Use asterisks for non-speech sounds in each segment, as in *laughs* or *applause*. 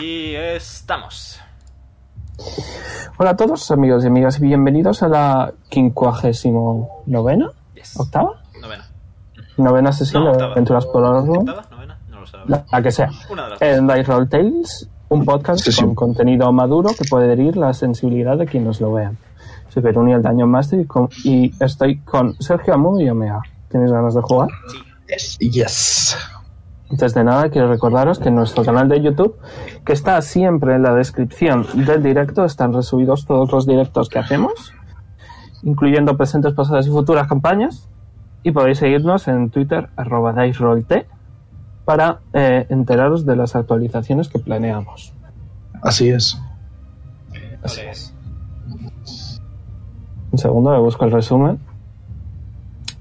Y estamos. Hola a todos, amigos y amigas, y bienvenidos a la quincuagésimo novena, Yes. octava, Novena. novena sesión No, de octava. Aventuras por Orgo, ¿Octava? ¿Novena? No lo sabemos. la, la que sea. Una de las dos. En Dice Roll Tales, un podcast Sí, sí. con contenido maduro que puede herir la sensibilidad de quienes lo vean. Soy Peruni, el Daño Master, y, con- y estoy con Sergio Amu y Omega. ¿Tenéis ganas de jugar? Sí. Yes. Antes de nada, quiero recordaros que en nuestro canal de YouTube, que está siempre en la descripción del directo, están resubidos todos los directos que hacemos, incluyendo presentes, pasadas y futuras campañas. Y podéis seguirnos en Twitter, arroba DiceRollT, para eh, enteraros de las actualizaciones que planeamos. Así es. Así Ole. es. Un segundo, le busco el resumen.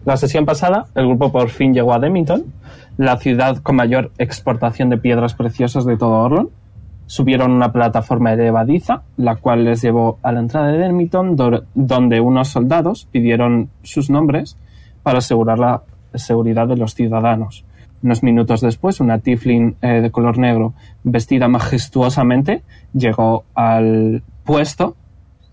La sesión pasada, el grupo por fin llegó a Demington, la ciudad con mayor exportación de piedras preciosas de todo Orlon. Subieron una plataforma elevadiza, la cual les llevó a la entrada de Demington, dor- donde unos soldados pidieron sus nombres para asegurar la seguridad de los ciudadanos. Unos minutos después, una tiflin eh, de color negro, vestida majestuosamente, llegó al puesto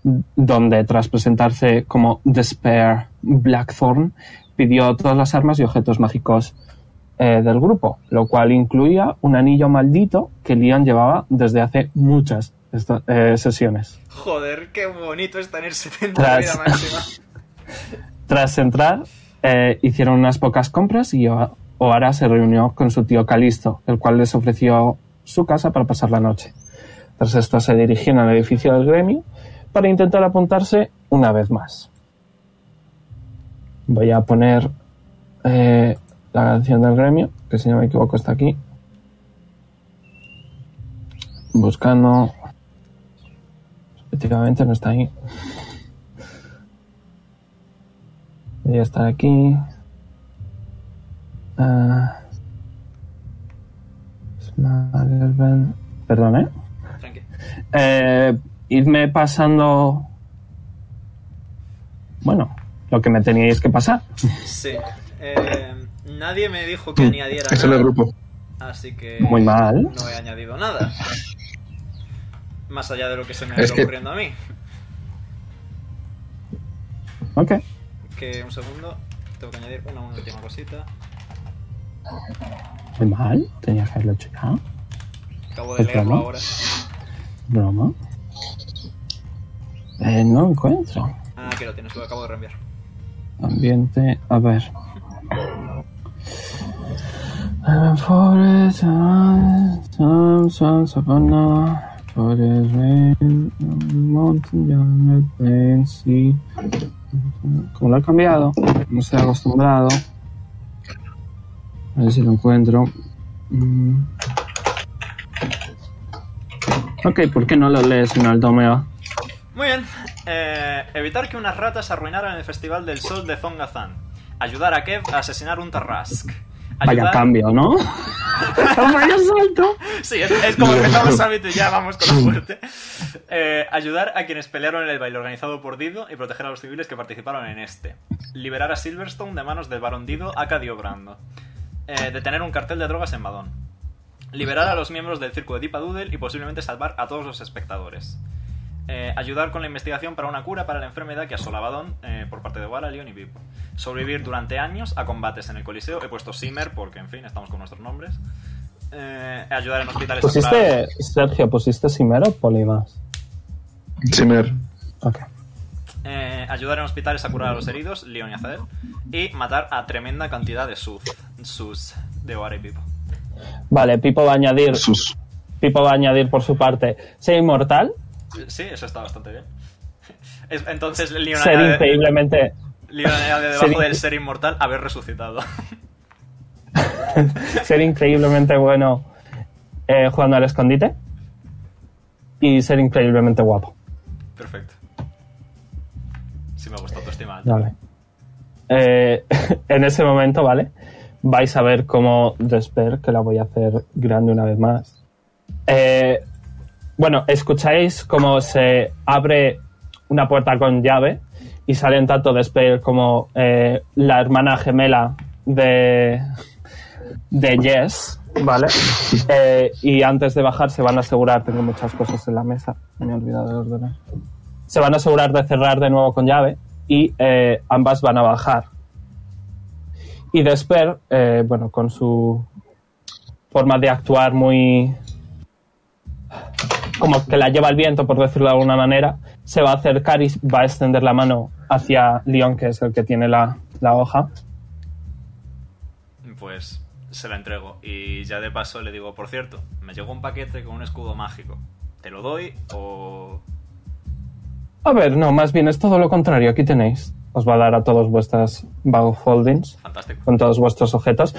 donde tras presentarse como Despair Blackthorn, pidió todas las armas y objetos mágicos eh, del grupo, lo cual incluía un anillo maldito que Leon llevaba desde hace muchas esta- eh, sesiones. Joder, qué bonito es tener 70 de vida Tras- máxima. Tras entrar, eh, hicieron unas pocas compras y O- Oara se reunió con su tío Calisto, el cual les ofreció su casa para pasar la noche. Tras esto se dirigieron al edificio del gremio para intentar apuntarse una vez más. Voy a poner eh, la canción del gremio, que si no me equivoco está aquí. Buscando... Efectivamente no está ahí. Voy a estar aquí. Ah. Smartven. Perdón, ¿eh? Tranqui. ¿eh? Idme pasando. Bueno, lo que me teníais que pasar. Sí. Eh, nadie me dijo Mm. que añadiera Este es el nada, grupo. así que Muy mal. no he añadido nada. Más allá de lo que se me Es está que- ocurriendo a mí. Ok. Que un segundo, tengo que añadir una última cosita. Muy mal. Tenía que haberlo hecho ya. Acabo de Otra, leerlo ¿no? ahora. Broma. Eh, no encuentro. Ah, que lo tienes, lo acabo de reenviar. Ambiente, a ver. Urban Eh, Forest, uh, some some savanna, forest rain, mountain, jungle, plain, sea. Como lo he cambiado, no estoy acostumbrado. A ver si lo encuentro. Mm. Ok, ¿por qué no lo lees en alto, Omega? Muy bien. Eh, evitar que unas ratas arruinaran el Festival del Sol de Zongazan. Ayudar a Kev a asesinar un Tarrask. Vaya cambio, ¿no? ¡Vaya salto! Sí, es, es como empezamos a y ya vamos con lo fuerte. Eh, ayudar a quienes pelearon en el baile organizado por Dido y proteger a los civiles que participaron en este. Liberar a Silverstone de manos del barón Dido a Brando. Eh, detener un cartel de drogas en Madón. Liberar a los miembros del circo de Deepa Doodle y posiblemente salvar a todos los espectadores. Eh, ayudar con la investigación para una cura para la enfermedad que asolaba a Don eh, por parte de Wara, Leon y Vip. Sobrevivir durante años a combates en el Coliseo. He puesto Simmer porque, en fin, estamos con nuestros nombres. Eh, ayudar en hospitales. ¿Pusiste, Sergio, pusiste Simero o Polimas? Simmer. Ok. Eh, ayudar en hospitales a curar a los heridos, Leon y Azael. Y matar a tremenda cantidad de sus, sus de Oare y Pipo. Vale, Pipo va a añadir, Sus. Pipo va a añadir por su parte, ser inmortal, Eh, Sí, eso está bastante bien. Es- entonces, Leon ser añade, increíblemente... Leon añade ser debajo inc- del ser inmortal haber resucitado. *laughs* ser increíblemente bueno eh, jugando al escondite y ser increíblemente guapo. Perfecto. Sí me ha gustado autoestima alta. Vale. Eh, *laughs* en ese momento, ¿vale? Vais a ver cómo Desper, que la voy a hacer grande una vez más. Eh, bueno, escucháis cómo se abre una puerta con llave y salen tanto Desper como eh, la hermana gemela de, de Jess, Vale. Eh, y antes de bajar se van a asegurar, tengo muchas cosas en la mesa, me he olvidado de ordenar. Se van a asegurar de cerrar de nuevo con llave y eh, ambas van a bajar. Y Desper, eh, bueno, con su forma de actuar muy... como que la lleva el viento, por decirlo de alguna manera, se va a acercar y va a extender la mano hacia Leon, que es el que tiene la, la hoja. Pues se la entrego. Y ya de paso le digo, por cierto, me llegó un paquete con un escudo mágico. ¿Te lo doy o...? A ver, no, más bien es todo lo contrario. Aquí tenéis. Os va a dar a todos vuestras bag holdings, Fantástico. con todos vuestros objetos.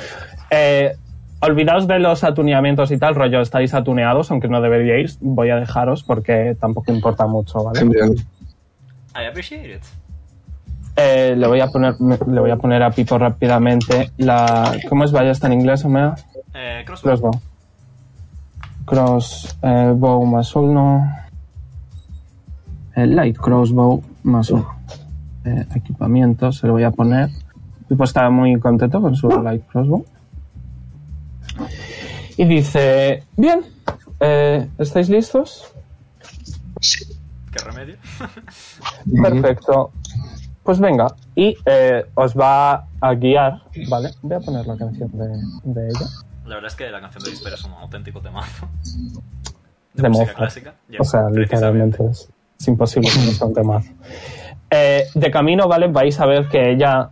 Eh, olvidaos de los atuneamientos y tal, rollo, estáis atuneados, aunque no deberíais. Voy a dejaros porque tampoco importa mucho, ¿vale? Genial. I appreciate it. Eh, le, voy a poner, me- le voy a poner a Pipo rápidamente la... ¿Cómo es ballesta en inglés, Omega? Eh, crossbow. Crossbow. Cross eh, bow más uno. Eh, light crossbow más uno. Eh, equipamiento, se lo voy a poner. Pipo está muy contento con su light crossbow. Y dice, bien, eh, ¿estáis listos? ¿Qué remedio? Perfecto. Pues venga, y eh, os va a guiar, ¿vale? Voy a poner la canción de, de ella. La verdad es que la canción de Disper es un auténtico temazo. *laughs* De, música Mozart. clásica. Yes, O sea, precisamente. literalmente es, es imposible que no sea un temazo. Eh, de camino, ¿vale? Vais a ver que ella.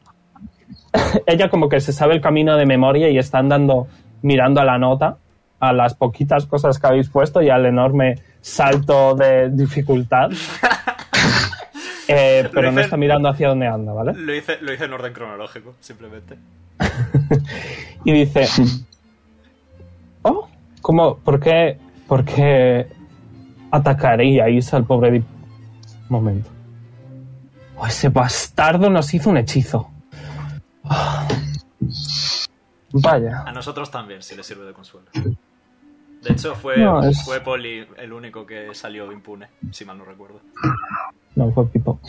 *laughs* ella como que se sabe el camino de memoria y está andando mirando a la nota, a las poquitas cosas que habéis puesto y al enorme salto de *laughs* dificultad. Eh, pero no está mirando hacia dónde anda, ¿vale? Lo hice, lo hice en orden cronológico, simplemente. y dice oh cómo por qué por qué atacaríais al pobre di- momento Oh, ese bastardo nos hizo un hechizo Ah. vaya A nosotros también, si le sirve de consuelo. De hecho, fue, No, es- fue Poli el único que salió impune, si mal no recuerdo. no fue Pipo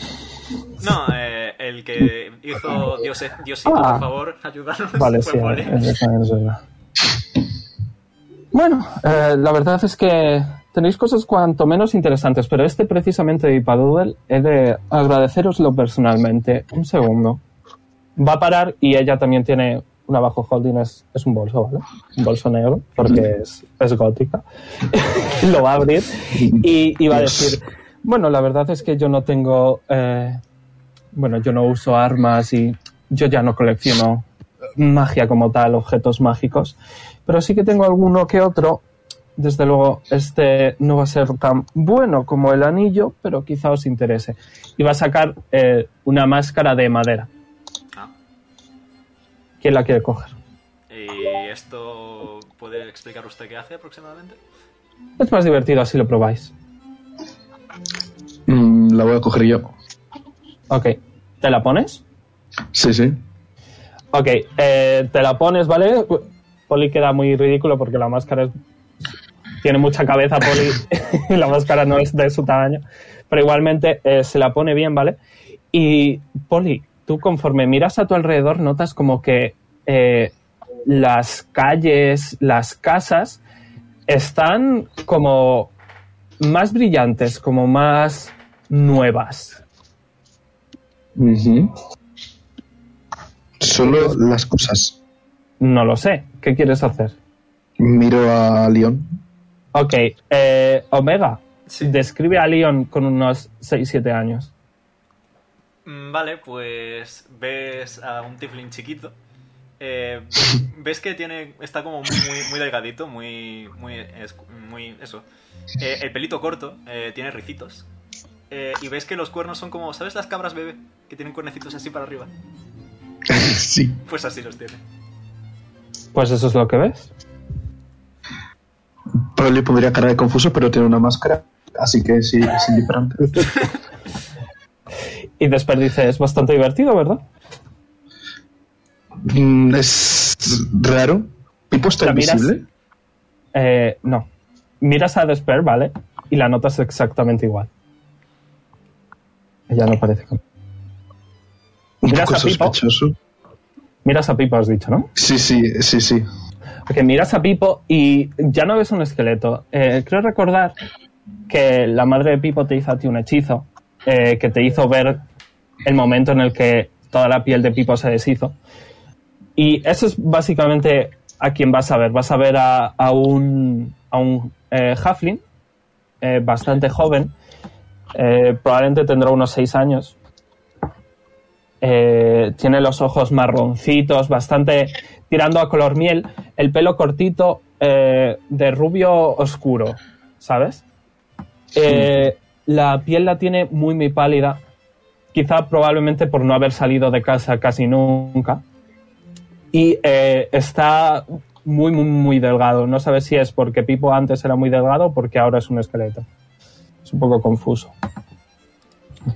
No, eh, el que hizo Dios, Diosito, Ah. por favor, ayudarnos. Vale, fue sí, eh, Poli. es verdad, es verdad. Bueno, eh, la verdad es que tenéis cosas cuanto menos interesantes, pero este precisamente de Ipadoodle he de agradeceroslo personalmente. Un segundo. Va a parar y ella también tiene un abajo holding, es, es un bolso, ¿vale? Un bolso negro, porque es, es gótica. *laughs* Lo va a abrir y, y va a decir, bueno, la verdad es que yo no tengo, eh, bueno, yo no uso armas y yo ya no colecciono magia como tal, objetos mágicos. Pero sí que tengo alguno que otro. Desde luego, este no va a ser tan bueno como el anillo, pero quizá os interese. Y va a sacar eh, una máscara de madera. Ah, ¿Quién la quiere coger? ¿Y eh. esto puede explicar usted qué hace aproximadamente? Es más divertido así lo probáis. Mm, la voy a coger yo. Ok, ¿te la pones? Sí, sí. Ok, eh, te la pones, ¿vale? Poli queda muy ridículo porque la máscara es- tiene mucha cabeza, Poli, *laughs* y la máscara no es de su tamaño. Pero igualmente eh, se la pone bien, ¿vale? Y, Poli, tú conforme miras a tu alrededor notas como que eh, las calles, las casas, están como más brillantes, como más nuevas. Ujú. Solo las cosas. No lo sé. ¿Qué quieres hacer? Miro a León. Ok, eh, Omega, Sí. describe a Leon con unos 6-7 años. Mm, Vale, pues ves a un tiflin chiquito. Eh, ves que tiene está como muy, muy, muy delgadito, muy, muy, es- muy eso. Eh, el pelito corto, eh, tiene ricitos. Eh, y ves que los cuernos son como, ¿sabes las cabras bebé? Que tienen cuernecitos así para arriba. *laughs* sí. Pues así los tiene. Pues eso es lo que ves. Probablemente pondría cara de confuso, pero tiene una máscara. Así que sí, es indiferente. Y después dice, es bastante divertido, ¿verdad? Mm, es raro. ¿Pipo está ¿La miras? invisible? Eh, no. Miras a Despair, ¿vale? Y la notas exactamente igual. Ella no parece. como- Un Miras poco a Pipo. sospechoso. Miras a Pipa, has dicho, ¿no? Sí, sí, sí, sí. Porque miras a Pipo y ya no ves un esqueleto. Eh, creo recordar que la madre de Pipo te hizo a ti un hechizo eh, que te hizo ver el momento en el que toda la piel de Pipo se deshizo. Y eso es básicamente a quien vas a ver. Vas a ver a, a un, a un eh, halfling eh, bastante joven. Eh, probablemente tendrá unos 6 años. Eh, tiene los ojos marroncitos, bastante tirando a color miel. El pelo cortito eh, de rubio oscuro, ¿sabes? Eh, la piel la tiene muy, muy pálida. Quizá probablemente por no haber salido de casa casi nunca. Y eh, está muy, muy, muy delgado. No sabes si es porque Pipo antes era muy delgado o porque ahora es un esqueleto. Es un poco confuso.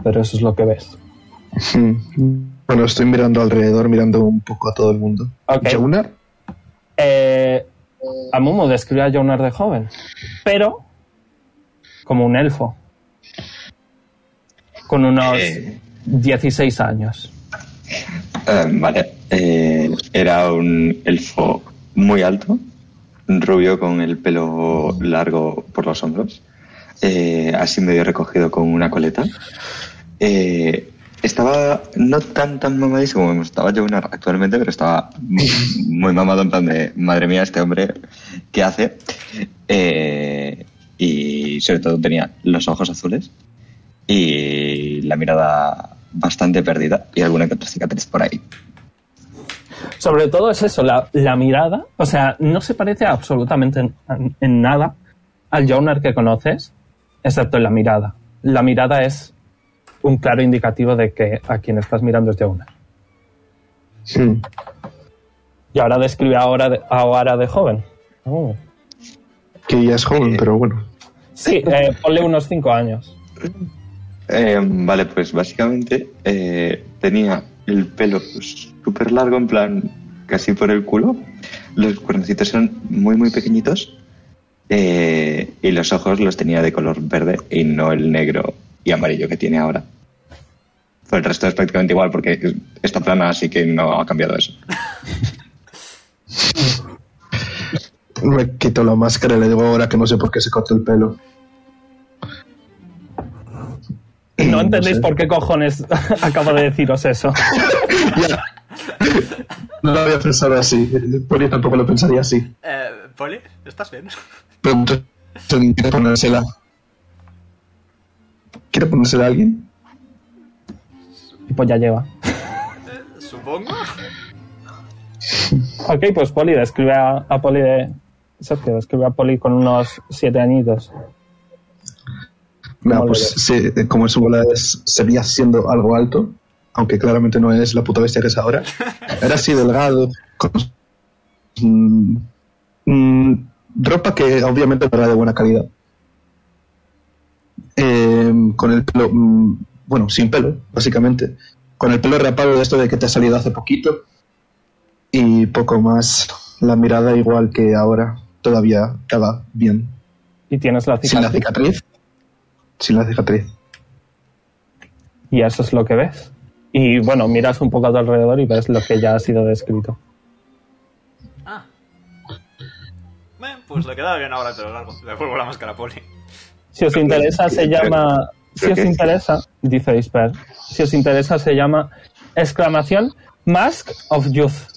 Pero eso es lo que ves. Mm. Bueno, estoy mirando alrededor, mirando un poco a todo el mundo. Ok. ¿Jaunar? Eh, a Momo describe a Jonar de joven, pero como un elfo. Con unos Eh. 16 años. Ah, vale. Eh, era un elfo muy alto, rubio con el pelo largo por los hombros, eh, así medio recogido con una coleta. Eh, estaba no tan tan mamadísimo como estaba yo actualmente, pero estaba *laughs* muy, muy mamado en plan de, madre mía, este hombre, ¿qué hace? Eh, y sobre todo tenía los ojos azules y la mirada bastante perdida y alguna que otra cicatriz por ahí. Sobre todo es eso, la, la mirada. O sea, no se parece absolutamente en, en nada al Jonar que conoces, excepto en la mirada. La mirada es un claro indicativo de que a quien estás mirando es Jonar. Sí. Y ahora describe ahora de, ahora de joven. Oh. Que ya es joven, pero bueno. Sí, eh, ponle unos 5 años. Eh, vale, pues básicamente eh, tenía el pelo pues, súper largo, en plan casi por el culo. Los cuernecitos eran muy, muy pequeñitos. eh, y los ojos los tenía de color verde y no el negro y amarillo que tiene ahora. Pero el resto es prácticamente igual porque está plana, así que no ha cambiado eso. Me quito la máscara y le digo ahora que no sé por qué se cortó el pelo. *clears throat* No entendéis sé. por qué cojones *laughs* acabo de deciros eso. Ya. No lo había pensado así. Poli tampoco lo pensaría así. Eh, Poli, ¿estás bien? *laughs* Pero entonces, ¿quiere ponérsela? ¿Quiere ponérsela a alguien? Y *laughs* pues ya lleva. Supongo. Ok, pues Poli, describe a, a Poli de... Sergio, describe a Poli con unos 7 añitos. Mira, ¿Cómo lo pues ves? sí, eh, como en su bola es, seguía siendo algo alto, aunque claramente no es la puta bestia que es ahora. Era así delgado, con mm, mm, ropa que obviamente no era de buena calidad. Eh, con el pelo, mm, bueno, sin pelo, básicamente. Con el pelo rapado de esto de que te ha salido hace poquito. Y poco más. La mirada igual que ahora. Todavía estaba bien. Y tienes la Sin la cicatriz. cicatriz. Sin la cicatriz. Y eso es lo que ves. Y bueno, miras un poco a tu alrededor y ves lo que ya ha sido descrito. Ah. Bueno, pues le quedaba bien ahora el pelo largo. Le vuelvo la máscara a Poli. Si os interesa, se llama. Si os Ok. interesa, dice Isper. Si os interesa, se llama exclamación Mask of Youth.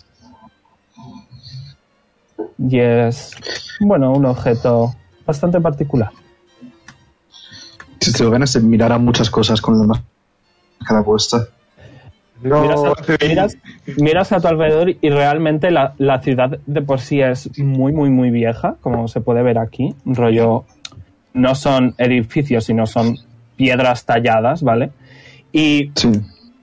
Y es, bueno, un objeto bastante particular. Si te ganas se mirará muchas cosas con la máscara puesta. Miras a, miras- miras a tu alrededor y realmente la, la ciudad de por sí es muy, muy, muy vieja, como se puede ver aquí. Rollo, no son edificios, sino son piedras talladas, ¿vale? Y Sí.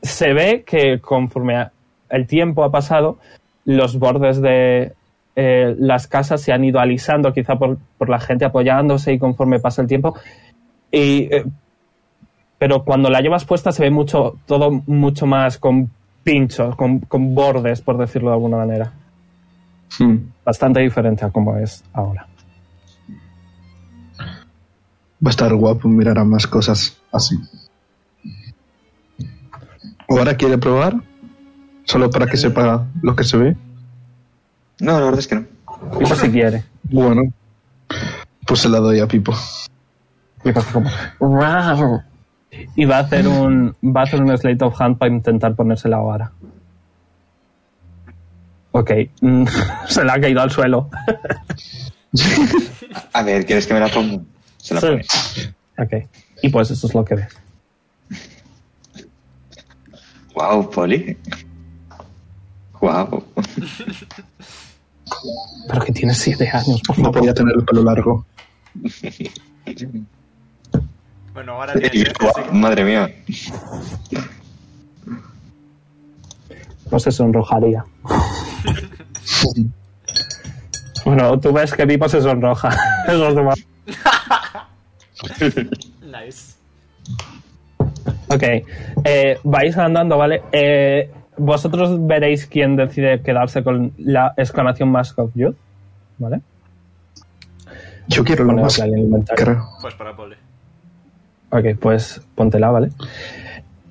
se ve que conforme a- el tiempo ha pasado, los bordes de eh, las casas se han ido alisando, quizá por, por la gente apoyándose y conforme pasa el tiempo. Y, eh, pero cuando la llevas puesta se ve mucho, todo mucho más con pinchos, con, con bordes, por decirlo de alguna manera. Hmm. Bastante diferente a como es ahora. Va a estar guapo mirar a más cosas así. Ahora quiere probar, solo para que sepa lo que se ve. No, la verdad es que no. Pipo si quiere. Bueno, pues se la doy a Pipo. Pipo hace como, "Rau". Y va a hacer un va a hacer un slate of hand para intentar ponérsela ahora. Ok, *laughs* mm, se la ha caído al suelo. A ver, ¿quieres que me la ponga? Se la Sí. pone. Ok, y pues eso es lo que ves. Wow, Poli. Wow. Pero que tienes siete años, por No favor. podía tener el pelo largo. Bueno, *laughs* ahora tienes este, así que- Madre mía. No se *laughs* sonrojaría. bueno, tú ves que Pipo se sonroja. *laughs* Los demás- Nice. Ok, eh, vais andando, ¿vale? Eh, vosotros veréis quién decide quedarse con la exclamación Mask of Youth, ¿vale? Yo quiero la Ponedla más. ahí en el inventario. Creo. Pues para Poli. Ok, pues póntela, ¿vale?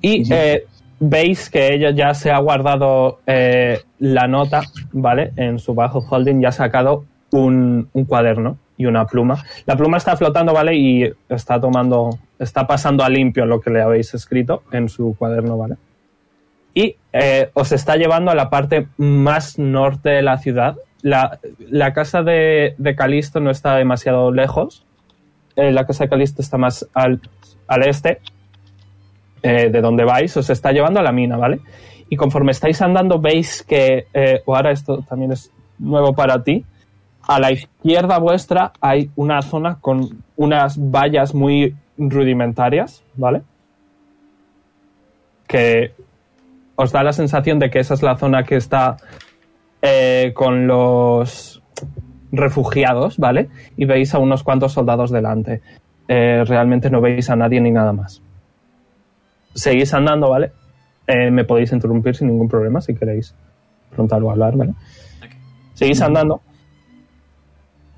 Y eh, veis que ella ya se ha guardado eh, la nota, ¿vale? En su bajo holding ya ha sacado un, un cuaderno y una pluma. La pluma está flotando, ¿vale? Y está tomando, está pasando a limpio lo que le habéis escrito en su cuaderno, ¿vale? Y eh, os está llevando a la parte más norte de la ciudad. La, la casa de, de Calisto no está demasiado lejos, eh, la casa de Calisto está más al, al este eh, de donde vais, os está llevando a la mina, ¿vale? Y conforme estáis andando veis que, eh, o ahora esto también es nuevo para ti, a la izquierda vuestra hay una zona con unas vallas muy rudimentarias, ¿vale? Que os da la sensación de que esa es la zona que está eh, con los refugiados, ¿vale? Y veis a unos cuantos soldados delante. Eh, realmente no veis a nadie ni nada más. Seguís andando, ¿vale? Eh, me podéis interrumpir sin ningún problema si queréis preguntar o hablar, ¿vale? Seguís andando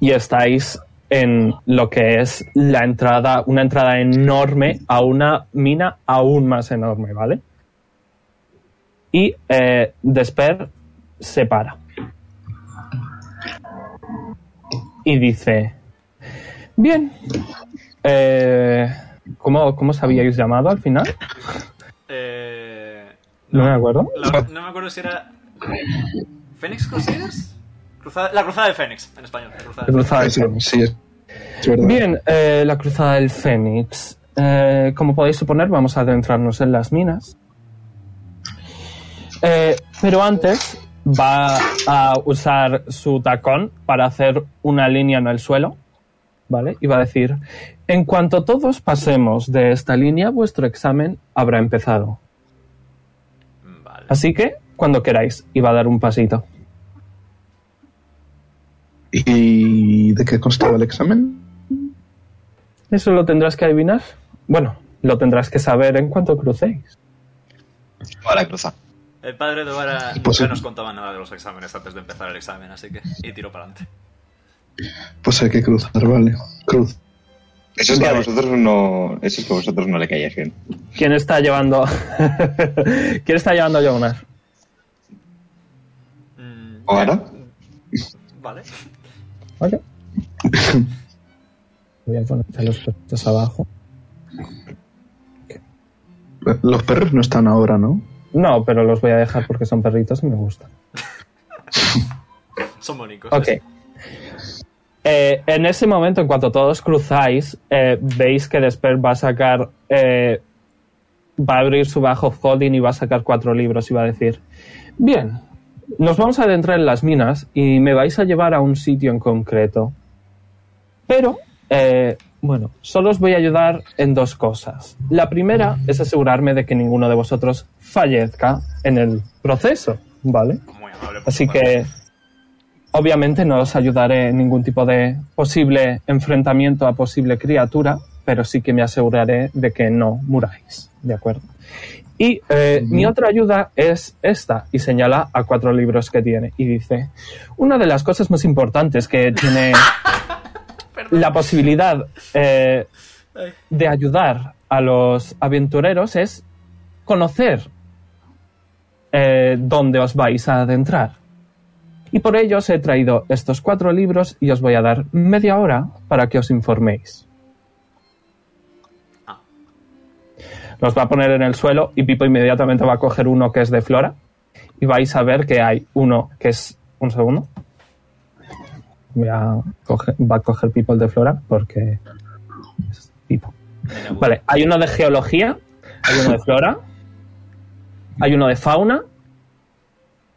y estáis en lo que es la entrada, una entrada enorme a una mina aún más enorme, ¿vale? Y eh, Desper se para y dice: Bien, eh, ¿cómo, ¿cómo os habíais llamado al final? Eh, No me acuerdo. la- no me acuerdo si era. ¿Fénix Crusaders? Cruzada- la cruzada de Fénix, en español. la cruzada de Fénix. Cruzada del Sí, Fénix. sí, es es verdad. Bien, eh, la Cruzada del Fénix. Eh, como podéis suponer, vamos a adentrarnos en las minas. Eh, pero antes va a usar su tacón para hacer una línea en el suelo, ¿vale? Y va a decir, en cuanto todos pasemos de esta línea, vuestro examen habrá empezado. Vale. Así que, cuando queráis, y va a dar un pasito. ¿Y de qué constaba el examen? Eso lo tendrás que adivinar. Bueno, lo tendrás que saber en cuanto crucéis. A la cruza. El padre de Vara Pues nunca sí. nos contaba nada de los exámenes antes de empezar el examen, así que. Y tiro para adelante. Pues hay que cruzar, vale. Cruz. Eso es que a Vale. vosotros no. Eso es que a vosotros no le caíais bien. ¿Quién está llevando? *laughs* ¿Quién está llevando a Jonas? Mm, ¿O ahora? vale. *laughs* Ok. Voy a ponerte los platos abajo. Los perros no están ahora, ¿no? No, pero los voy a dejar porque son perritos y me gustan. Son bonitos. Ok. Eh, en ese momento, en cuanto todos cruzáis, eh, veis que Desper va a sacar. eh, va a abrir su bajo holding y va a sacar cuatro libros y va a decir: Bien, nos vamos a adentrar en las minas y me vais a llevar a un sitio en concreto. Pero, eh, bueno, solo os voy a ayudar en dos cosas. La primera es asegurarme de que ninguno de vosotros fallezca en el proceso, ¿vale? Muy amable. por Así su parte. que obviamente no os ayudaré en ningún tipo de posible enfrentamiento a posible criatura, pero sí que me aseguraré de que no muráis, ¿de acuerdo? Y eh, mi otra ayuda es esta, y señala a cuatro libros que tiene, y dice, una de las cosas más importantes que tiene la posibilidad eh, Ay. de ayudar a los aventureros es conocer eh, dónde os vais a adentrar. Y por ello os he traído estos cuatro libros y os voy a dar media hora para que os informéis. Ah. Los va a poner en el suelo y Pipo inmediatamente va a coger uno que es de Flora. Y vais a ver que hay uno que es. Un segundo. Voy a coger- va a coger Pipo el de Flora porque. Es Pipo. Vale, hay uno de geología, hay uno de flora, hay uno de fauna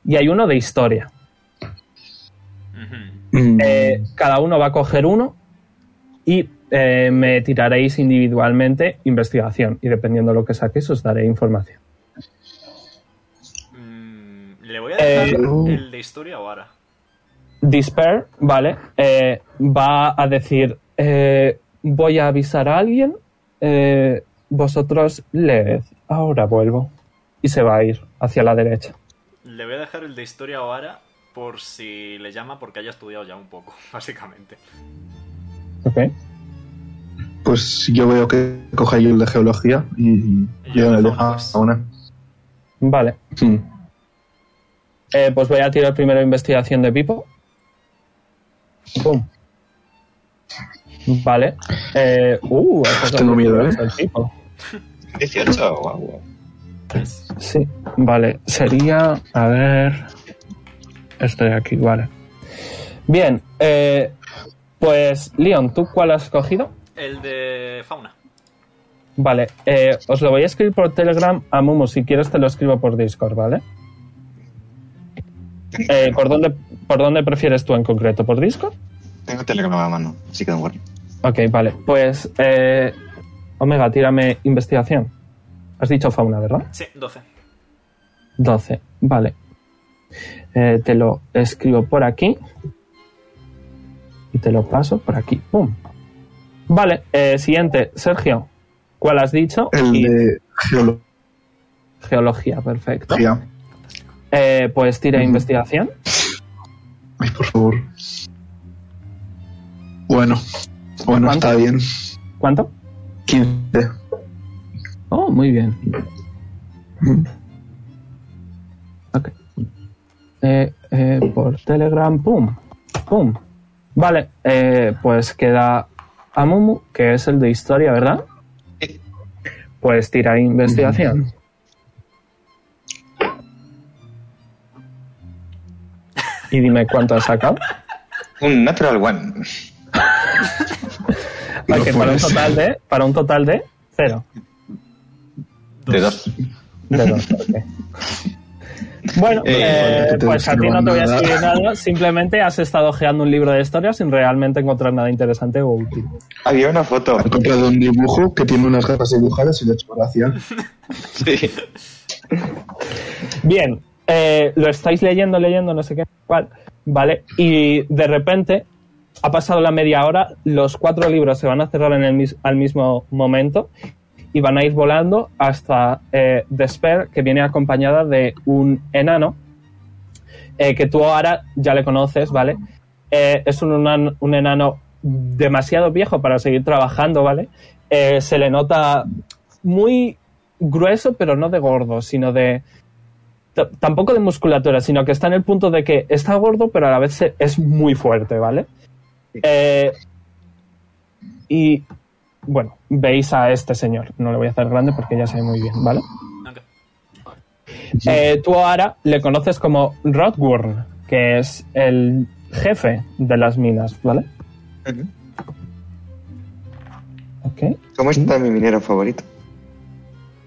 y hay uno de historia. Ujú. Mm, Eh, cada uno va a coger uno y eh, me tiraréis individualmente investigación y dependiendo de lo que saquéis os daré información. Mm, Le voy a dejar Eh, no. el de historia ahora. Despair, vale, eh, va a decir eh, voy a avisar a alguien, eh, vosotros leed, ahora vuelvo y se va a ir hacia la derecha. Le voy a dejar el de historia ahora por si le llama porque haya estudiado ya un poco, *laughs* básicamente. ¿ok? Pues yo veo que coja yo el de geología y yo le dejo a una. Vale. Mm. Eh, pues voy a tirar primero investigación de Pipo. Pum. Vale. Eh, uh, eso es Tengo lo que miedo, es ¿eh? el tipo. 18, guau, guau. ¿Ves? Sí, vale. Sería. A ver. Estoy aquí, vale. Bien. eh, pues, Leon, ¿tú cuál has cogido? El de fauna. Vale. eh, os lo voy a escribir por Telegram a Mumu. Si quieres, te lo escribo por Discord, ¿vale? Eh, ¿por, dónde, ¿Por dónde prefieres tú en concreto? ¿Por Discord? Tengo Telegram a la mano, así que no worry. Ok, vale. Pues, eh, Omega, tírame investigación. Has dicho fauna, ¿verdad? Sí, 12. 12. Vale. Eh, te lo escribo por aquí. Y te lo paso por aquí. ¡Pum! Vale, eh, siguiente. Sergio, ¿cuál has dicho? El Y de geología. Geología, perfecto. Eh, pues tira Ujú. investigación. Ay, por favor. Bueno, bueno, ¿Cuánto? está bien. ¿Cuánto? 15. Oh, muy bien. Mm. Ok. Eh, eh, por Telegram, pum, pum. Vale, eh, pues queda Amumu, que es el de historia, ¿verdad? Sí. Pues tira investigación. Y dime cuánto has sacado. Un Natural One. No Ok, para, puede un ser. total de, para un total de cero. De dos. De dos, ok. Bueno, Eh, eh, porque te pues a ti no te voy a describan escribir nada. Simplemente has estado ojeando un libro de historia sin realmente encontrar nada interesante o útil. Había una foto. He comprado un dibujo que tiene unas gafas dibujadas y le he hecho gracia. *laughs* *laughs* Sí. Bien, eh, lo estáis leyendo, leyendo, no sé qué, cuál, ¿vale? Y de repente ha pasado la media hora, los cuatro libros se van a cerrar en el mis- al mismo momento y van a ir volando hasta eh, Despair, que viene acompañada de un enano, eh, que tú ahora ya le conoces, ¿vale? Eh, es un, unan- un enano demasiado viejo para seguir trabajando, ¿vale? Eh, se le nota muy grueso, pero no de gordo, sino de, t- tampoco de musculatura, sino que está en el punto de que está gordo, pero a la vez se- es muy fuerte, ¿vale? Eh, y bueno, veis a este señor. No le voy a hacer grande porque ya se ve muy bien, ¿vale? Ok. Eh, tú ahora le conoces como Rodgurn, que es el jefe de las minas, ¿vale? Ok. ¿Cómo está mi minero favorito?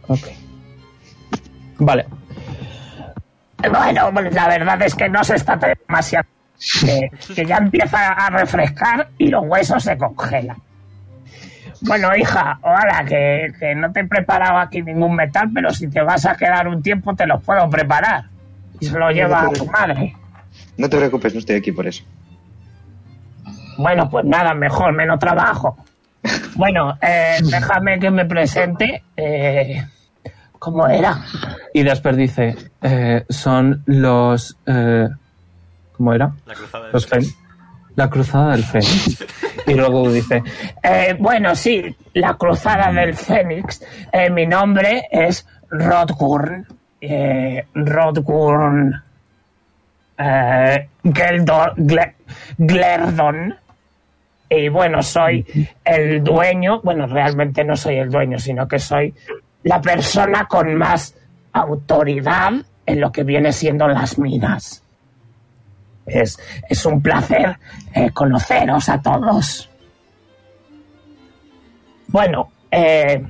Ok. Vale. Bueno, pues la verdad es que no se está demasiado. Que, que ya empieza a refrescar y los huesos se congelan. Bueno, hija, hola, que, que no te he preparado aquí ningún metal, pero si te vas a quedar un tiempo te los puedo preparar. Y se lo lleva a tu madre. No te preocupes, no estoy aquí por eso. Bueno, pues nada, mejor, menos trabajo. Bueno, eh, déjame que me presente. Eh, ¿Cómo era? Y Dasper dice, eh, son los... eh, ¿Cómo era? La cruzada de Los Belén. Fénix. La cruzada del Fénix. Y luego dice, Eh, bueno, sí, la cruzada del Fénix. Eh, mi nombre es Rodgurn. Eh, Rodgurn eh, Geldo- Gle- Glerdon. Y bueno, soy el dueño, bueno, realmente no soy el dueño, sino que soy la persona con más autoridad en lo que viene siendo las minas. Es, es un placer eh, conoceros a todos. Bueno, eh,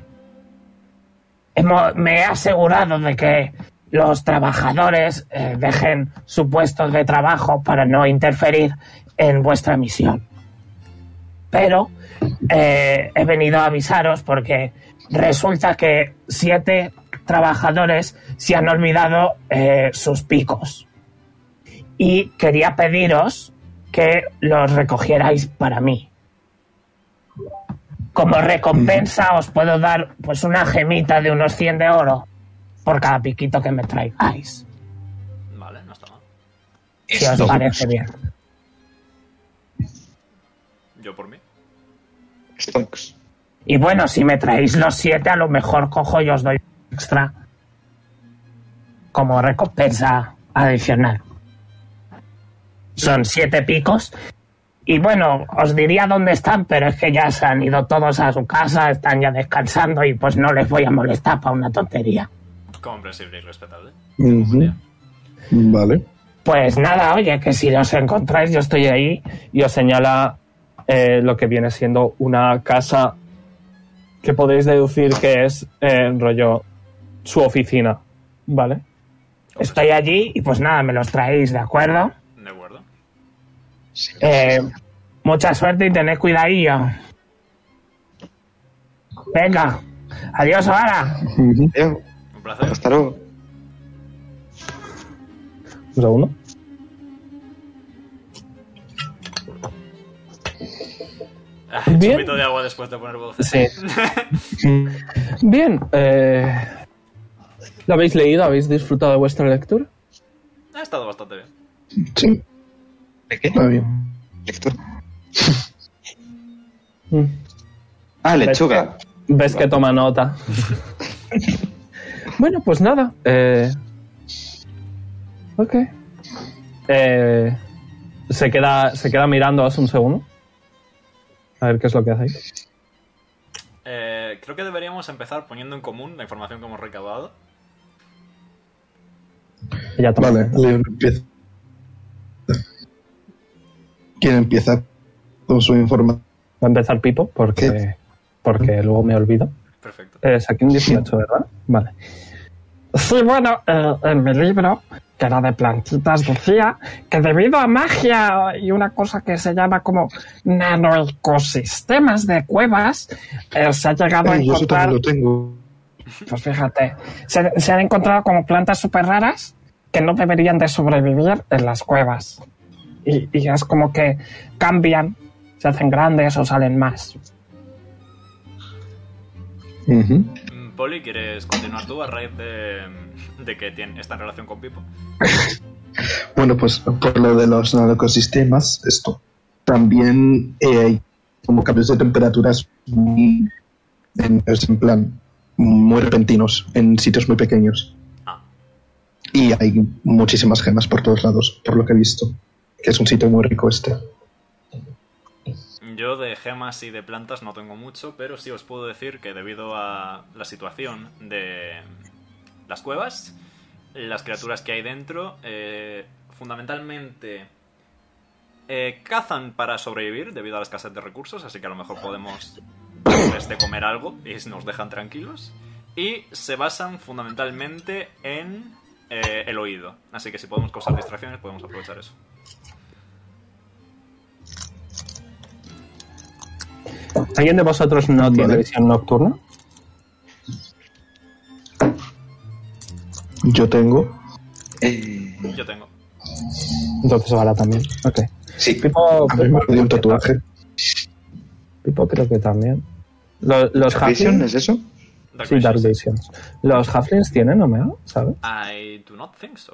hemo- me he asegurado de que los trabajadores eh, dejen su puesto de trabajo para no interferir en vuestra misión. Pero eh, he venido a avisaros porque resulta que siete trabajadores se han olvidado eh, sus picos. Y quería pediros que los recogierais para mí. Como recompensa os puedo dar pues una gemita de unos 100 de oro por cada piquito que me traigáis. Vale, no está mal. Si os parece bien. Yo por mí. Stonks. Y bueno, si me traéis los siete, a lo mejor cojo y os doy extra como recompensa adicional. Son siete picos. Y bueno, os diría dónde están, pero es que ya se han ido todos a su casa, están ya descansando y pues no les voy a molestar para una tontería. Comprensible y respetable. Ujú. Vale. Pues nada, oye, que si los encontráis, yo estoy ahí. ahí y os señala eh, lo que viene siendo una casa que podéis deducir que es eh, rollo su oficina, ¿vale? Estoy allí y pues nada, me los traéis, ¿de acuerdo? De acuerdo. Eh, mucha suerte y tened cuidadillo. Venga. Adiós, ahora. Ujú. Adiós. Un placer. Hasta luego. Un segundo. Ah, *laughs* Bien. chupito de agua después de poner voz. Sí. *laughs* Bien. eh, ¿Lo habéis leído? ¿Habéis disfrutado de vuestra lectura? Ha estado bastante bien. Sí, ¿De qué? está bien. Lectura. Mm. Ah, lechuga. Ves que toma nota. bueno, pues nada. eh, ok. Eh, se, queda, se queda mirándoos un segundo. A ver qué es lo que hacéis. Eh, creo que deberíamos empezar poniendo en común la información que hemos recabado. Ella toma Vale, nota. Leon empieza. ¿Quién empieza con su información? Va a empezar Pipo porque, ¿Qué? porque luego me olvido. Perfecto. Eh, saqué un 18, ¿verdad? Vale. Sí, bueno, eh, en mi libro, que era de plantitas, decía que debido a magia y una cosa que se llama como nanoecosistemas de cuevas, eh, se ha llegado a yo eso encontrar también lo tengo. Pues fíjate, se, se han encontrado como plantas súper raras que no deberían de sobrevivir en las cuevas. Y, y es como que cambian, se hacen grandes o salen más. Ujú. Mm, Poli, ¿quieres continuar tú a raíz de, de que tiene, está en relación con Pipo? Bueno, pues por lo de los ecosistemas, esto. También eh, hay como cambios de temperaturas muy, en, es en plan muy repentinos en sitios muy pequeños. Ah. Y hay muchísimas gemas por todos lados, por lo que he visto. Que es un sitio muy rico este. Yo de gemas y de plantas no tengo mucho, pero sí os puedo decir que debido a la situación de las cuevas, las criaturas que hay dentro, eh, fundamentalmente eh, cazan para sobrevivir debido a la escasez de recursos, así que a lo mejor podemos darles de comer algo y nos dejan tranquilos. Y se basan fundamentalmente en eh, el oído, así que si podemos causar distracciones podemos aprovechar eso. ¿Alguien de vosotros no tiene Vale. visión nocturna? Yo tengo. Eh, Yo tengo. Entonces ahora también. Ok. sí. Pipo, A mí me dio un tatuaje. Pipo creo que también. Lo- Los ¿Vision halflings. es eso? Dark Sí, Dark Visions. Vision. Los halflings tienen Omega, ¿sabes? I do not think so.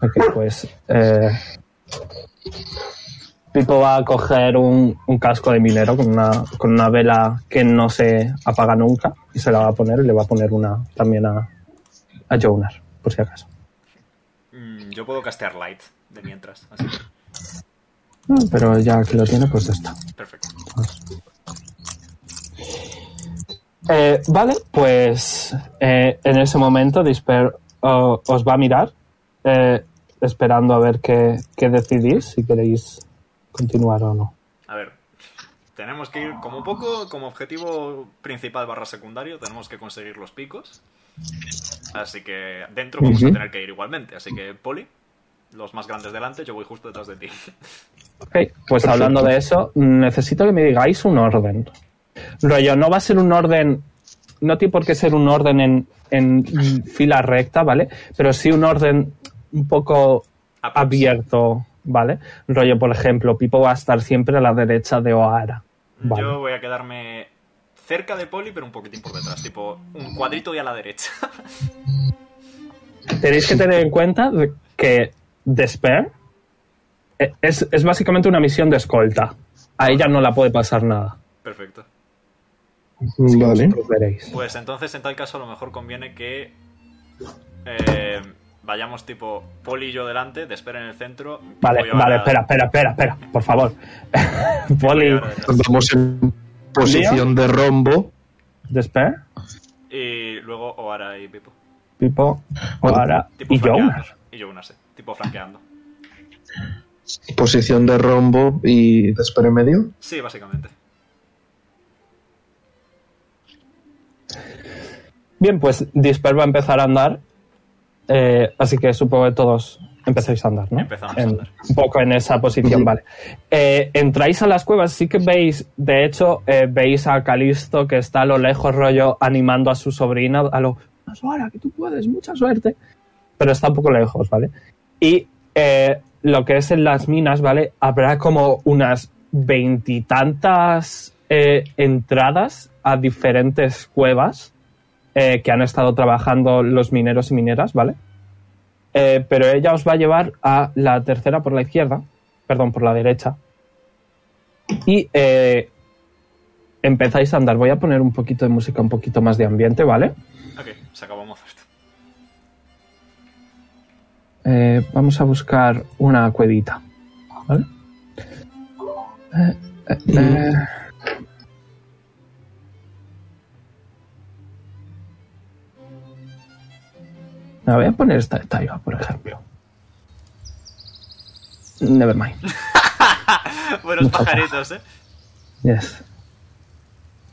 Ok, pues. Eh, Pipo va a coger un, un casco de minero con una, con una vela que no se apaga nunca y se la va a poner y le va a poner una también a, a Jonar, por si acaso. Mm, Mm, Yo puedo castear Light de mientras. Así que, No, Ah, pero ya que lo tiene, pues ya está. perfecto. Eh, vale, pues eh, en ese momento Disper oh, os va a mirar, eh, esperando a ver qué, qué decidís, si queréis continuar o no. A ver. Tenemos que ir, como poco, como objetivo principal barra secundario, tenemos que conseguir los picos. Así que dentro vamos a Ujú. tener que ir igualmente. Así que, Poli, los más grandes delante, yo voy justo detrás de ti. *laughs* Ok, pues hablando de eso, necesito que me digáis un orden. Rollo, no va a ser un orden, no tiene por qué ser un orden en, en fila recta, ¿vale? Pero sí un orden un poco Aprox. abierto, ¿vale? Rollo, por ejemplo, Pipo va a estar siempre a la derecha de O'Hara. Vale. Yo voy a quedarme cerca de Poli, pero un poquitín por detrás. Tipo, un cuadrito y a la derecha. *laughs* Tenéis que tener en cuenta de- que Despair eh, es, es básicamente una misión de escolta. A ella no la puede pasar nada. Perfecto. Vale. Vosotros veréis. Pues entonces, en tal caso, a lo mejor conviene que eh, vayamos tipo Poli y yo delante, de espera en el centro. Vale, voy ahora- vale, espera, espera, espera, espera, por favor. *laughs* voy Poli, ahora detrás. Vamos en posición de rombo. Despair, Y luego Oara y Pipo. Pipo, O'Hara Tipo y flanqueando. Jonas. Y Jonas, sí. Tipo flanqueando. Posición de rombo y después en medio. Sí, básicamente. Bien, pues Disper va a empezar a andar. eh, así que supongo que todos empezáis a andar, ¿no? Empezamos En- a andar. Un poco en esa posición, Ujú. vale. Eh, entráis a las cuevas, sí que veis, de hecho, eh, veis a Calisto que está a lo lejos, rollo, animando a su sobrina, a lo. Ahora que tú puedes, mucha suerte. Pero está un poco lejos, ¿vale? Y eh, lo que es en las minas, ¿vale? Habrá como unas veintitantas eh, entradas a diferentes cuevas eh, que han estado trabajando los mineros y mineras, ¿vale? Eh, pero ella os va a llevar a la tercera por la izquierda, perdón, por la derecha. Y eh, empezáis a andar. Voy a poner un poquito de música, un poquito más de ambiente, ¿vale? Ok, se acabó Mozart. *laughs* Eh, vamos a buscar una cuevita. ¿Vale? Eh, eh, eh. Me voy a poner esta de Taiga, por ejemplo. Nevermind. Buenos Mucho pajaritos, eh. Yes.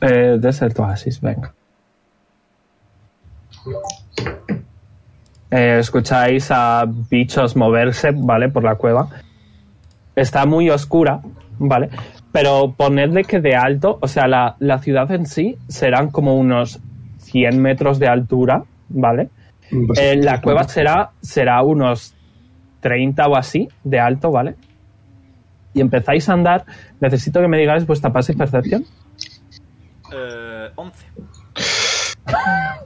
Eh, Desert Oasis, venga. Eh, escucháis a bichos moverse, ¿vale? Por la cueva. Está muy oscura, ¿vale? Pero ponedle que de alto, o sea, la, la ciudad en sí serán como unos 100 metros de altura, ¿vale? Pues Eh, la cueva será, será unos 30 o así de alto, ¿vale? Y empezáis a andar. Necesito que me digáis vuestra pase y percepción. Eh, 11.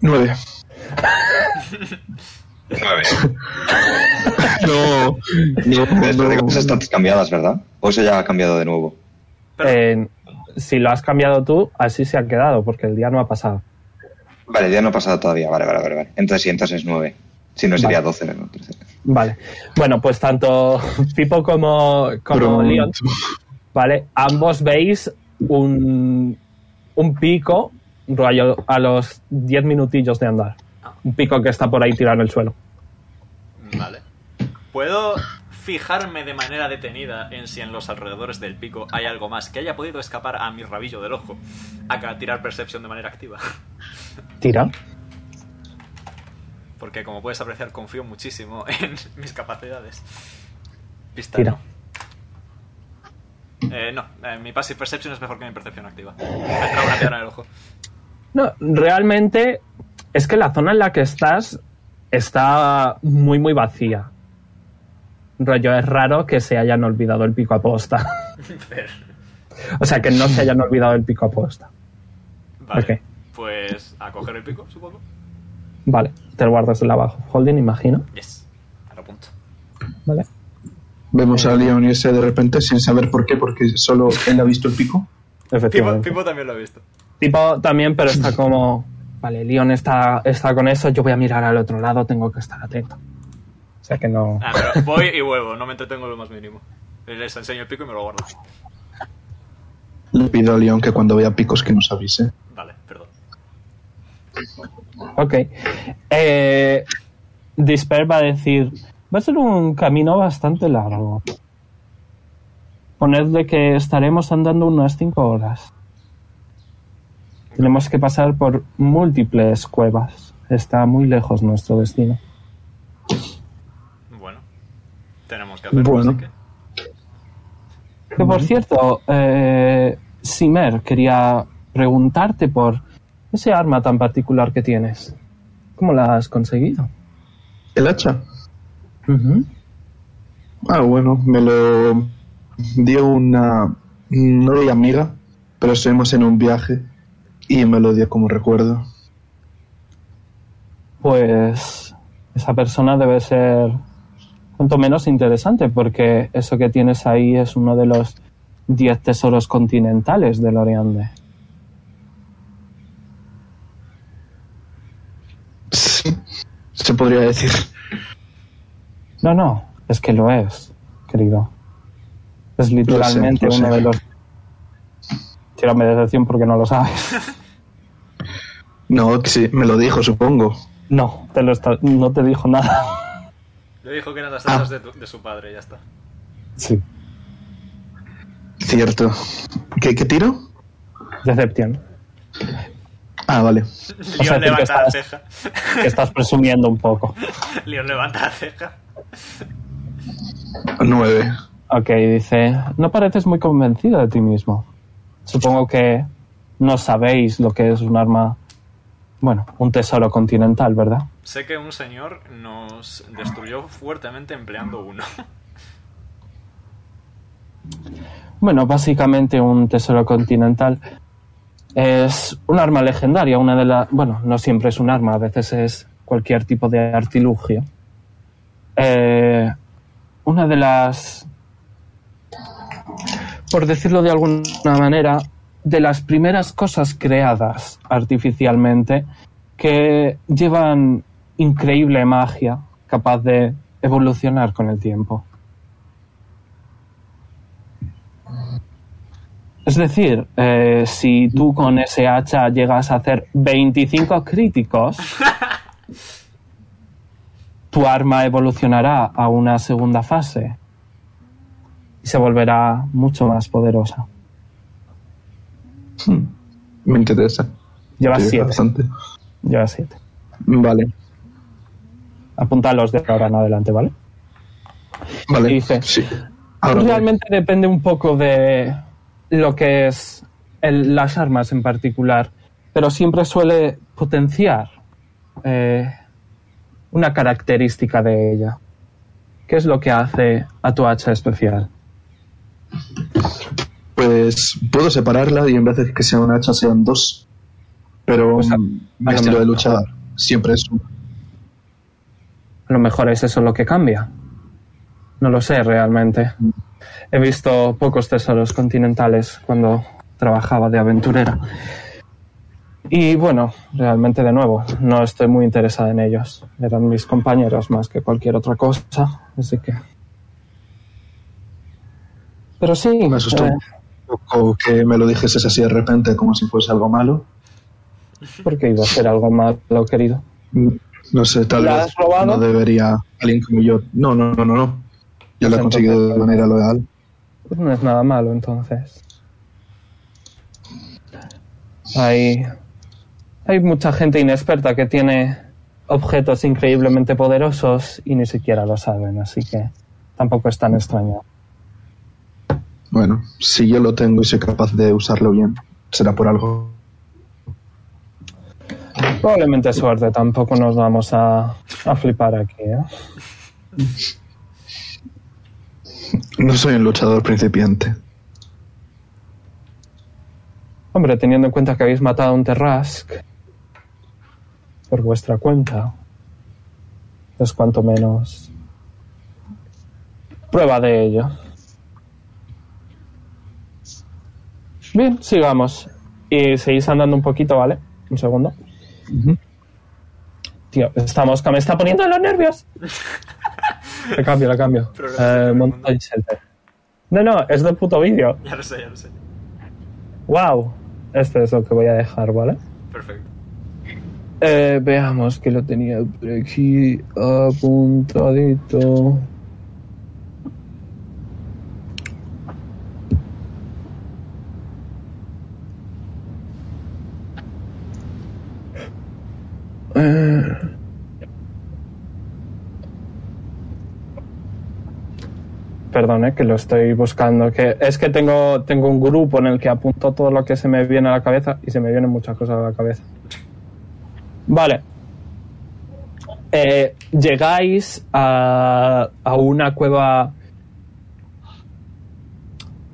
9. Nueve. No, no, Esto de no. cosas están cambiadas, ¿verdad? O eso ya ha cambiado de nuevo. Pero- Eh, si lo has cambiado tú, así se han quedado, porque el día no ha pasado. Vale, ya no ha pasado todavía. Vale, vale, vale. vale. Entonces, sí, entonces es nueve. Si no, sería Vale. doce. ¿no? Trece. Vale. Bueno, pues tanto *laughs* Pipo como, como Pronto. Leon, ¿vale? Ambos veis un, un pico rollo, a los 10 minutillos de andar. Un pico que está por ahí tirado en el suelo. Vale. ¿Puedo fijarme de manera detenida en si en los alrededores del pico hay algo más que haya podido escapar a mi rabillo del ojo? Acá tirar percepción de manera activa. Tira. Porque como puedes apreciar, confío muchísimo *laughs* en mis capacidades. Pista. Tira. Eh, no, eh, mi passive perception es mejor que mi percepción activa. Me ha entrado una piedra en el ojo. No, realmente es que la zona en la que estás está muy, muy vacía. Rollo, es raro que se hayan olvidado el pico aposta. Pero- *laughs* o sea, que no se hayan olvidado el pico aposta. Vale. Ok. Pues a coger el pico, supongo. Vale, te lo guardas de la bajo holding, imagino. Yes. A lo punto. Vale. Vemos a Leon irse de repente sin saber por qué, porque solo él ha visto el pico. Pipo, Efectivamente. Pipo también lo ha visto. Tipo también, pero está como. Vale, Leon está, está con eso, yo voy a mirar al otro lado, tengo que estar atento. O sea, sea que no. Ah, pero voy y vuelvo, no me entretengo lo más mínimo. Les enseño el pico y me lo guardo. Le pido a León que cuando vea picos que nos avise. Vale, perdón. Ok. Eh, Disper va a decir: Va a ser un camino bastante largo. Ponedle que estaremos andando unas 5 horas. Tenemos que pasar por múltiples cuevas. Está muy lejos nuestro destino. Bueno, tenemos que hacerlo, Bueno. así que. Que por cierto, eh, Simer, quería preguntarte por ese arma tan particular que tienes. ¿Cómo la has conseguido? ¿El hacha? Ah, bueno, me lo dio una, no de amiga, pero estuvimos en un viaje y me lo dio como recuerdo. Pues esa persona debe ser cuanto menos interesante, porque eso que tienes ahí es uno de los 10 tesoros continentales del Oriente. Sí, se podría decir. No, no, es que lo es, querido. Es literalmente lo sé. uno de los... Tírame de decepción porque no lo sabes. No, que sí, me lo dijo, supongo. No, te lo está- no te dijo nada. Le dijo que eran las Ah. tazas de, tu- de su padre, ya está. Sí. Cierto. ¿Qué, qué tiro? Decepción. Ah, vale. O sea, Leon decir que levanta la estás- ceja. Que estás presumiendo un poco. Leon levanta la ceja. Nueve. Ok, dice, no pareces muy convencido de ti mismo. Supongo que no sabéis lo que es un arma, bueno, un tesoro continental, ¿verdad? Sé que un señor nos destruyó fuertemente empleando uno. *laughs* Bueno, básicamente un tesoro continental es un arma legendaria, una de las... Bueno, no siempre es un arma, a veces es cualquier tipo de artilugio. Eh, una de las... Por decirlo de alguna manera, de las primeras cosas creadas artificialmente que llevan increíble magia, capaz de evolucionar con el tiempo. Es decir, eh, si tú con ese hacha llegas a hacer 25 críticos, tu arma evolucionará a una segunda fase y se volverá mucho más poderosa. Hmm, Me interesa. Llevas Sí, 7. bastante. Llevas 7. Vale, Apunta los de ahora en adelante, ¿vale? vale. Y dice, sí. Ahora voy. Realmente depende un poco de lo que es el- las armas en particular, pero siempre suele potenciar eh, una característica de ella. ¿Qué es lo que hace a tu hacha especial? Pues puedo separarla y en vez de que sea un hacha sean dos. Pero Pues a- mm, a mi lo estilo de mejor. lucha siempre es una. A lo mejor es eso lo que cambia. No lo sé realmente. He visto pocos tesoros continentales cuando trabajaba de aventurera. Y bueno, realmente de nuevo, no estoy muy interesada en ellos. Eran mis compañeros más que cualquier otra cosa, así que... Pero sí, Me asustó eh, un poco que me lo dijeses así de repente, como si fuese algo malo. porque iba a ser algo malo, querido. Mm, No sé, tal ¿La vez has robado? no debería alguien como yo. No, no, no, no. no. Yo lo he Pues conseguido de entonces- manera legal. Pues no es nada malo, entonces. Hay, hay mucha gente inexperta que tiene objetos increíblemente poderosos y ni siquiera lo saben, así que tampoco es tan extraño. Bueno, si yo lo tengo y soy capaz de usarlo bien, será por algo. Probablemente suerte, tampoco nos vamos a, a flipar aquí. ¿eh? No soy un luchador principiante. Hombre, teniendo en cuenta que habéis matado a un Terrask por vuestra cuenta, es cuanto menos prueba de ello. Bien, sigamos. Y seguís andando un poquito, ¿vale? Un segundo. Tío, esta mosca me está poniendo en los nervios. La cambio, la cambio. Progreso de todo Eh, el mundo. Mountain Shelter. No, no, es del puto vídeo. Ya lo sé, ya lo sé. ¡Wow! Este es lo que voy a dejar, ¿vale? Perfecto. Eh, veamos que lo tenía por aquí apuntadito. Eh. Perdón, eh, que lo estoy buscando. Que es que tengo, tengo un grupo en el que apunto todo lo que se me viene a la cabeza y se me vienen muchas cosas a la cabeza. Vale. Eh, llegáis a, a una cueva.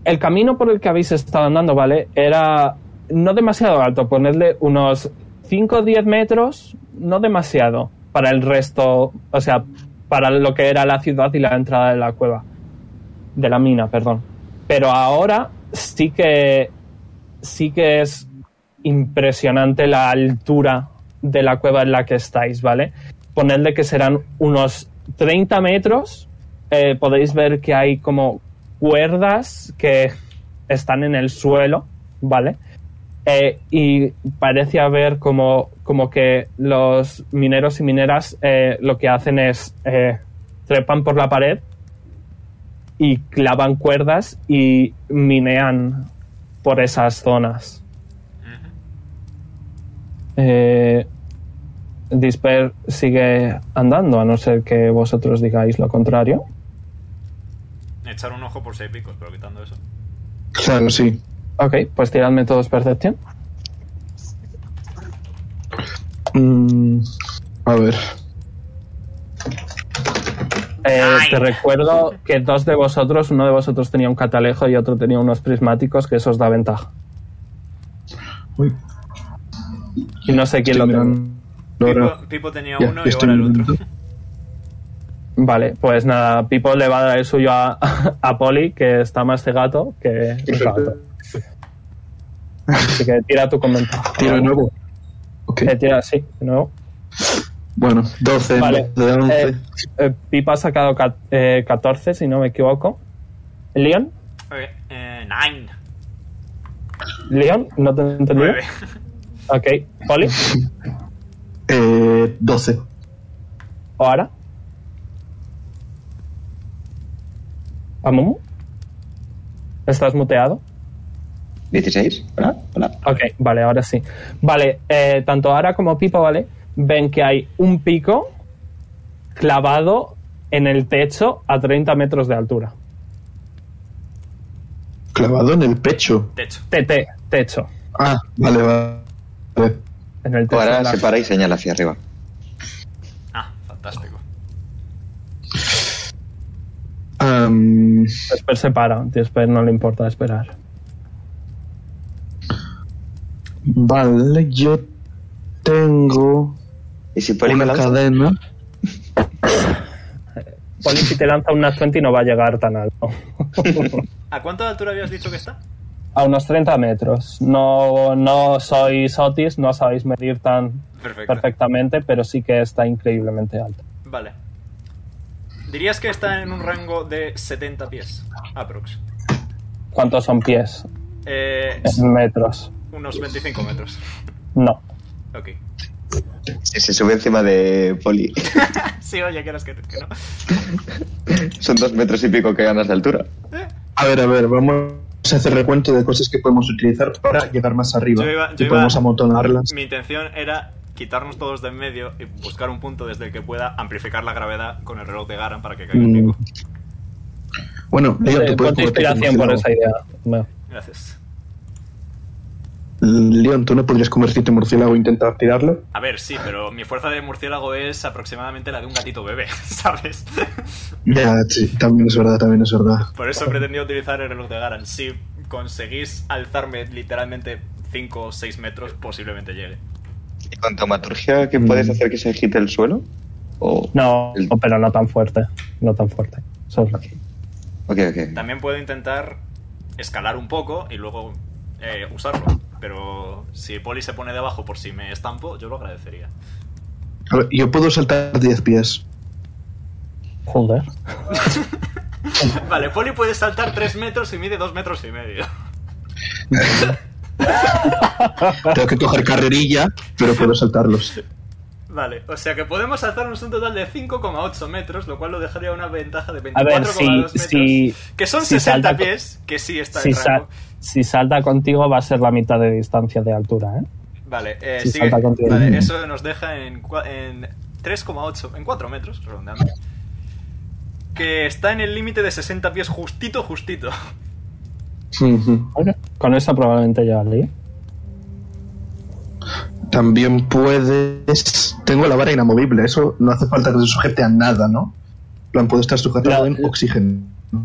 El camino por el que habéis estado andando, ¿vale? Era no demasiado alto, ponedle unos 5 o 10 metros, no demasiado, para el resto, o sea, para lo que era la ciudad y la entrada de la cueva, de la mina, perdón. Pero ahora sí que, sí que es impresionante la altura de la cueva en la que estáis, ¿vale? Ponedle que serán unos 30 metros. eh, podéis ver que hay como cuerdas que están en el suelo, ¿vale? Eh, y parece haber como, como que los mineros y mineras eh, lo que hacen es eh, trepan por la pared y clavan cuerdas y minean por esas zonas. Eh, Disper sigue andando, a no ser que vosotros digáis lo contrario. Echar un ojo por seis picos, pero quitando eso. Claro, sí. Ok, pues tiradme todos Percepción. Mm, a ver. Eh, Ay. te recuerdo que dos de vosotros, uno de vosotros tenía un catalejo y otro tenía unos prismáticos, que eso os da ventaja. Uy, Y no sé quién estoy lo tenía. mirando. Ahora- Pipo, Pipo tenía Ya, uno y yo estoy ahora el otro. mirando. Vale, pues nada, Pipo le va a dar el suyo a, a Poli, que está más cegato que Perfecto. Así que tira tu comentario. Tiro de nuevo. Ok. Eh, tira, sí, de nuevo. Bueno, 12 en Vale. vez de 11. Eh, eh, Pipa ha sacado ca- eh, 14, si no me equivoco. Leon, *laughs* Ok, eh, nine. Leon, no te he entendido. Nueve. Ok, Poli, Eh, 12. ¿o ahora? ¿Amumu? ¿Estás muteado? 16. Hola, hola. Ok, vale, ahora sí. Vale, eh, tanto Ara como Pipa, ¿vale? Ven que hay un pico clavado en el techo a 30 metros de altura. Clavado en el pecho. Techo. Tete, techo. Ah, vale, va- vale. En el techo. de Ahora la- se para y señala hacia arriba. Ah, fantástico. Am, Después se para, después no le importa esperar. vale, yo tengo ¿Y si Poli me una lanza? cadena. Poli, si te lanza un Nat 20 no va a llegar tan alto. ¿A cuánto de altura habías dicho que está? A unos 30 metros. No, no sois Otis, no sabéis medir tan Perfecto. perfectamente, pero sí que está increíblemente alto. Vale. Dirías que está en un rango de 70 pies, aprox. ¿Cuántos son pies? Eh, En metros. unos 25 metros. No. Ok. Si se sube encima de Poli. Sí, oye, quieras que, que no. *laughs* Son dos metros y pico que ganas de altura. Eh, A ver, a ver, vamos a hacer recuento de cosas que podemos utilizar para llegar más arriba. Yo iba- yo y iba- podemos amontonarlas. Mi intención era quitarnos todos de en medio y buscar un punto desde el que pueda amplificar la gravedad con el reloj de Garan para que caiga el Mm. pico. Bueno, Leon, Eh, te puedes ponte convertir en inspiración por murciélago. esa idea. No. Gracias. Leon, tú no podrías convertirte en murciélago e intentar tirarlo. A ver, sí, pero mi fuerza de murciélago es aproximadamente la de un gatito bebé, *laughs* ¿sabes? Ya, sí, también es verdad, también es verdad. Por eso pretendía utilizar el reloj de Garan. Si conseguís alzarme literalmente 5 o 6 metros, posiblemente llegue. ¿Y con taumaturgia Mm. que puedes hacer que se agite el suelo? O... No, pero no tan fuerte. No tan fuerte. Solo. Ok, ok. También puedo intentar escalar un poco y luego eh, usarlo. Pero si Poli se pone debajo por si me estampo, yo lo agradecería. A ver, yo puedo saltar 10 pies. Joder. *laughs* Vale, Poli puede saltar 3 metros y mide 2 metros y medio. *laughs* Tengo que coger carrerilla, pero puedo saltarlos. Vale, o sea que podemos saltarnos un total de 5,8 metros, lo cual lo dejaría una ventaja de A 24,2 ver, si, metros. si, que son si 60 salta co- pies, que sí está si, en rango. sal- si salta contigo va a ser la mitad de distancia de altura, ¿eh? Vale, eh, si sigue- salta contigo. vale, eso nos deja en, cua- en 3,8, en 4 metros, redondeando. Que está en el límite de 60 pies, justito, justito. Ujú. Ok. Con eso probablemente ya ¿eh? También puedes. Tengo la vara inamovible, eso no hace falta que se sujete a nada, ¿no? En plan, puedo estar sujetado La- en oxígeno.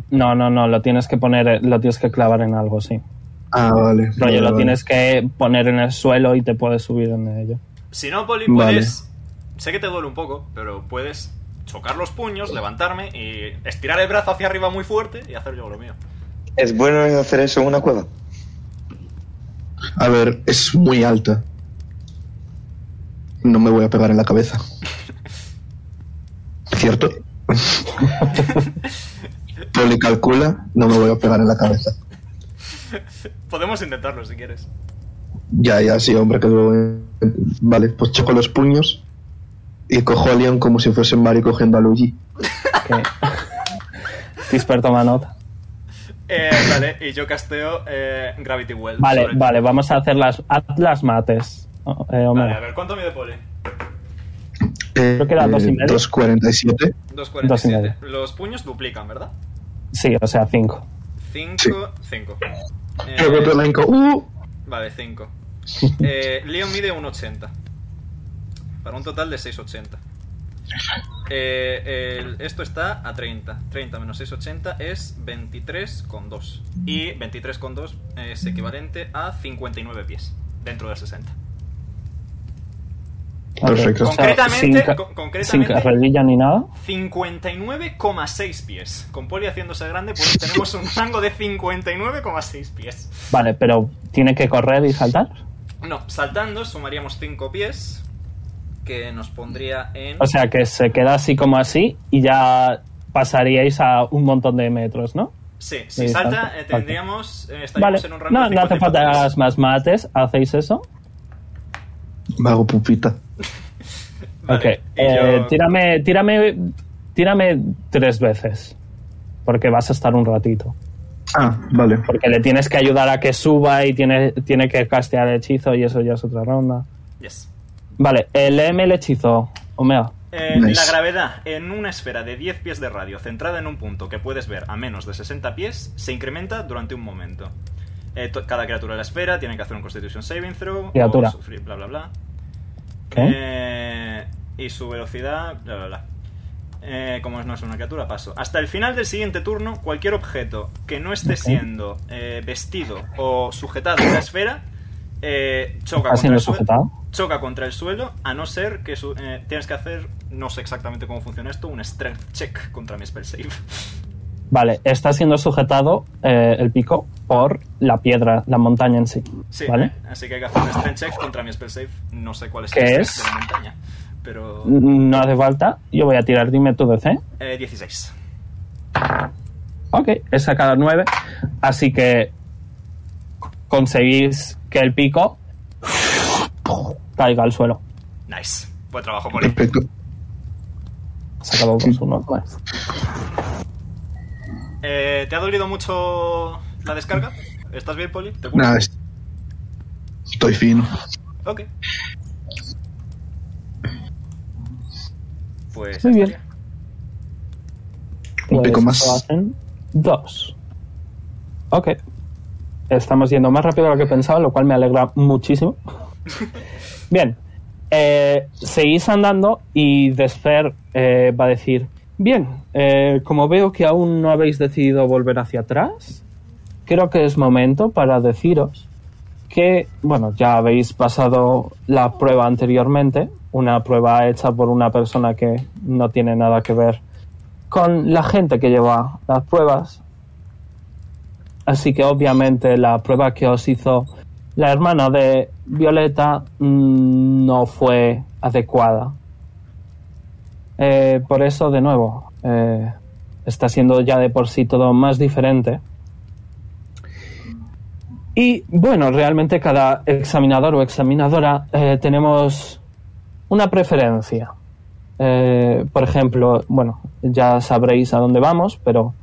No, no, no, lo tienes que poner, eh, lo tienes que clavar en algo, sí. Ah, vale. Rollo, vale, lo vale. tienes que poner en el suelo y te puedes subir en ello. Si no, Poli, Vale. puedes. Sé que te duele un poco, pero puedes chocar los puños, levantarme y estirar el brazo hacia arriba muy fuerte y hacer yo lo mío. ¿Es bueno hacer eso en una cueva? A ver, es muy alta. No me voy a pegar en la cabeza. ¿Cierto? Poli calcula, no me voy a pegar en la cabeza. Podemos intentarlo si quieres. Ya, ya, sí, hombre, que luego, eh, Vale, pues choco los puños y cojo a Leon como si fuese Mario cogiendo a Luigi. *laughs* Que... Tisper toma nota. Eh, vale, y yo casteo eh, Gravity Well. Vale, sobre ti. vale, vamos a hacer las, haz las mates. Oh, eh, Omega. Vale, a ver, ¿cuánto mide Poli? Eh, Creo que era dos y medio. Eh. 2.47. 2,47. Dos Los puños duplican, ¿verdad? Sí, o sea, 5. 5, 5. Eh, Creo que otro elenco, ¡uh! vale, 5. Eh, Leon mide 1,80. Para un total de 6,80. Eh, el- esto está a 30. 30 menos 6,80 es 23,2. Y 23,2 es equivalente a 59 pies dentro del 60. Perfecto. O sea, Concretamente, con- sin concretamente carrerilla ni nada. 59,6 pies. Con Poli haciéndose grande, pues tenemos un rango de 59,6 pies. Vale, pero tiene que correr y saltar. No, saltando sumaríamos 5 pies, que nos pondría en... O sea, que se queda así como así y ya pasaríais a un montón de metros, ¿no? sí, si eh, salta, salta, eh, tendríamos... eh, Vale. estaríamos en un rango No, de no hace 54 falta que pies. hagas más mates, hacéis eso. Mago pupita. Vale, ok, y eh, yo- tírame, tírame, tírame tres veces. Porque vas a estar un ratito. Ah, vale. Porque le tienes que ayudar a que suba y tiene, tiene que castear el hechizo y eso ya es otra ronda. Yes. Vale, eh, léeme el hechizo, Omega. Eh, Nice. La gravedad en una esfera de 10 pies de radio centrada en un punto que puedes ver a menos de 60 pies se incrementa durante un momento. Eh, to- cada criatura de la esfera tiene que hacer un Constitution Saving Throw. o Criatura. sufrir bla bla bla. ¿Qué? Eh, y su velocidad. Bla bla bla. Eh, como no es una criatura, paso. Hasta el final del siguiente turno, cualquier objeto que no esté siendo eh, vestido o sujetado a la esfera eh, choca ¿Está contra siendo el suelo sujetado? choca contra el suelo, a no ser que su- eh, tienes que hacer, no sé exactamente cómo funciona esto, un strength check contra mi spell save. *laughs* Vale, está siendo sujetado eh, el pico por la piedra, la montaña en sí. Sí, ¿Vale? así que hay que hacer un strength check contra mi spell save. No sé cuál es ¿Qué el es? Mm. strength de la montaña, pero No hace falta. Yo voy a tirar, dime tu DC. eh, 16. Ok, he sacado 9. Así que conseguís que el pico caiga al suelo. Nice. Buen trabajo, *laughs* Poli. Perfecto. He sacado dos, uno, pues. Eh, ¿Te ha dolido mucho la descarga? ¿Estás bien, Poli? ¿Te curas? Nada, es- estoy fino. Ok. Pues ya Muy bien. estaría. Un pico Pues más. eso hacen Dos. Ok. Estamos yendo más rápido de lo que pensaba, lo cual me alegra muchísimo. Bien. Eh, seguís andando y Desfer eh, va a decir: Bien, eh, como veo que aún no habéis decidido volver hacia atrás, creo que es momento para deciros que, bueno, ya habéis pasado la prueba anteriormente, una prueba hecha por una persona que no tiene nada que ver con la gente que lleva las pruebas. Así que obviamente la prueba que os hizo la hermana de Violeta mm, no fue adecuada. Eh, por eso, de nuevo, eh, está siendo ya de por sí todo más diferente. Y bueno, realmente cada examinador o examinadora eh, tenemos una preferencia. Eh, por ejemplo, bueno, ya sabréis a dónde vamos, pero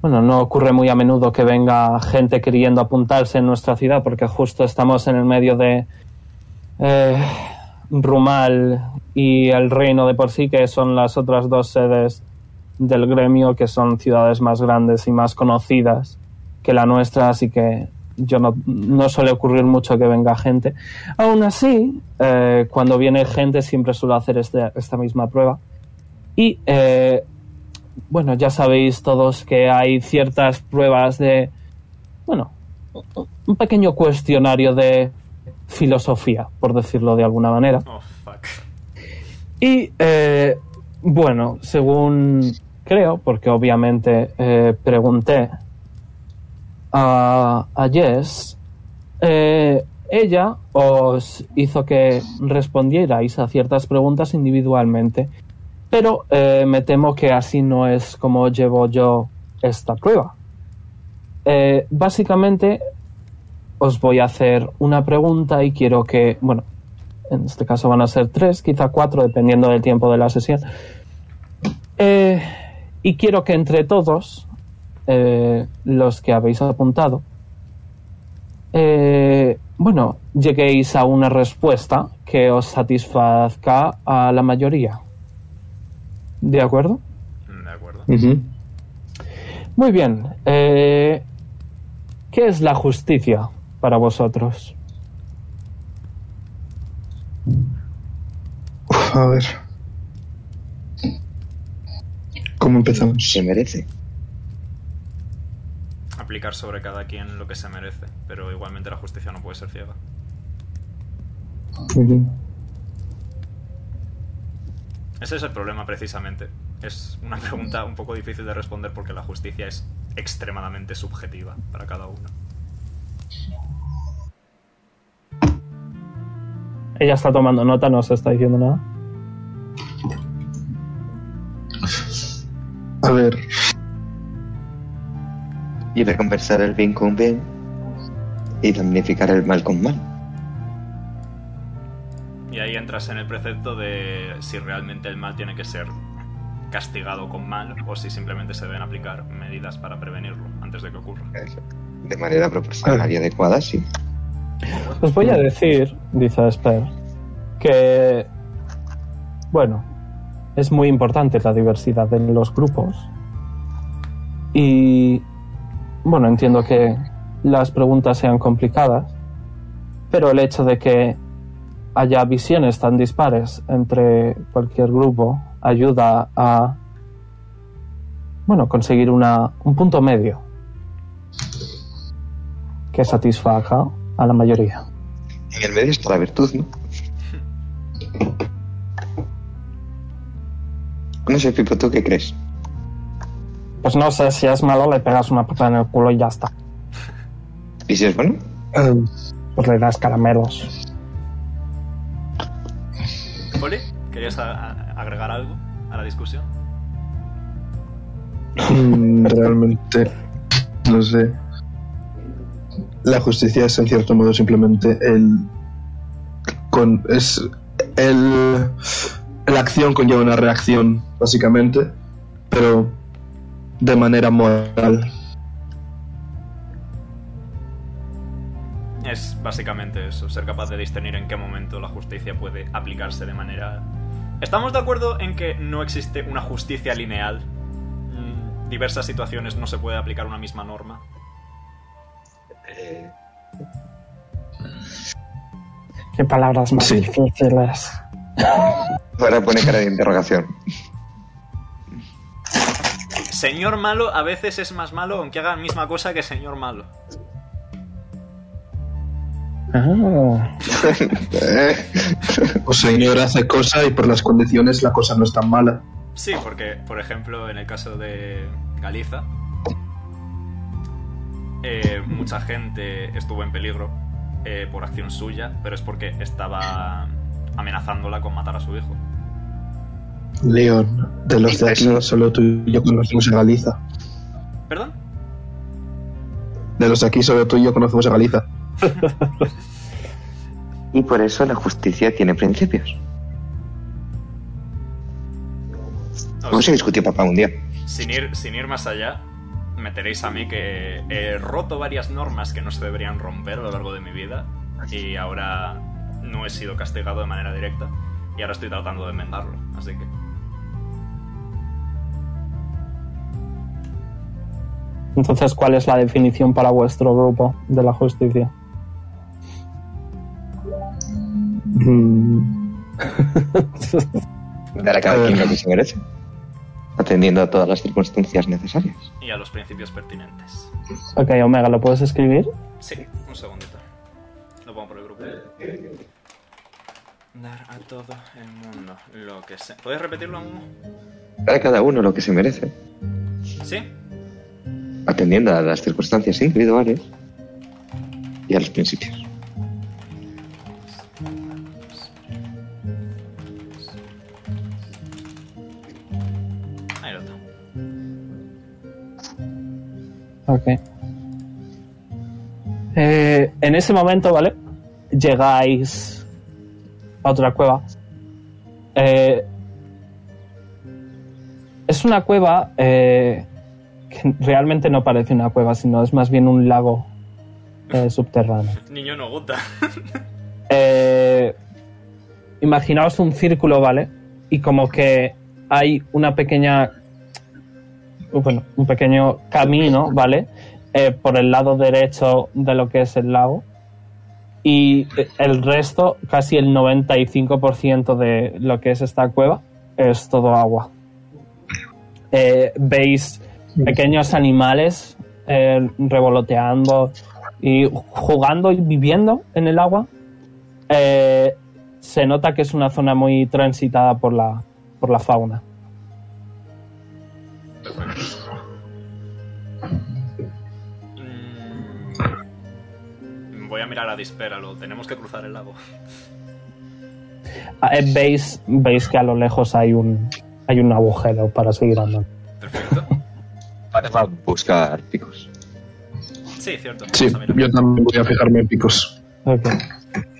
bueno, no ocurre muy a menudo que venga gente queriendo apuntarse en nuestra ciudad porque justo estamos en el medio de eh, Rumal y el Reino de por sí, que son las otras dos sedes del gremio, que son ciudades más grandes y más conocidas que la nuestra, así que yo no, no suele ocurrir mucho que venga gente. Aún así, eh, cuando viene gente siempre suelo hacer este- esta misma prueba. Y eh, bueno, ya sabéis todos que hay ciertas pruebas de, bueno, un pequeño cuestionario de filosofía, por decirlo de alguna manera. Oh, fuck. Y eh, bueno, según creo, porque obviamente eh, pregunté a, a Jess, eh, ella os hizo que respondierais a ciertas preguntas individualmente, pero eh, me temo que así no es como llevo yo esta prueba. Eh, básicamente os voy a hacer una pregunta y quiero que, bueno, en este caso van a ser tres, quizá cuatro, dependiendo del tiempo de la sesión. Eh, y quiero que entre todos, eh, los que habéis apuntado, eh, bueno, lleguéis a una respuesta que os satisfazca a la mayoría. ¿De acuerdo? Mm, De acuerdo. Ujú. Muy bien. eh, ¿Qué es la justicia para vosotros? Uf, a ver. ¿Cómo empezamos? Se merece. Aplicar sobre cada quien lo que se merece, pero igualmente la justicia no puede ser ciega. Ujú. Ese es el problema precisamente. Es una pregunta un poco difícil de responder porque la justicia es extremadamente subjetiva para cada uno. Ella está tomando nota, no se está diciendo nada. A ver. Y recompensar el bien con bien y damnificar el mal con mal. Y ahí entras en el precepto de si realmente el mal tiene que ser castigado con mal o si simplemente se deben aplicar medidas para prevenirlo antes de que ocurra. De manera Ah. proporcional y adecuada, sí. Os voy a decir, dice Esper, que, bueno, es muy importante la diversidad en los grupos. Y, bueno, entiendo que las preguntas sean complicadas, pero el hecho de que haya visiones tan dispares entre cualquier grupo ayuda a, bueno, conseguir una, un punto medio que satisfaga a la mayoría. En el medio está la virtud, ¿no? No sé, Pipo, ¿tú qué crees? Pues no sé, si es malo le pegas una patada en el culo y ya está. ¿Y si es bueno? Ah, Pues le das caramelos. Poli, ¿querías a- a- agregar algo a la discusión? mm, realmente. No sé. La justicia es en cierto modo simplemente el. Con, es el. La acción conlleva una reacción, básicamente. Pero de manera moral. Es básicamente eso, ser capaz de discernir en qué momento la justicia puede aplicarse de manera... Estamos de acuerdo en que no existe una justicia lineal. Mm, Diversas situaciones no se puede aplicar una misma norma. Qué palabras más Sí. difíciles. Ahora pone cara de interrogación. Señor malo a veces es más malo aunque haga la misma cosa que señor malo. Ah, O señor hace cosa y por las condiciones la cosa no es tan mala. Sí, porque, por ejemplo, en el caso de Galiza, eh, mucha gente estuvo en peligro eh, por acción suya, pero es porque estaba amenazándola con matar a su hijo. León, de los de aquí, Impresionante. solo tú y yo conocemos a Galiza. ¿Perdón? De los de aquí, solo tú y yo conocemos a Galiza. Y por eso la justicia tiene principios. No, Vamos a discutir, papá, un día. sin, ir, sin ir más allá, meteréis a mí que he roto varias normas que no se deberían romper a lo largo de mi vida y ahora no he sido castigado de manera directa y ahora estoy tratando de enmendarlo. Así que Entonces, ¿cuál es la definición para vuestro grupo de la justicia? Mm, Dar a cada quien lo que se merece. Atendiendo a todas las circunstancias necesarias. y a los principios pertinentes. ok, Omega, ¿lo puedes escribir? Sí, un segundito. Lo pongo por el grupo. Dar a todo el mundo lo que se... ¿Puedes repetirlo aún? Dar a cada uno lo que se merece. ¿Sí? Atendiendo a las circunstancias individuales y a los principios. Ahí lo tengo. Ok. Eh, en ese momento, ¿vale? Llegáis a otra cueva. Eh, es una cueva eh, que realmente no parece una cueva, sino es más bien un lago eh, subterráneo. Niño no gusta. Eh, imaginaos un círculo, ¿vale? Y como que hay una pequeña. Bueno, un pequeño camino, ¿vale? Eh, por el lado derecho de lo que es el lago. Y el resto, casi el 95% de lo que es esta cueva, es todo agua. Eh, veis pequeños animales eh, revoloteando y jugando y viviendo en el agua. Eh, se nota que es una zona muy transitada por la, por la fauna. Mm. Voy a mirar a Dispéralo. Tenemos que cruzar el lago. Ah, eh, veis, veis que a lo lejos hay un, hay un agujero para seguir andando. Perfecto. Para buscar picos. Sí, cierto. Sí, Vamos a mirar. yo también voy a fijarme en picos. Ok.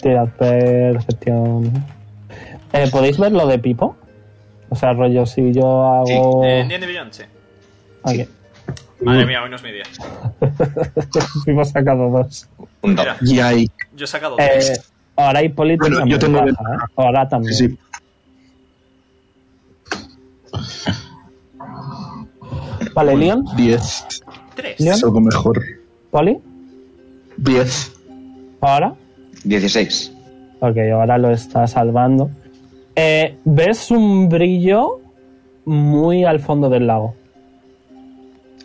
Tirad percepción. Eh, ¿Podéis ver lo de Pipo? O sea, rollo, si yo hago. Eh, Ni en Beyond, sí. Ok. Madre mía, hoy no es mi día. *laughs* Pipo ha sacado dos. Un dado. Mira, Y ahí, yo he sacado Eh, tres. ahora Hipólito Bueno, yo también tengo baja, ventaja. ¿eh? Ahora también. sí. Vale, Leon, 10. Tres. Leon. Es algo mejor. Poli, 10. ahora. 16. Ok, ahora lo está salvando. Eh, ¿Ves un brillo muy al fondo del lago?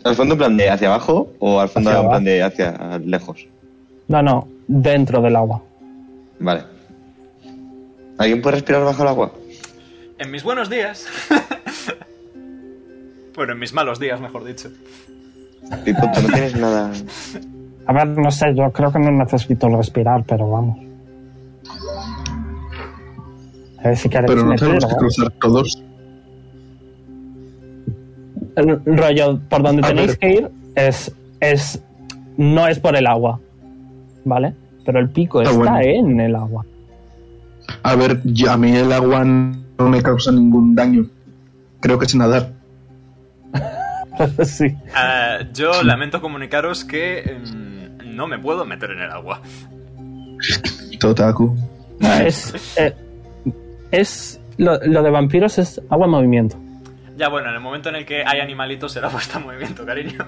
¿Al fondo en plan de hacia abajo o al fondo Hacia en abajo. plan de hacia lejos? No, no, dentro del agua. Vale. ¿Alguien puede respirar bajo el agua? En mis buenos días. *laughs* bueno, en mis malos días, mejor dicho. Pipo, tú no tienes nada. A ver, no sé, yo creo que no necesito respirar, pero vamos. A ver si queréis Pero no meterlo. tenemos que cruzar todos. El rollo por donde A tenéis ver. que ir es, es. No es por el agua. ¿Vale? Pero el pico Está está Ah, bueno. en el agua. *laughs* A ver, yo- a mí el agua no me causa ningún daño. Creo que es nadar. sí. Ah, yo lamento comunicaros que mm, no me puedo meter en el agua. Totaku. Ah. Es. eh, es lo, lo de vampiros es agua en movimiento. Ya bueno, en el momento en el que hay animalitos, el agua está en movimiento, cariño.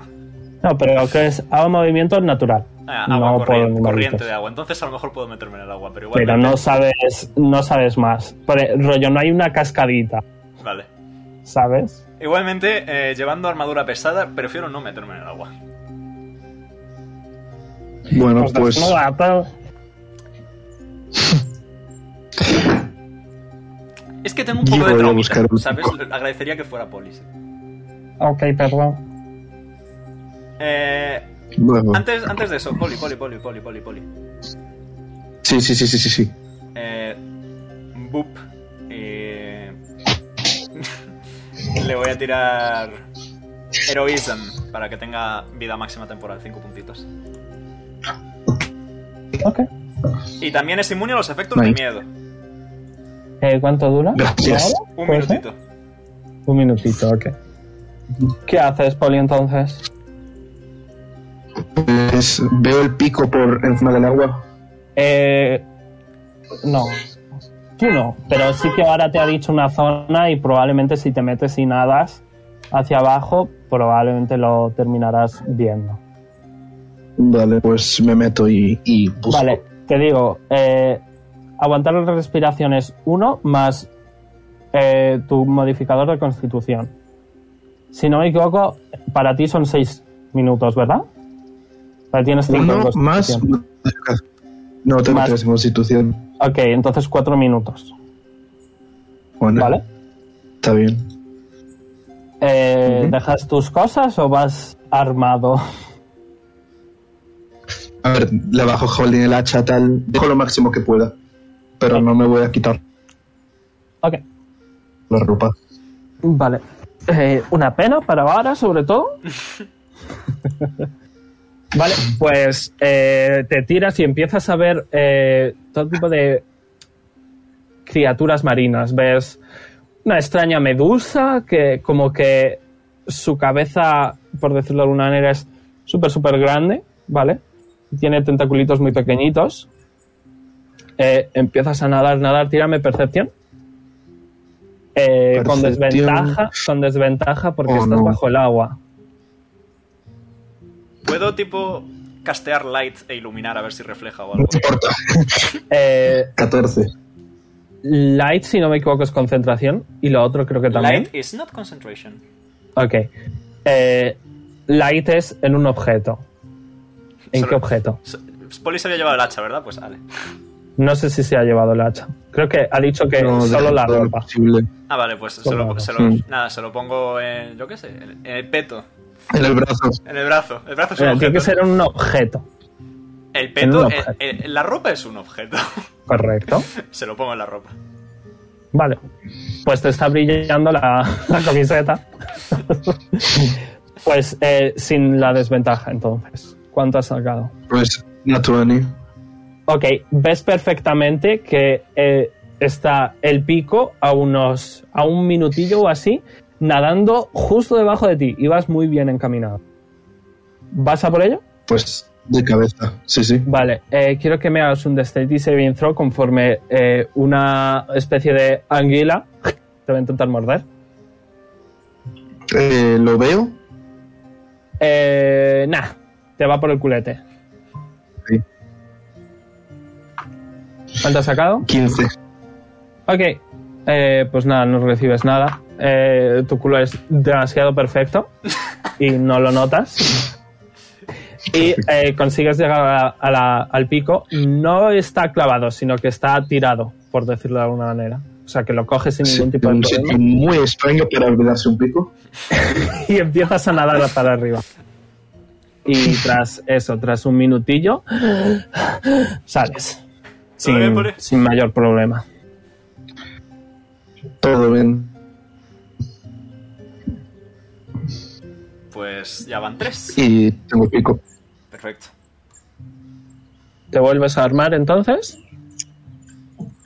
No, pero que es agua movimiento natural. Ah, agua no corriente, por corriente animalitos. de agua. Entonces a lo mejor puedo meterme en el agua, pero igual. Pero no sabes, no sabes más. Por el rollo, no hay una cascadita, Vale. ¿sabes? Igualmente, eh, llevando armadura pesada, prefiero no meterme en el agua. Bueno, Los pues desnudados. Es que tengo un Yo poco de voy a trauma, buscar un ¿sabes? poco. Agradecería que fuera polis. Ok, perdón. Eh, bueno. antes, antes de eso, poli, poli, poli, poli, poli, poli. Sí, sí, sí, sí, sí, sí. Eh, boop. Eh... *laughs* Le voy a tirar Heroism para que tenga vida máxima temporal, 5 puntitos. Ok. Y también es inmune a los efectos Nice. de miedo. Eh, ¿Cuánto dura? Gracias. ¿Una hora? Un ¿Puede ser? minutito. Un minutito, ok. ¿Qué haces, Poli, entonces? Pues veo el pico por encima del agua. Eh, no. Tú no, pero sí que ahora te ha dicho una zona y probablemente si te metes y nadas hacia abajo, probablemente lo terminarás viendo. Vale, pues me meto y, y busco. Vale, te digo, eh, aguantar las respiraciones 1 más eh, tu modificador de constitución. Si no me equivoco, para ti son 6 minutos, ¿verdad? Para ti tienes 5 Uno más. No, tengo Más. tres en constitución. Ok, entonces 4 minutos, Bueno, ¿vale? Está bien. Eh, Ujú. ¿Dejas tus cosas o vas armado? *laughs* A ver, le bajo holding el hacha tal. Dejo lo máximo que pueda. Pero no me voy a quitar ok, la ropa. vale. Eh, una pena para Vara, sobre todo. vale, pues eh, te tiras y empiezas a ver eh, todo tipo de criaturas marinas. Ves una extraña medusa que como que su cabeza, por decirlo de alguna manera, es súper, súper grande, ¿vale? Tiene tentaculitos muy pequeñitos. Eh, empiezas a nadar, nadar, tírame percepción. Eh, Con Percepción. desventaja, con desventaja porque Oh, estás no. bajo el agua. Puedo, tipo, castear light e iluminar a ver si refleja o No algo. importa. Eh, 14. light, si no me equivoco, es concentración. Y lo otro creo que también. Light is not concentration. Ok. Eh, light es en un objeto. ¿En Solo- qué objeto? S- Poli se había llevado el hacha, ¿verdad? Pues vale. No sé si se ha llevado el hacha. Creo que ha dicho que No, Eh, solo dejo la todo lo ropa. posible. Ah, vale, pues se lo, se lo- Mm. nada, se lo pongo en, yo qué sé, en, en el peto, En el brazo. en el brazo. El brazo es un Eh, Tiene objeto. que ser un objeto, el en peto, un el- objeto. el- la ropa es un objeto. correcto. se lo pongo en la ropa. Vale. Pues te está brillando la, *laughs* la camiseta. *laughs* pues eh, sin la desventaja, entonces. ¿Cuánto has sacado? Pues Natuani. Ok, ves perfectamente que eh, está el pico a unos. a un minutillo o así, nadando justo debajo de ti. Y vas muy bien encaminado. ¿Vas a por ello? Pues de cabeza. Sí, sí. Vale, eh, quiero que me hagas un Dexterity Saving Throw conforme eh, una especie de anguila te va a intentar morder. Eh, lo veo. Eh, nah, te va por el culete. Sí. ¿Cuánto has sacado? 15. Ok, eh, pues nada, no recibes nada. Eh, tu culo es demasiado perfecto y no lo notas. Y eh, consigues llegar a la- a la- al pico. No está clavado, sino que está tirado, por decirlo de alguna manera. O sea, que lo coges sin Sí, ningún tipo de un sitio problema muy extraño para olvidarse un pico. y empiezas a nadar para arriba. Y tras eso, tras un minutillo, sales. ¿Todo bien, Sin, Poli? sin mayor problema. Todo bien. Pues ya van tres. Y tengo pico. Perfecto. ¿Te vuelves a armar entonces?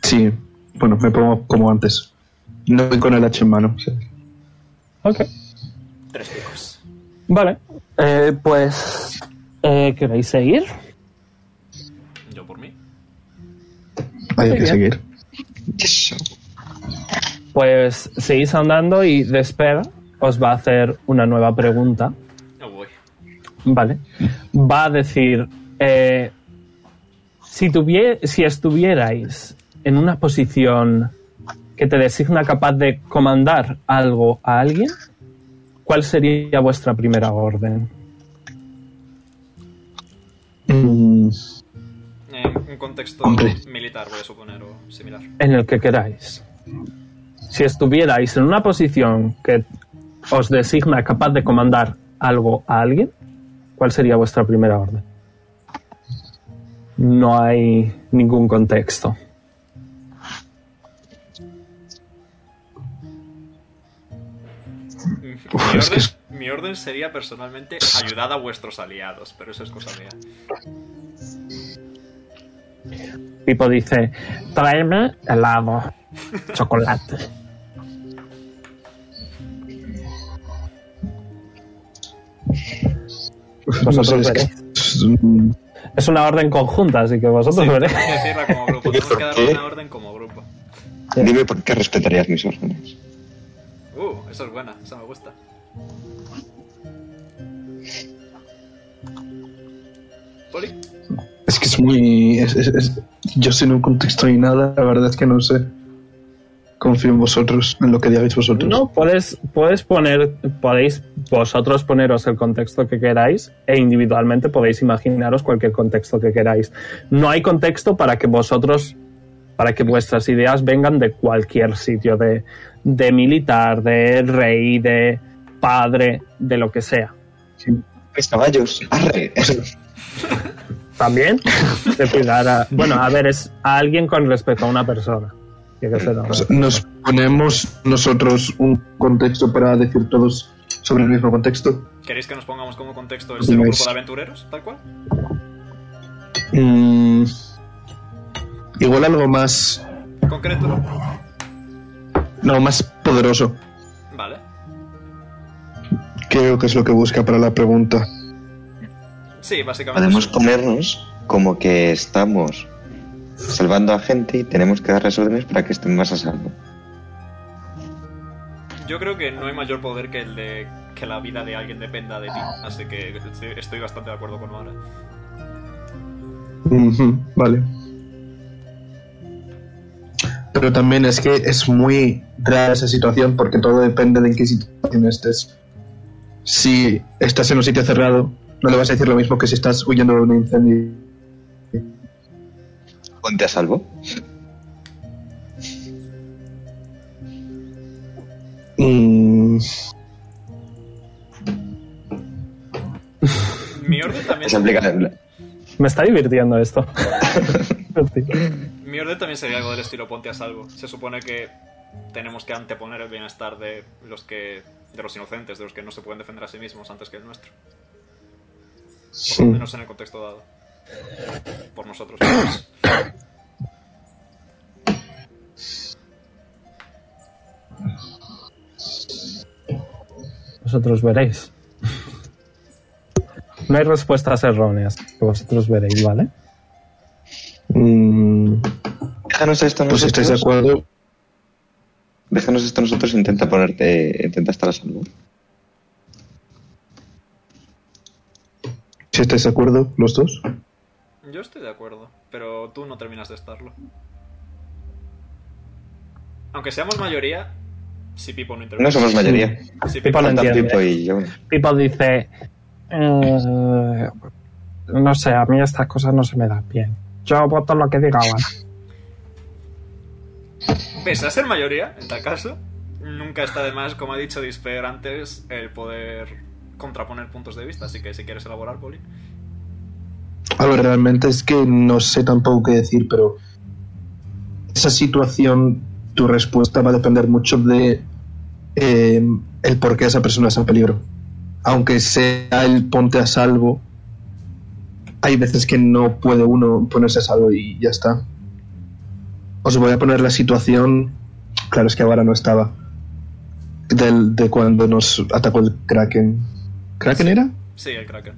Sí. Bueno, me pongo como antes. No voy con el hacha en mano. Ok. Tres picos. Vale. Eh, pues. eh, ¿Queréis seguir? Yo por mí. Hay Muy que bien. seguir. Pues seguís andando y Desper os va a hacer una nueva pregunta. No voy. Vale. Va a decir, eh, si, tuvie- si estuvierais en una posición que te designa capaz de comandar algo a alguien, ¿cuál sería vuestra primera orden? Mm, En Eh, un contexto Hombre. militar, voy a suponer, o similar. En el que queráis. Si estuvierais en una posición que os designa capaz de comandar algo a alguien, ¿cuál sería vuestra primera orden? No hay ningún contexto. Uf, Mi es que orden, es- mi orden sería personalmente ayudad a vuestros aliados, pero eso es cosa *laughs* mía. Tipo dice, tráeme helado, chocolate. no sé, Vosotros es que- veréis. Es una orden conjunta, así que vosotros veréis. Hay que decirla como grupo, ¿Por qué? tenemos que darle una orden como grupo. Dime por qué respetarías mis órdenes. Uh, eso es buena, esa me gusta. Poli, Es que es muy. es- es- es- yo sin un contexto ni nada, la verdad es que no sé. Confío en vosotros, en lo que digáis vosotros. No, puedes, puedes poner, podéis vosotros poneros el contexto que queráis e individualmente podéis imaginaros cualquier contexto que queráis. No hay contexto para que vosotros, para que vuestras ideas vengan de cualquier sitio, de, de militar, de rey, de padre, de lo que sea. Mis caballos, arre. También de cuidar a, bueno, a ver, es a alguien con respeto a una persona. Tiene que ser a una O sea, Nos ponemos nosotros un contexto para decir todos sobre el mismo contexto. ¿queréis que nos pongamos como contexto el Pues ser un no grupo es- de aventureros, tal cual? Mm, igual algo más. Concreto. No, más poderoso. Vale. Creo que es lo que busca para la pregunta. Sí, básicamente. Podemos sí. ponernos como que estamos salvando a gente y tenemos que darles órdenes para que estén más a salvo. Yo creo que no hay mayor poder que el de que la vida de alguien dependa de ti, así que estoy- estoy bastante de acuerdo con Mara. Ujú, vale. Pero también es que es muy rara esa situación porque todo depende de en qué situación estés. Si estás en un sitio cerrado, no le vas a decir lo mismo que si estás huyendo de un incendio. Ponte a salvo. Mm, Mi orden también Es aplicable. Me está divirtiendo esto. Mi orden también sería algo del estilo ponte a salvo. Se supone que tenemos que anteponer el bienestar de los que de los inocentes, de los que no se pueden defender a sí mismos antes que el nuestro, sí. menos en el contexto dado por nosotros. mismos. Vosotros veréis. No hay respuestas erróneas. Vosotros veréis, ¿vale? Mm, Déjanos esto pues si nosotros. estáis de acuerdo, Déjanos esto nosotros e intenta ponerte. Intenta estar a salvo. si estáis de acuerdo, los dos. Yo estoy de acuerdo, pero tú no terminas de estarlo. Aunque seamos mayoría, si Pipo no interviene. No somos mayoría. Si Pipo no Pipo- Falta entiende. Pipo y yo. Pipo dice... "Eh, no sé, a mí estas cosas no se me dan bien. Yo voto lo que diga ahora. Pese a ser mayoría, en tal caso, nunca está de más, como ha dicho Disper antes, el poder contraponer puntos de vista. Así que si quieres elaborar, Poli. A ver, realmente es que no sé tampoco qué decir, pero esa situación, tu respuesta va a depender mucho de eh, el por qué esa persona está en peligro. Aunque sea el ponte a salvo, hay veces que no puede uno ponerse a salvo y ya está. Os voy a poner la situación, claro es que ahora no estaba, del, de cuando nos atacó el Kraken. ¿Kraken era? Sí, el Kraken.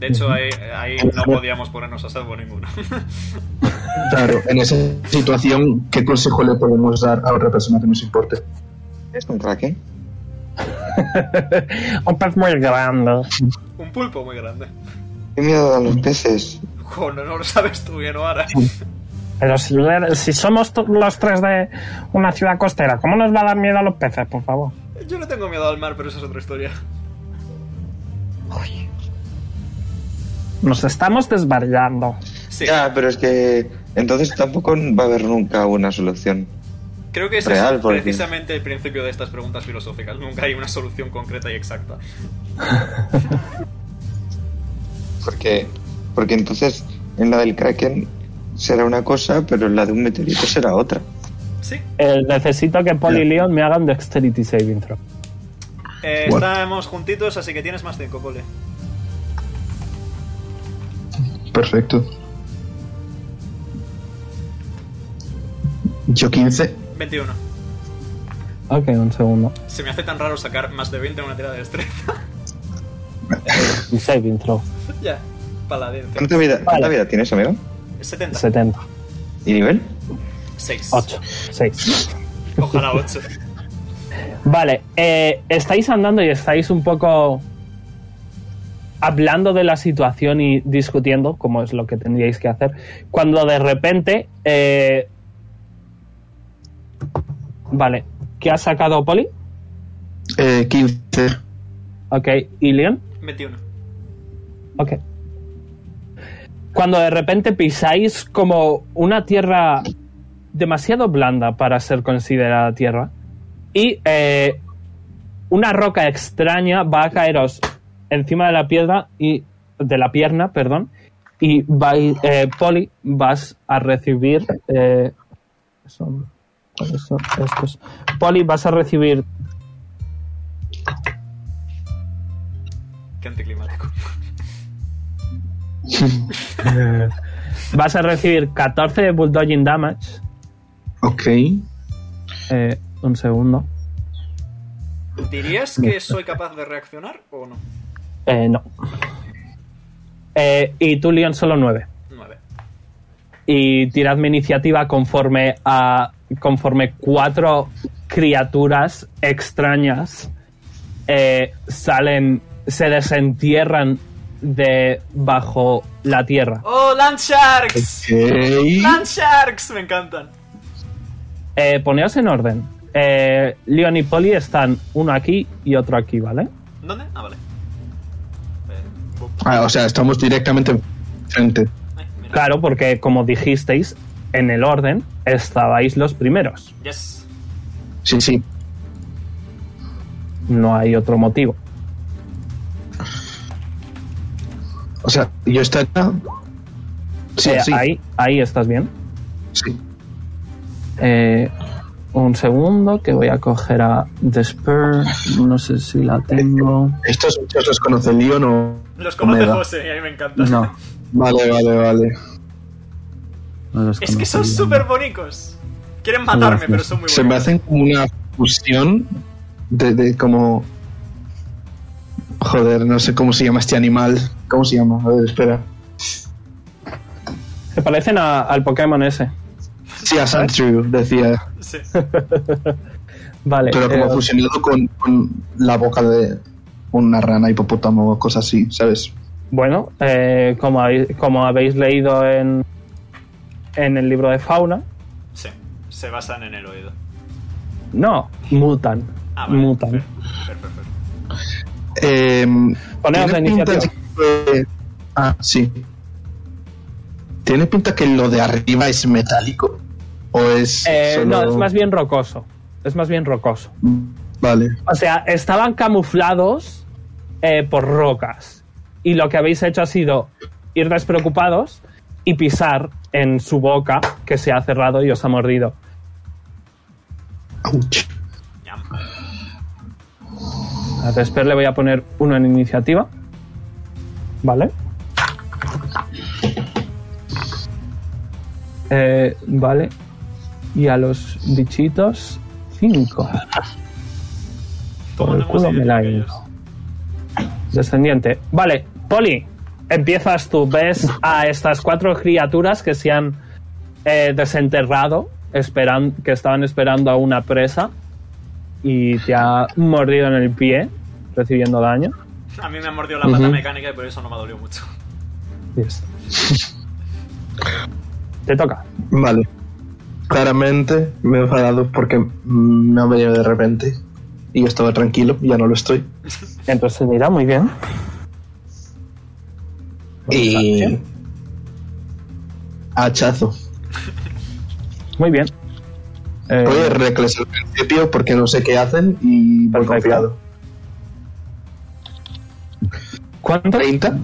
De hecho, ahí, ahí no podíamos ponernos a salvo ninguno. *laughs* Claro, en esa situación, ¿qué consejo le podemos dar a otra persona que nos importe? ¿Es un ¿eh? kraken? Un pez muy grande. Un pulpo muy grande. Qué miedo a los peces. Cuando no lo sabes tú bien, ahora. Pero si, si somos to- los tres de una ciudad costera, ¿cómo nos va a dar miedo a los peces, por favor? Yo no tengo miedo al mar, pero esa es otra historia. Nos estamos desvariando. Sí, Ya, pero es que entonces tampoco va a haber nunca una solución. creo que ese Real, es porque- precisamente el principio de estas preguntas filosóficas. Nunca hay una solución concreta y exacta. Porque, porque entonces en la del kraken será una cosa, pero en la de un meteorito será otra. Sí, Eh, necesito que Paul y Leon me hagan Dexterity Saving Throw. Eh, Bueno. estamos juntitos, así que tienes más 5, Cole. Perfecto. Yo 15. 21. Ok, un segundo. Se me hace tan raro sacar más de 20 en una tirada de destreza. *laughs* Un saving throw. ya, paladín. ¿Cuánta vida, cuánta vida tienes, amigo? 70. 70. ¿Y nivel? 6. 8. 6. Ojalá 8. Vale, eh, estáis andando y estáis un poco hablando de la situación y discutiendo cómo es lo que tendríais que hacer. Cuando de repente... eh, vale, ¿qué ha sacado Poli? Eh, 15. Ok, ¿y Leon? 21. Ok. Cuando de repente pisáis como una tierra demasiado blanda para ser considerada tierra y eh, una roca extraña va a caeros encima de la piedra y de la pierna, perdón, y vai- eh, Poli vas a recibir eh, son- ¿cuáles son estos? Poli vas a recibir Qué anticlimático. vas a recibir 14 de bulldogging damage Ok. Eh, un segundo ¿Dirías que soy capaz de reaccionar o no? Eh, no. Eh, y tú, Leon, solo 9. 9. Y tirad mi iniciativa conforme a. conforme cuatro criaturas extrañas eh, salen. se desentierran de bajo la tierra. ¡Oh, Land Sharks! Ok. ¡Land Sharks! Me encantan. Eh, poneos en orden. Eh, Leon y Polly están uno aquí y otro aquí, ¿vale? ¿Dónde? Ah, vale. Eh, bup. Ah, o sea, estamos directamente frente. Ay, mira. Claro, porque como dijisteis, en el orden estabais los primeros. Yes. Sí, sí. No hay otro motivo. O sea, yo estaría. Sí, Eh, sí. Ahí, ahí estás bien. Sí. Eh, un segundo, que voy a coger a Despair. No sé si la tengo. Estos muchos los conoce Leon o. Los o me conoce da. José y a mí me encantan. No. Vale, vale, vale. no los Es que son conocía. súper bonicos. Quieren matarme, pero son muy Se me buenos. hacen como una fusión de, de como. Joder, no sé cómo se llama este animal. ¿Cómo se llama? A ver, espera. Se parecen a- al Pokémon ese. Sí, a Sandshrew, decía. Sí. Vale. Pero eh, como fusionado con, con la boca de una rana, hipopótamo o cosas así, ¿sabes? bueno, eh, como, habéis, como habéis leído en, en el libro de fauna, *laughs* Sí. Se basan en el oído. no, mutan. Ah, vale. Mutan. Perfecto. Eh, Poneos la tiene pinta iniciativa. de que- ah, sí. ¿Tiene pinta que lo de arriba es metálico? ¿O es.? Eh, solo- no, es más bien rocoso. Es más bien rocoso. Vale. O sea, estaban camuflados eh, por rocas. Y lo que habéis hecho ha sido ir despreocupados y pisar en su boca que se ha cerrado y os ha mordido. Ouch. Ñam. A Desper le voy a poner uno en iniciativa. Vale. Eh, vale. Y a los bichitos, cinco. Por el Toman culo agua me así la de he ellos. ido. Descendiente. Vale, Poli, empiezas tú. Ves a estas cuatro criaturas que se han eh, desenterrado, esperan, que estaban esperando a una presa y te ha mordido en el pie, recibiendo daño. A mí me ha mordido la pata Ujú. mecánica y por eso no me ha dolido mucho. Y esto. te toca. Vale. Claramente me he enfadado porque mm, me ha venido de repente. Y yo estaba tranquilo, ya no lo estoy. Entonces mira, muy bien. Y. Hachazo. Muy bien. Eh, Voy a recles al principio porque no sé qué hacen y voy Perfecto. confiado. ¿Cuánto? *laughs* 30.